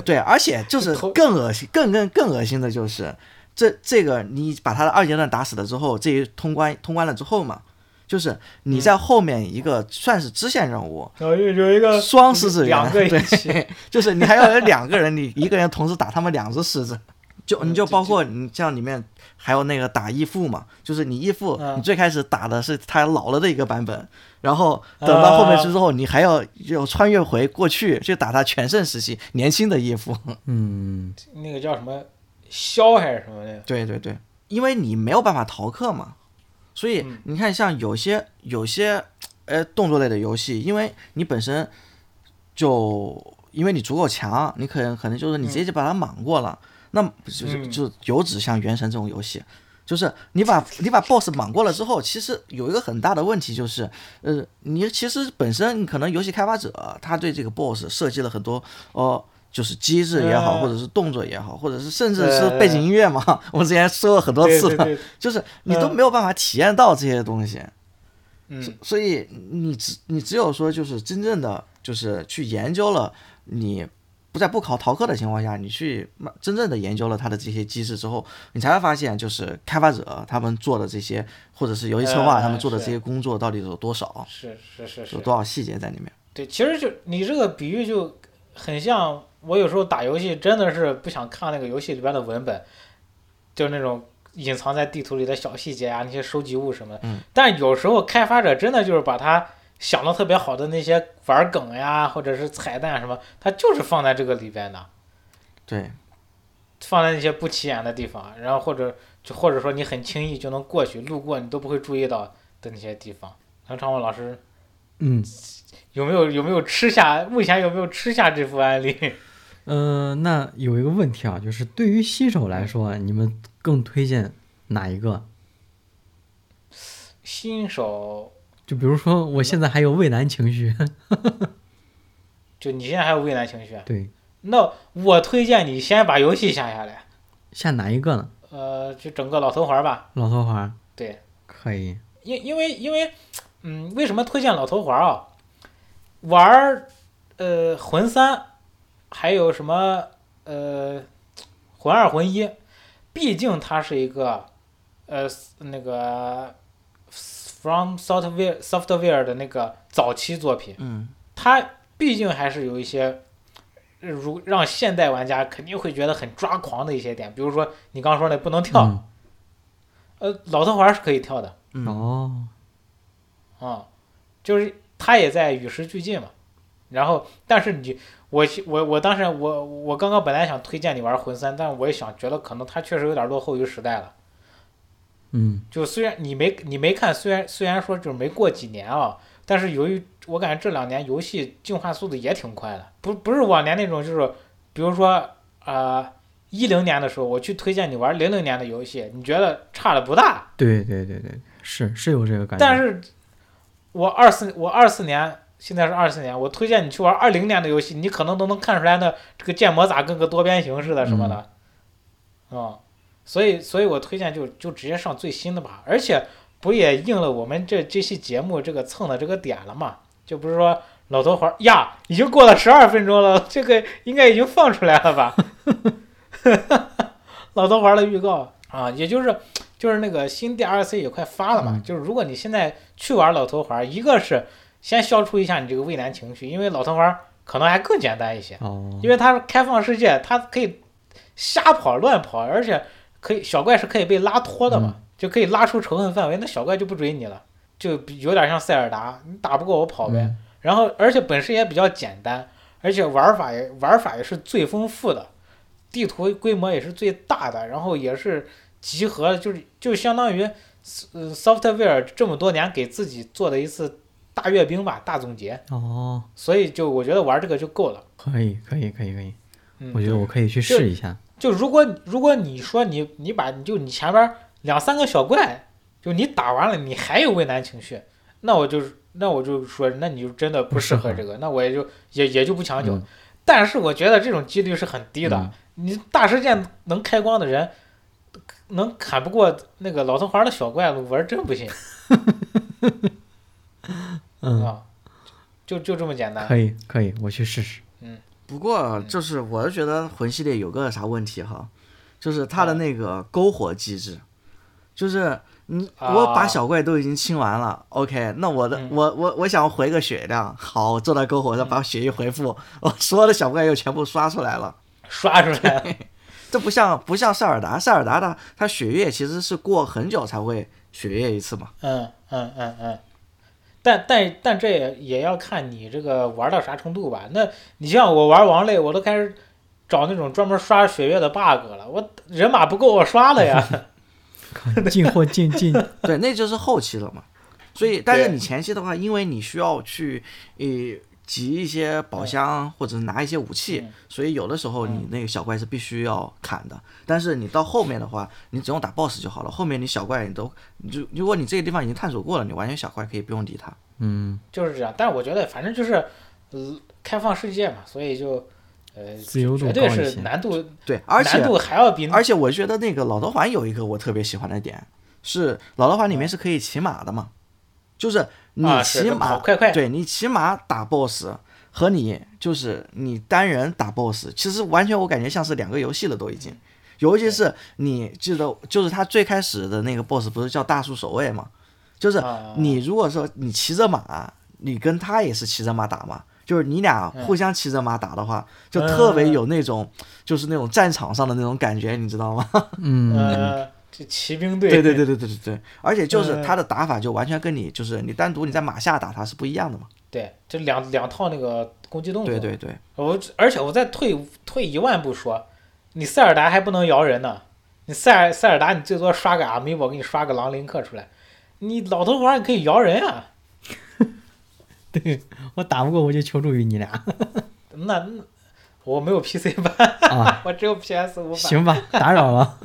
[SPEAKER 3] 对，而且就是
[SPEAKER 1] 头
[SPEAKER 3] 更恶心，更更更恶心的就是，这这个你把他的二阶段打死了之后，这一通关通关了之后嘛，就是
[SPEAKER 2] 嗯
[SPEAKER 3] 你在后面一个算是支线任务，
[SPEAKER 1] 然后又有一个
[SPEAKER 3] 双狮子
[SPEAKER 1] 两
[SPEAKER 3] 猿，
[SPEAKER 1] 个一
[SPEAKER 3] 对
[SPEAKER 1] 起，
[SPEAKER 3] 就是你还要有两个人，你一个人同时打他们两只狮子，就
[SPEAKER 1] 嗯
[SPEAKER 3] 你就
[SPEAKER 1] 这
[SPEAKER 3] 包括你像里面还有那个打义父嘛，就是你义父，
[SPEAKER 1] 嗯
[SPEAKER 3] 你最开始打的是他老了的一个版本，然后等
[SPEAKER 1] 呃
[SPEAKER 3] 到后面之后，你还要有穿越回过去去打他全盛时期年轻的义父，
[SPEAKER 2] 嗯，
[SPEAKER 1] 那个叫什么枭还是什么的，
[SPEAKER 3] 对对对，因为你没有办法逃课嘛，所以
[SPEAKER 1] 嗯
[SPEAKER 3] 你看，像有些有些呃动作类的游戏，因为你本身就因为你足够强，你可能可能就是你直接就把它莽过了，那就是
[SPEAKER 1] 嗯
[SPEAKER 3] 就有指像《原神》这种游戏。就是你把你把 boss 莽过了之后，其实有一个很大的问题就是，呃，你其实本身你可能游戏开发者他对这个 boss 设计了很多哦、就是机制也好，
[SPEAKER 1] 呃
[SPEAKER 3] 或者是动作也好，或者是甚至
[SPEAKER 1] 对
[SPEAKER 3] 是
[SPEAKER 1] 对
[SPEAKER 3] 背景音乐嘛， 我们之前说过很多
[SPEAKER 1] 对
[SPEAKER 3] 次
[SPEAKER 1] 对
[SPEAKER 3] 了，
[SPEAKER 1] 对，
[SPEAKER 3] 就是你都没有办法体验到这些东西，
[SPEAKER 1] 嗯，
[SPEAKER 3] 所以你只你只有说就是真正的就是去研究了，你不在不考逃课的情况下，你去慢真正的研究了它的这些机制之后，你才会发现就是开发者他们做的这些，或者是游戏策划
[SPEAKER 1] 呃
[SPEAKER 3] 他们做的这
[SPEAKER 1] 是
[SPEAKER 3] 些工作到底有多少，
[SPEAKER 1] 是是是是
[SPEAKER 3] 有，多少细节在里面。
[SPEAKER 1] 对，其实就你这个比喻就很像我有时候打游戏真的是不想看那个游戏里边的文本，就是那种隐藏在地图里的小细节啊，那些收集物什么的。
[SPEAKER 3] 嗯
[SPEAKER 1] 但有时候开发者真的就是把它想的特别好的那些玩梗呀，或者是彩蛋什么，它就是放在这个里边的。
[SPEAKER 3] 对，
[SPEAKER 1] 放在那些不起眼的地方，然后或者就或者说你很轻易就能过去，路过你都不会注意到的那些地方。梁长文老师
[SPEAKER 2] 嗯，
[SPEAKER 1] 有没有有没有吃下？目前有没有吃下这副案例？
[SPEAKER 2] 呃，那有一个问题啊，就是对于新手来说，你们更推荐哪一个？
[SPEAKER 1] 新手
[SPEAKER 2] 就比如说，我现在还有畏难情绪，
[SPEAKER 1] 就你现在还有畏难情绪，啊
[SPEAKER 2] 对，
[SPEAKER 1] 那我推荐你先把游戏下下来，
[SPEAKER 2] 下哪一个呢？
[SPEAKER 1] 呃，就整个老头环吧。
[SPEAKER 2] 老头环儿
[SPEAKER 1] 对，
[SPEAKER 2] 可以，
[SPEAKER 1] 因因为因为嗯，为什么推荐老头环啊？玩儿呃魂三，还有什么呃魂二魂一，毕竟它是一个呃那个 From Software Software 的那个早期作品，
[SPEAKER 3] 嗯，
[SPEAKER 1] 它毕竟还是有一些。呃如让现代玩家肯定会觉得很抓狂的一些点，比如说你刚刚说那不能跳，
[SPEAKER 2] 嗯
[SPEAKER 1] 呃，老头环是可以跳的，
[SPEAKER 3] 嗯
[SPEAKER 2] 哦，
[SPEAKER 1] 啊、就是他也在与时俱进嘛。然后，但是你，我我我当时我我刚刚本来想推荐你玩魂三，但我也想觉得可能它确实有点落后于时代了。
[SPEAKER 2] 嗯，
[SPEAKER 1] 就虽然你没你没看，虽然虽然说就是没过几年啊，但是由于我感觉这两年游戏进化速度也挺快的，不不是往年那种就是，比如说呃一零年的时候，我去推荐你玩零零年的游戏，你觉得差的不大，
[SPEAKER 2] 对对对对，是是有这个感觉，
[SPEAKER 1] 但是我二四我二四年现在是二四年，我推荐你去玩二零年的游戏，你可能都能看出来呢，这个建模咋跟个多边形似的什么的，嗯，所以所以我推荐就就直接上最新的吧，而且不也应了我们这这期节目这个蹭的这个点了嘛，就不是说。老头环呀，已经过了十二分钟了，这个应该已经放出来了吧？ 老头环的预告啊，也就是就是那个新 DLC 也快发了嘛，
[SPEAKER 2] 嗯
[SPEAKER 1] 就是如果你现在去玩老头环，一个是先消除一下你这个畏难情绪，因为老头环可能还更简单一些，
[SPEAKER 2] 哦
[SPEAKER 1] 因，为它是开放世界，它可以瞎跑乱跑，而且可以小怪是可以被拉脱的
[SPEAKER 2] 嗯
[SPEAKER 1] 嘛，就可以拉出仇恨范围，那小怪就不追你了，就比有点像塞尔达，你打不过我跑呗。
[SPEAKER 2] 嗯
[SPEAKER 1] 然后而且本身也比较简单，而且玩法也玩法也是最丰富的，地图规模也是最大的，然后也是集合，就是就相当于呃 Software 这么多年给自己做的一次大阅兵吧，大总结。
[SPEAKER 2] 哦，
[SPEAKER 1] 所以就我觉得玩这个就够了。
[SPEAKER 2] 可以可以可以可以，
[SPEAKER 1] 嗯，
[SPEAKER 2] 我觉得我可以去试一下，
[SPEAKER 1] 就如果如果你说你你把你就你前边两三个小怪，就你打完了你还有畏难情绪，那我就是那我就说那你就真的不适合这 个，那我也就也也就不强求。
[SPEAKER 2] 嗯
[SPEAKER 1] 但是我觉得这种几率是很低的，
[SPEAKER 2] 嗯
[SPEAKER 1] 你大事件能开光的人，能砍不过那个老头环的小怪，我是真不信
[SPEAKER 2] 嗯，
[SPEAKER 1] 啊，就就这么简单。
[SPEAKER 2] 可以可以，我去试试，
[SPEAKER 3] 不过
[SPEAKER 1] 嗯
[SPEAKER 3] 就是我是觉得魂系列有个啥问题哈，就是它
[SPEAKER 1] 啊
[SPEAKER 3] 的那个篝火机制，就是你
[SPEAKER 1] 啊
[SPEAKER 3] 我把小怪都已经清完了、o k 那我的、
[SPEAKER 1] 嗯
[SPEAKER 3] 我我我想回个血量，好，我坐在篝火上把血一回复，我所有的小怪又全部刷出来了。
[SPEAKER 1] 刷出来了，
[SPEAKER 3] 这不像不像塞尔达，塞尔达它它血月其实是过很久才会血月一次嘛。
[SPEAKER 1] 嗯嗯嗯嗯，但但但这也也要看你这个玩到啥程度吧。那你像我玩王类，我都开始找那种专门刷血月的 bug 了，我人马不够我刷了 呀。
[SPEAKER 2] 可以进货进进，
[SPEAKER 3] 对，那就是后期了嘛。所以，但是
[SPEAKER 1] 对
[SPEAKER 3] 你前期的话，因为你需要去呃集一些宝箱、或者拿一些武器，
[SPEAKER 1] 嗯
[SPEAKER 3] 所以有的时候你那个小怪是必须要砍的。但是你到后面的话，你只用打 BOSS 就好了。后面你小怪你都，你就如果你这个地方已经探索过了，你完全小怪可以不用理它。
[SPEAKER 2] 嗯，
[SPEAKER 1] 就是这样。但是我觉得反正就是，呃，开放世界嘛，所以就，呃，
[SPEAKER 2] 自由
[SPEAKER 1] 绝
[SPEAKER 2] 度高
[SPEAKER 1] 对
[SPEAKER 2] 一
[SPEAKER 1] 是
[SPEAKER 2] 些，
[SPEAKER 1] 难度，
[SPEAKER 3] 对，而且
[SPEAKER 1] 难度还要比
[SPEAKER 3] 而且我觉得那个老头环有一个我特别喜欢的点是，老头环里面是可以骑马的嘛，就是你
[SPEAKER 1] 啊是
[SPEAKER 3] 骑
[SPEAKER 1] 的
[SPEAKER 3] 马，
[SPEAKER 1] 跑快快
[SPEAKER 3] 对你骑马打 BOSS 和你就是你单人打 BOSS，其实完全我感觉像是两个游戏了都已经。尤其是你记得，就是他最开始的那个 BOSS 不是叫大树守卫嘛，就是
[SPEAKER 1] 啊
[SPEAKER 3] 你如果说你骑着马，你跟他也是骑着马打嘛，就是你俩
[SPEAKER 1] 哎
[SPEAKER 3] 互相骑着马打的话，就
[SPEAKER 1] 嗯
[SPEAKER 3] 特别有那种就是那种战场上的那种感觉，你知道吗？
[SPEAKER 2] 嗯，
[SPEAKER 1] 呃，这骑兵队，
[SPEAKER 3] 对对对对对对对，而且就是
[SPEAKER 1] 呃
[SPEAKER 3] 他的打法就完全跟你就是你单独你在马下打他是不一样的嘛。
[SPEAKER 1] 对这两两套那个攻击动作。
[SPEAKER 3] 对对对，
[SPEAKER 1] 我而且我再退退一万步说，你塞尔达还不能摇人呢，你塞尔塞尔达你最多刷个阿米我给你刷个狼林克出来，你老头环你可以摇人啊，
[SPEAKER 2] 对我打不过我就求助于你俩
[SPEAKER 1] 那那我没有 PC 版，
[SPEAKER 2] 啊，
[SPEAKER 1] 我只有 PS 五版，
[SPEAKER 2] 行吧，打扰了，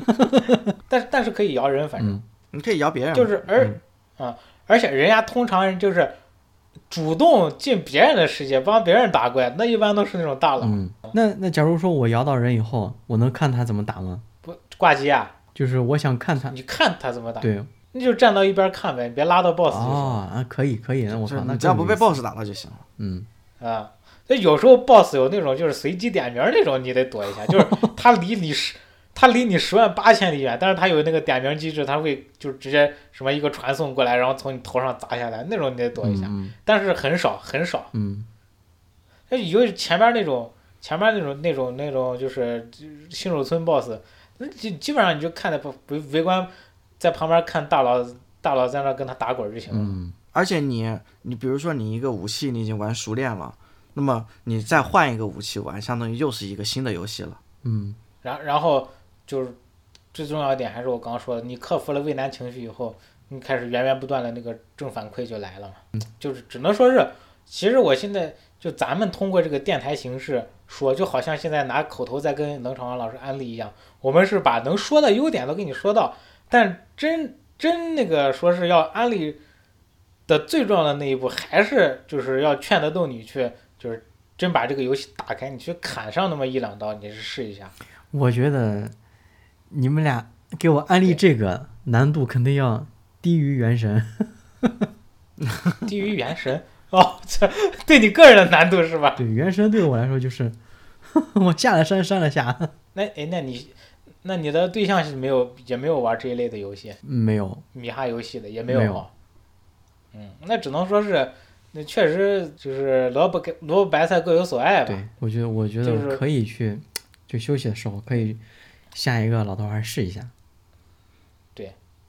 [SPEAKER 1] 但但是可以摇人，反正、
[SPEAKER 2] 嗯，
[SPEAKER 3] 你可以摇别人嘛，
[SPEAKER 1] 就是而、啊，而且人家通常就是。主动进别人的世界帮别人打怪，那一般都是那种大佬、
[SPEAKER 2] 嗯，那那假如说我摇到人以后，我能看他怎么打吗？
[SPEAKER 1] 不挂机啊，
[SPEAKER 2] 就是我想看他，
[SPEAKER 1] 你看他怎么打，
[SPEAKER 2] 嗯对，
[SPEAKER 1] 你就站到一边看呗，你别拉到 BOSS 就行。
[SPEAKER 2] 哦，啊，可以可以，那我
[SPEAKER 3] 就是
[SPEAKER 2] 靠，那
[SPEAKER 3] 你只要
[SPEAKER 2] 更
[SPEAKER 3] 不
[SPEAKER 2] 有
[SPEAKER 3] 被
[SPEAKER 2] 意思
[SPEAKER 3] BOSS 打到就行了。
[SPEAKER 2] 嗯，
[SPEAKER 1] 啊，那有时候 boss 有那种就是随机点名儿那种，你得躲一下，就是他离你十，他离你十万八千里远，但是他有那个点名机制，他会就直接什么一个传送过来，然后从你头上砸下来，那种你得躲一下，
[SPEAKER 2] 嗯
[SPEAKER 1] 但是很少很少。
[SPEAKER 2] 嗯
[SPEAKER 1] 那尤其前面那种前面那种那种那种就是就是新手村 boss，那基基本上你就看着围围观在旁边看大佬大佬在那跟他打滚儿就行了。
[SPEAKER 2] 嗯
[SPEAKER 3] 而且你你比如说你一个武器你已经玩熟练了，那么你再换一个武器玩，相当于又是一个新的游戏了。
[SPEAKER 2] 嗯
[SPEAKER 1] 然然后就是最重要一点，还是我刚刚说的，你克服了畏难情绪以后，你开始源源不断的那个正反馈就来了嘛。就是只能说是，其实我现在就咱们通过这个电台形式说，就好像现在拿口头在跟冷场王老师安利一样，我们是把能说的优点都给你说到，但真真那个说是要安利的最重要的那一步，还是就是要劝得动你去，就是真把这个游戏打开，你去砍上那么一两刀，你去试一下。
[SPEAKER 2] 我觉得你们俩给我安利这个难度肯定要低于原神，
[SPEAKER 1] 低于原神 哦，这对你个人的难度是吧？
[SPEAKER 2] 对，原神对我来说就是 我下了山山了下，
[SPEAKER 1] 那哎，那你那你的对象是没有也没有玩这一类的游戏，
[SPEAKER 2] 嗯没有，
[SPEAKER 1] 米哈游戏的也没有。
[SPEAKER 2] 没有
[SPEAKER 1] 嗯，那只能说是，那确实就是萝卜给萝卜白菜各有所爱吧。
[SPEAKER 2] 对我觉得我觉得
[SPEAKER 1] 就是
[SPEAKER 2] 我可以去，就休息的时候可以下一个老头环试一下，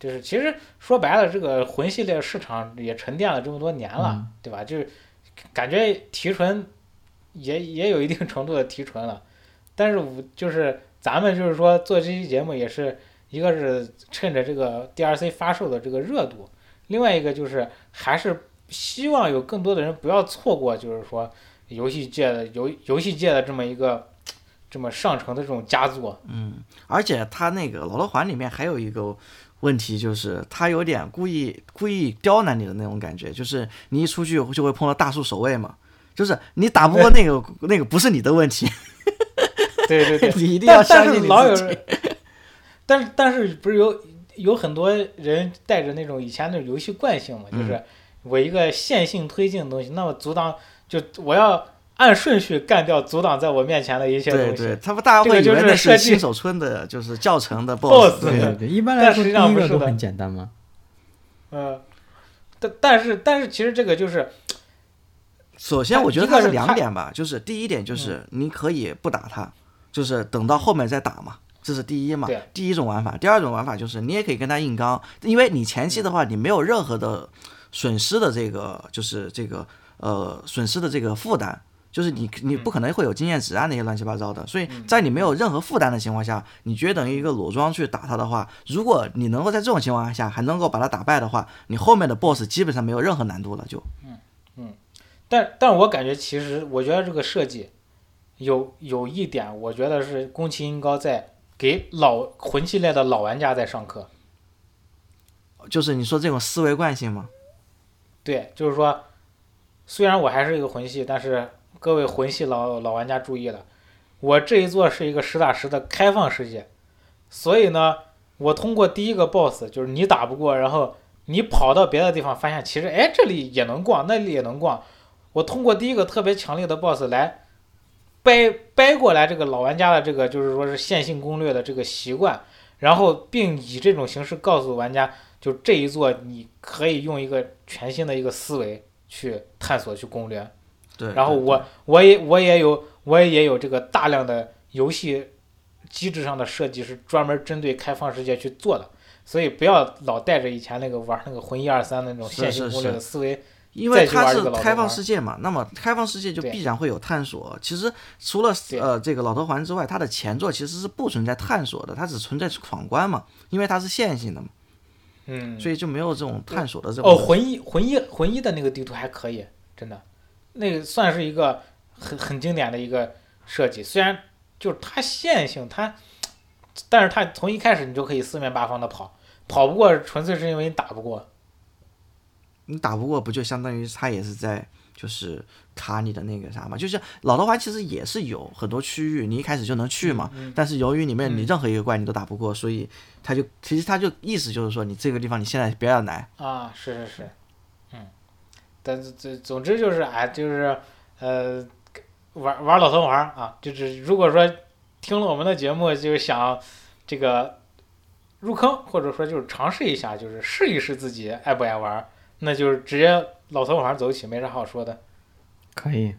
[SPEAKER 1] 就是其实说白了，这个魂系列市场也沉淀了这么多年了，
[SPEAKER 2] 嗯
[SPEAKER 1] 对吧？就是感觉提纯也也有一定程度的提纯了，但是我就是咱们就是说做这期节目也是一个是趁着这个 DLC 发售的这个热度，另外一个就是还是希望有更多的人不要错过，就是说游戏界的游游戏界的这么一个这么上乘的这种佳作，
[SPEAKER 3] 嗯，而且他那个《老头环》里面还有一个问题，就是他有点故意故意刁难你的那种感觉，就是你一出去就会碰到大树守卫嘛，就是你打不过那个那个不是你的问题，
[SPEAKER 1] 对对对，
[SPEAKER 3] 你一定要
[SPEAKER 1] 但
[SPEAKER 3] 相
[SPEAKER 1] 但
[SPEAKER 3] 信
[SPEAKER 1] 是
[SPEAKER 3] 你
[SPEAKER 1] 老有
[SPEAKER 3] 自己。
[SPEAKER 1] 人，但是但是不是有有很多人带着那种以前那种游戏惯性嘛，
[SPEAKER 3] 嗯
[SPEAKER 1] 就是我一个线性推进的东西，那么阻挡就我要按顺序干掉阻挡在我面前的一些
[SPEAKER 3] 对
[SPEAKER 1] 东
[SPEAKER 3] 对，
[SPEAKER 1] 西。
[SPEAKER 3] 他们大家
[SPEAKER 1] 这个
[SPEAKER 3] 会以
[SPEAKER 1] 就
[SPEAKER 3] 为
[SPEAKER 1] 是
[SPEAKER 3] 那
[SPEAKER 1] 设
[SPEAKER 3] 是
[SPEAKER 1] 计
[SPEAKER 3] 新手村的，就是教程的
[SPEAKER 1] BOSS
[SPEAKER 2] 对
[SPEAKER 3] 对
[SPEAKER 2] 对对，一般
[SPEAKER 1] 但
[SPEAKER 2] 来
[SPEAKER 1] 实
[SPEAKER 2] 说第
[SPEAKER 1] 际上
[SPEAKER 2] 一
[SPEAKER 1] 不
[SPEAKER 2] 个
[SPEAKER 1] 是
[SPEAKER 2] 都
[SPEAKER 1] 的
[SPEAKER 2] 很简单嘛，
[SPEAKER 1] 嗯，但但是但是其实这个就是
[SPEAKER 3] 首先，
[SPEAKER 1] 他
[SPEAKER 3] 我觉得
[SPEAKER 1] 一个
[SPEAKER 3] 它是
[SPEAKER 1] 是嗯
[SPEAKER 3] 两
[SPEAKER 1] 他
[SPEAKER 3] 点吧，就是第一点就是你可以不打它，就是等到后面再打嘛，这是第一嘛
[SPEAKER 1] 对，啊
[SPEAKER 3] 第一种玩法。第二种玩法就是你也可以跟他硬刚，因为你前期的
[SPEAKER 1] 嗯
[SPEAKER 3] 话你没有任何的损失的这个就是这个呃损失的这个负担。就是你，你
[SPEAKER 1] 嗯
[SPEAKER 3] 不可能会有经验值啊那些乱七八糟的，所以在你没有任何负担的情况下，你觉得等于一个裸装去打他的话，如果你能够在这种情况下还能够把他打败的话，你后面的 BOSS 基本上没有任何难度了，就
[SPEAKER 1] 但但我感觉其实，我觉得这个设计有有一点，我觉得是宫崎英高在给老魂系列的老玩家在上课。
[SPEAKER 3] 就是你说这种思维惯性嘛，
[SPEAKER 1] 对，就是说，虽然我还是一个魂系，但是各位魂系老老玩家注意了，我这一座是一个实打实的开放世界，所以呢，我通过第一个 BOSS，就是你打不过，然后你跑到别的地方，发现其实哎这里也能逛，那里也能逛，我通过第一个特别强烈的 BOSS 来掰掰过来这个老玩家的这个就是说是线性攻略的这个习惯，然后并以这种形式告诉玩家。就这一座，你可以用一个全新的一个思维去探索、去攻略。
[SPEAKER 3] 对，
[SPEAKER 1] 然后
[SPEAKER 3] 对
[SPEAKER 1] 我我也我也有我也有这个大量的游戏机制上的设计是专门针对开放世界去做的。所以不要老带着以前那个玩那个魂一二三那种
[SPEAKER 3] 是
[SPEAKER 1] 线性
[SPEAKER 3] 是
[SPEAKER 1] 攻
[SPEAKER 3] 是
[SPEAKER 1] 略的思维，
[SPEAKER 3] 因为
[SPEAKER 1] 再去玩
[SPEAKER 3] 它
[SPEAKER 1] 这
[SPEAKER 3] 是
[SPEAKER 1] 个老头
[SPEAKER 3] 开放
[SPEAKER 1] 环
[SPEAKER 3] 世界嘛，那么开放世界就
[SPEAKER 1] 对
[SPEAKER 3] 必然会有探索。其实除了
[SPEAKER 1] 对
[SPEAKER 3] 呃这个老头环之外，它的前作其实是不存在探索的，它只存在闯关嘛，因为它是线性的嘛，
[SPEAKER 1] 嗯，
[SPEAKER 3] 所以就没有这种探索的这种。
[SPEAKER 1] 哦，魂一魂一魂一的那个地图还可以，真的，那个算是一个很很经典的一个设计。虽然就是它线性，它，但是它从一开始你就可以四面八方的跑，跑不过纯粹是因为你打不过。
[SPEAKER 3] 你打不过，不就相当于他也是在就是卡你的那个啥嘛？就是老头环其实也是有很多区域，你一开始就能去嘛。
[SPEAKER 1] 嗯
[SPEAKER 3] 但是由于里面你任何一个怪你都打不过，所以他就其实他就意思就是说，你这个地方你现在不要来，
[SPEAKER 1] 啊，是是是，嗯，但是这总之就是哎，就是呃，玩玩老头环儿啊，就是如果说听了我们的节目，就是想这个入坑，或者说就是尝试一下，就是试一试自己爱不爱玩儿，那就是直接老头环儿走起，没啥好说的。
[SPEAKER 2] 可以，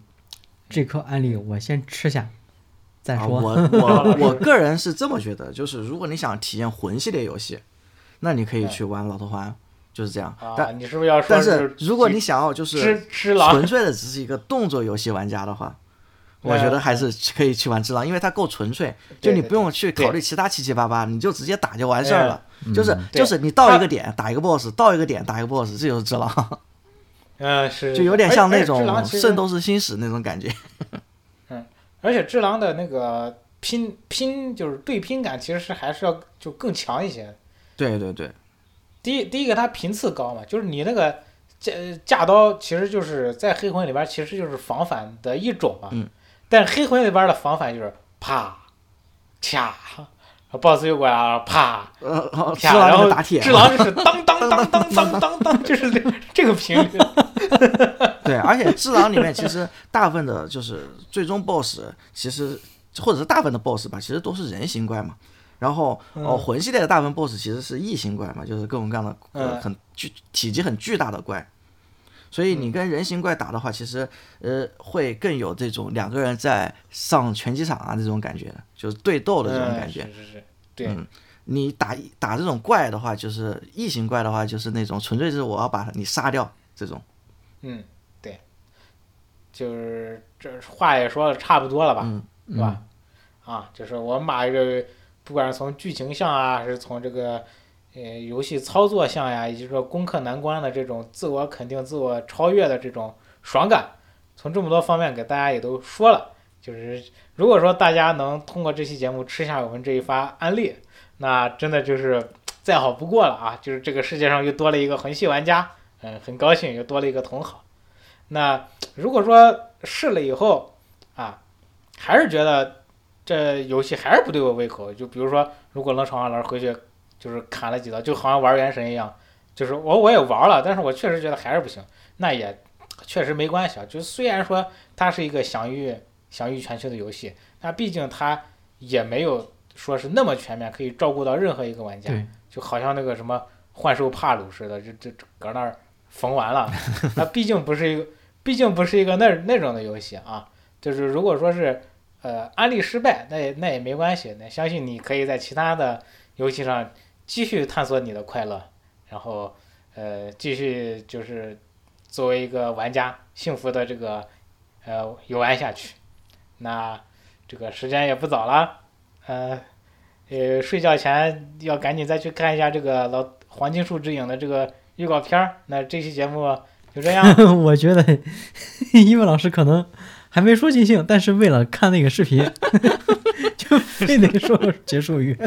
[SPEAKER 2] 这颗安利我先吃下，再
[SPEAKER 3] 啊、
[SPEAKER 2] 说。
[SPEAKER 3] 我 我我个人是这么觉得，就是如果你想体验魂系列游戏，那你可以去玩老头环，就是这样。
[SPEAKER 1] 啊，
[SPEAKER 3] 但
[SPEAKER 1] 你是不是要说
[SPEAKER 3] 但
[SPEAKER 1] 就是
[SPEAKER 3] 如果
[SPEAKER 1] 只
[SPEAKER 3] 你想要就是
[SPEAKER 1] 吃吃狼
[SPEAKER 3] 纯粹的只是一个动作游戏玩家的话，我
[SPEAKER 1] 对
[SPEAKER 3] 觉得还是可以去玩《只狼》，因为它够纯粹，就
[SPEAKER 1] 对
[SPEAKER 3] 你
[SPEAKER 1] 对
[SPEAKER 3] 不用去考虑
[SPEAKER 1] 对
[SPEAKER 3] 其他七七八八，你就直接打就完事儿了。就是
[SPEAKER 2] 嗯
[SPEAKER 1] 对
[SPEAKER 3] 就是你到
[SPEAKER 1] 它
[SPEAKER 3] 一个点打一个 boss，到一个点打一个 boss，这就是《只狼》，
[SPEAKER 1] 嗯是
[SPEAKER 3] 就有点
[SPEAKER 1] 而
[SPEAKER 3] 像
[SPEAKER 1] 而
[SPEAKER 3] 那
[SPEAKER 1] 且只狼
[SPEAKER 3] 种
[SPEAKER 1] 其
[SPEAKER 3] 《
[SPEAKER 1] 实
[SPEAKER 3] 圣斗士星矢》那种感觉。
[SPEAKER 1] 而且智狼的那个拼拼就是对拼感，其实是还是要就更强一些。
[SPEAKER 3] 对对对，
[SPEAKER 1] 第一第一个它频次高嘛，就是你那个架架刀其实就是在黑魂里边其实就是防反的一种嘛。
[SPEAKER 3] 嗯。
[SPEAKER 1] 但黑魂里边的防反就是啪，掐，boss 又过来了，啪，
[SPEAKER 3] 呃，哦 只
[SPEAKER 1] 啪，然
[SPEAKER 3] 狼那
[SPEAKER 1] 后
[SPEAKER 3] 个打铁
[SPEAKER 1] 智
[SPEAKER 3] 嘛，
[SPEAKER 1] 狼就是当当当当当当当，就是这这个频率。
[SPEAKER 3] 对，而且《只狼》里面其实大部分的就是最终 BOSS，其实或者是大部分的 BOSS 吧，其实都是人形怪嘛。然后
[SPEAKER 1] 嗯
[SPEAKER 3] 哦，魂系列的大部分 BOSS 其实是异形怪嘛，就是各种各样的、呃、
[SPEAKER 1] 嗯
[SPEAKER 3] 很巨体积很巨大的怪。所以
[SPEAKER 1] 嗯
[SPEAKER 3] 你跟人形怪打的话，其实呃会更有这种两个人在上拳击场啊这种感觉，就是对斗的这种
[SPEAKER 1] 嗯
[SPEAKER 3] 感觉。
[SPEAKER 1] 是是是，对，
[SPEAKER 3] 嗯你打打这种怪的话，就是异形怪的话，就是那种纯粹是我要把你杀掉这种。
[SPEAKER 1] 嗯，对，就是这话也说的差不多了吧，
[SPEAKER 3] 嗯
[SPEAKER 1] 是吧？啊，就是我们把这个不管是从剧情上啊，还是从这个呃游戏操作上呀，以及说攻克难关的这种自我肯定、自我超越的这种爽感，从这么多方面给大家也都说了。就是如果说大家能通过这期节目吃下我们这一发安利，那真的就是再好不过了啊！就是这个世界上又多了一个魂系玩家，嗯，很高兴又多了一个同好。那如果说试了以后啊，还是觉得这游戏还是不对我胃口，就比如说，如果冷场王老师回去就是砍了几刀，就好像玩原神一样，就是哦我我也玩了，但是我确实觉得还是不行，那也确实没关系啊。就虽然说它是一个享誉享誉全球的游戏，那毕竟它也没有说是那么全面，可以照顾到任何一个玩家。
[SPEAKER 2] 对，
[SPEAKER 1] 就好像那个什么幻兽帕鲁似的，这这这搁那儿缝完了，那毕竟不是一个，毕竟不是一个那那种的游戏啊。就是如果说是呃安利失败，那也那也没关系，那相信你可以在其他的游戏上继续探索你的快乐，然后呃继续就是作为一个玩家幸福的这个呃游玩下去。那这个时间也不早了，呃。呃，睡觉前要赶紧再去看一下这个老《黄金树之影》的这个预告片儿。那这期节目就这样
[SPEAKER 2] 我觉得 英文老师可能还没说尽兴，但是为了看那个视频， 就非得 说个结束语。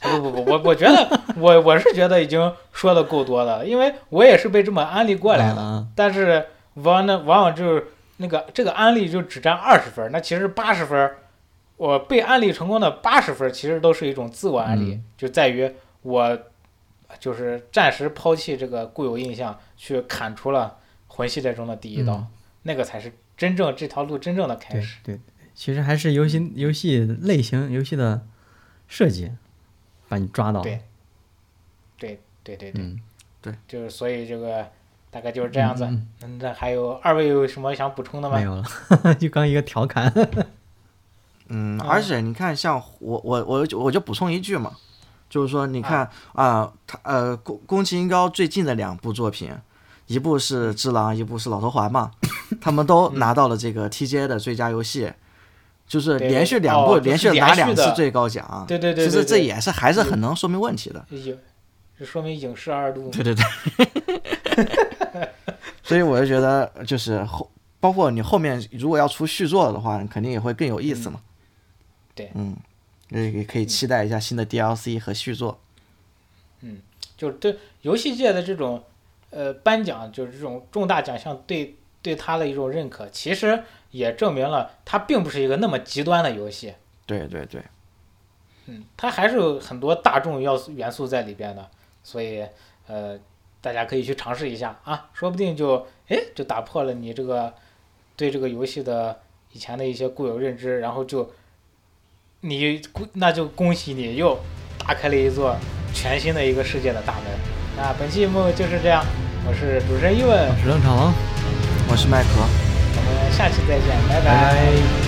[SPEAKER 1] 不不不，我我觉得我我是觉得已经说的够多了，因为我也是被这么安利过来的。
[SPEAKER 2] 啊
[SPEAKER 1] 但是往那往往就是那个这个安利就只占二十分儿，那其实八十分儿，我被安利成功的八十分儿，其实都是一种自我安
[SPEAKER 2] 嗯
[SPEAKER 1] 利，就在于我就是暂时抛弃这个固有印象，去砍出了魂系列中的第一刀，
[SPEAKER 2] 嗯
[SPEAKER 1] 那个才是真正这条路真正的开
[SPEAKER 2] 对
[SPEAKER 1] 始。
[SPEAKER 2] 对，其实还是游戏游戏类型、游戏的设计把你抓到。
[SPEAKER 1] 对对对对，
[SPEAKER 2] 嗯，
[SPEAKER 1] 就是所以这个大概就是这样子。
[SPEAKER 2] 嗯
[SPEAKER 1] 嗯那还有二位有什么想补充的吗
[SPEAKER 2] 没？有了， 就刚一个调侃。
[SPEAKER 3] 嗯，
[SPEAKER 1] 啊
[SPEAKER 3] 而且你看，像我我我就我就补充一句嘛，就是说，你看啊，他呃，宫宫崎英高最近的两部作品，一部是《只狼》，一部是《老头环》嘛，他们都
[SPEAKER 1] 嗯
[SPEAKER 3] 拿到了这个 TJ 的最佳游戏，就是
[SPEAKER 1] 对
[SPEAKER 3] 连续两部、
[SPEAKER 1] 哦
[SPEAKER 3] 连续
[SPEAKER 1] 就是
[SPEAKER 3] 拿
[SPEAKER 1] 连续
[SPEAKER 3] 两次
[SPEAKER 1] 的
[SPEAKER 3] 最高奖。
[SPEAKER 1] 对对对
[SPEAKER 3] 啊其
[SPEAKER 1] 对
[SPEAKER 3] 实这
[SPEAKER 1] 对嗯
[SPEAKER 3] 也是还是很能说明问题的。
[SPEAKER 1] 影，这说明影视二度。
[SPEAKER 3] 对 对对。 所以我就觉得，就是后，包括你后面如果要出续作的话，肯定也会更有意思嘛。
[SPEAKER 1] 对
[SPEAKER 3] 嗯，也也可以期待一下新的 DLC 和续作。
[SPEAKER 1] 就是对游戏界的这种呃颁奖，就是这种重大奖项对对他的一种认可，其实也证明了它并不是一个那么极端的游戏。
[SPEAKER 3] 对对对，
[SPEAKER 1] 嗯，它还是有很多大众要素元素在里边的，所以呃，大家可以去尝试一下啊，说不定就哎就打破了你这个对这个游戏的以前的一些固有认知，然后就你那就恭喜你又打开了一座全新的一个世界的大门。那本期节目就是这样，我是主持人一问，
[SPEAKER 2] 史正常。
[SPEAKER 3] 我是麦克。
[SPEAKER 1] 我们下期再见，拜
[SPEAKER 2] 拜拜
[SPEAKER 1] 拜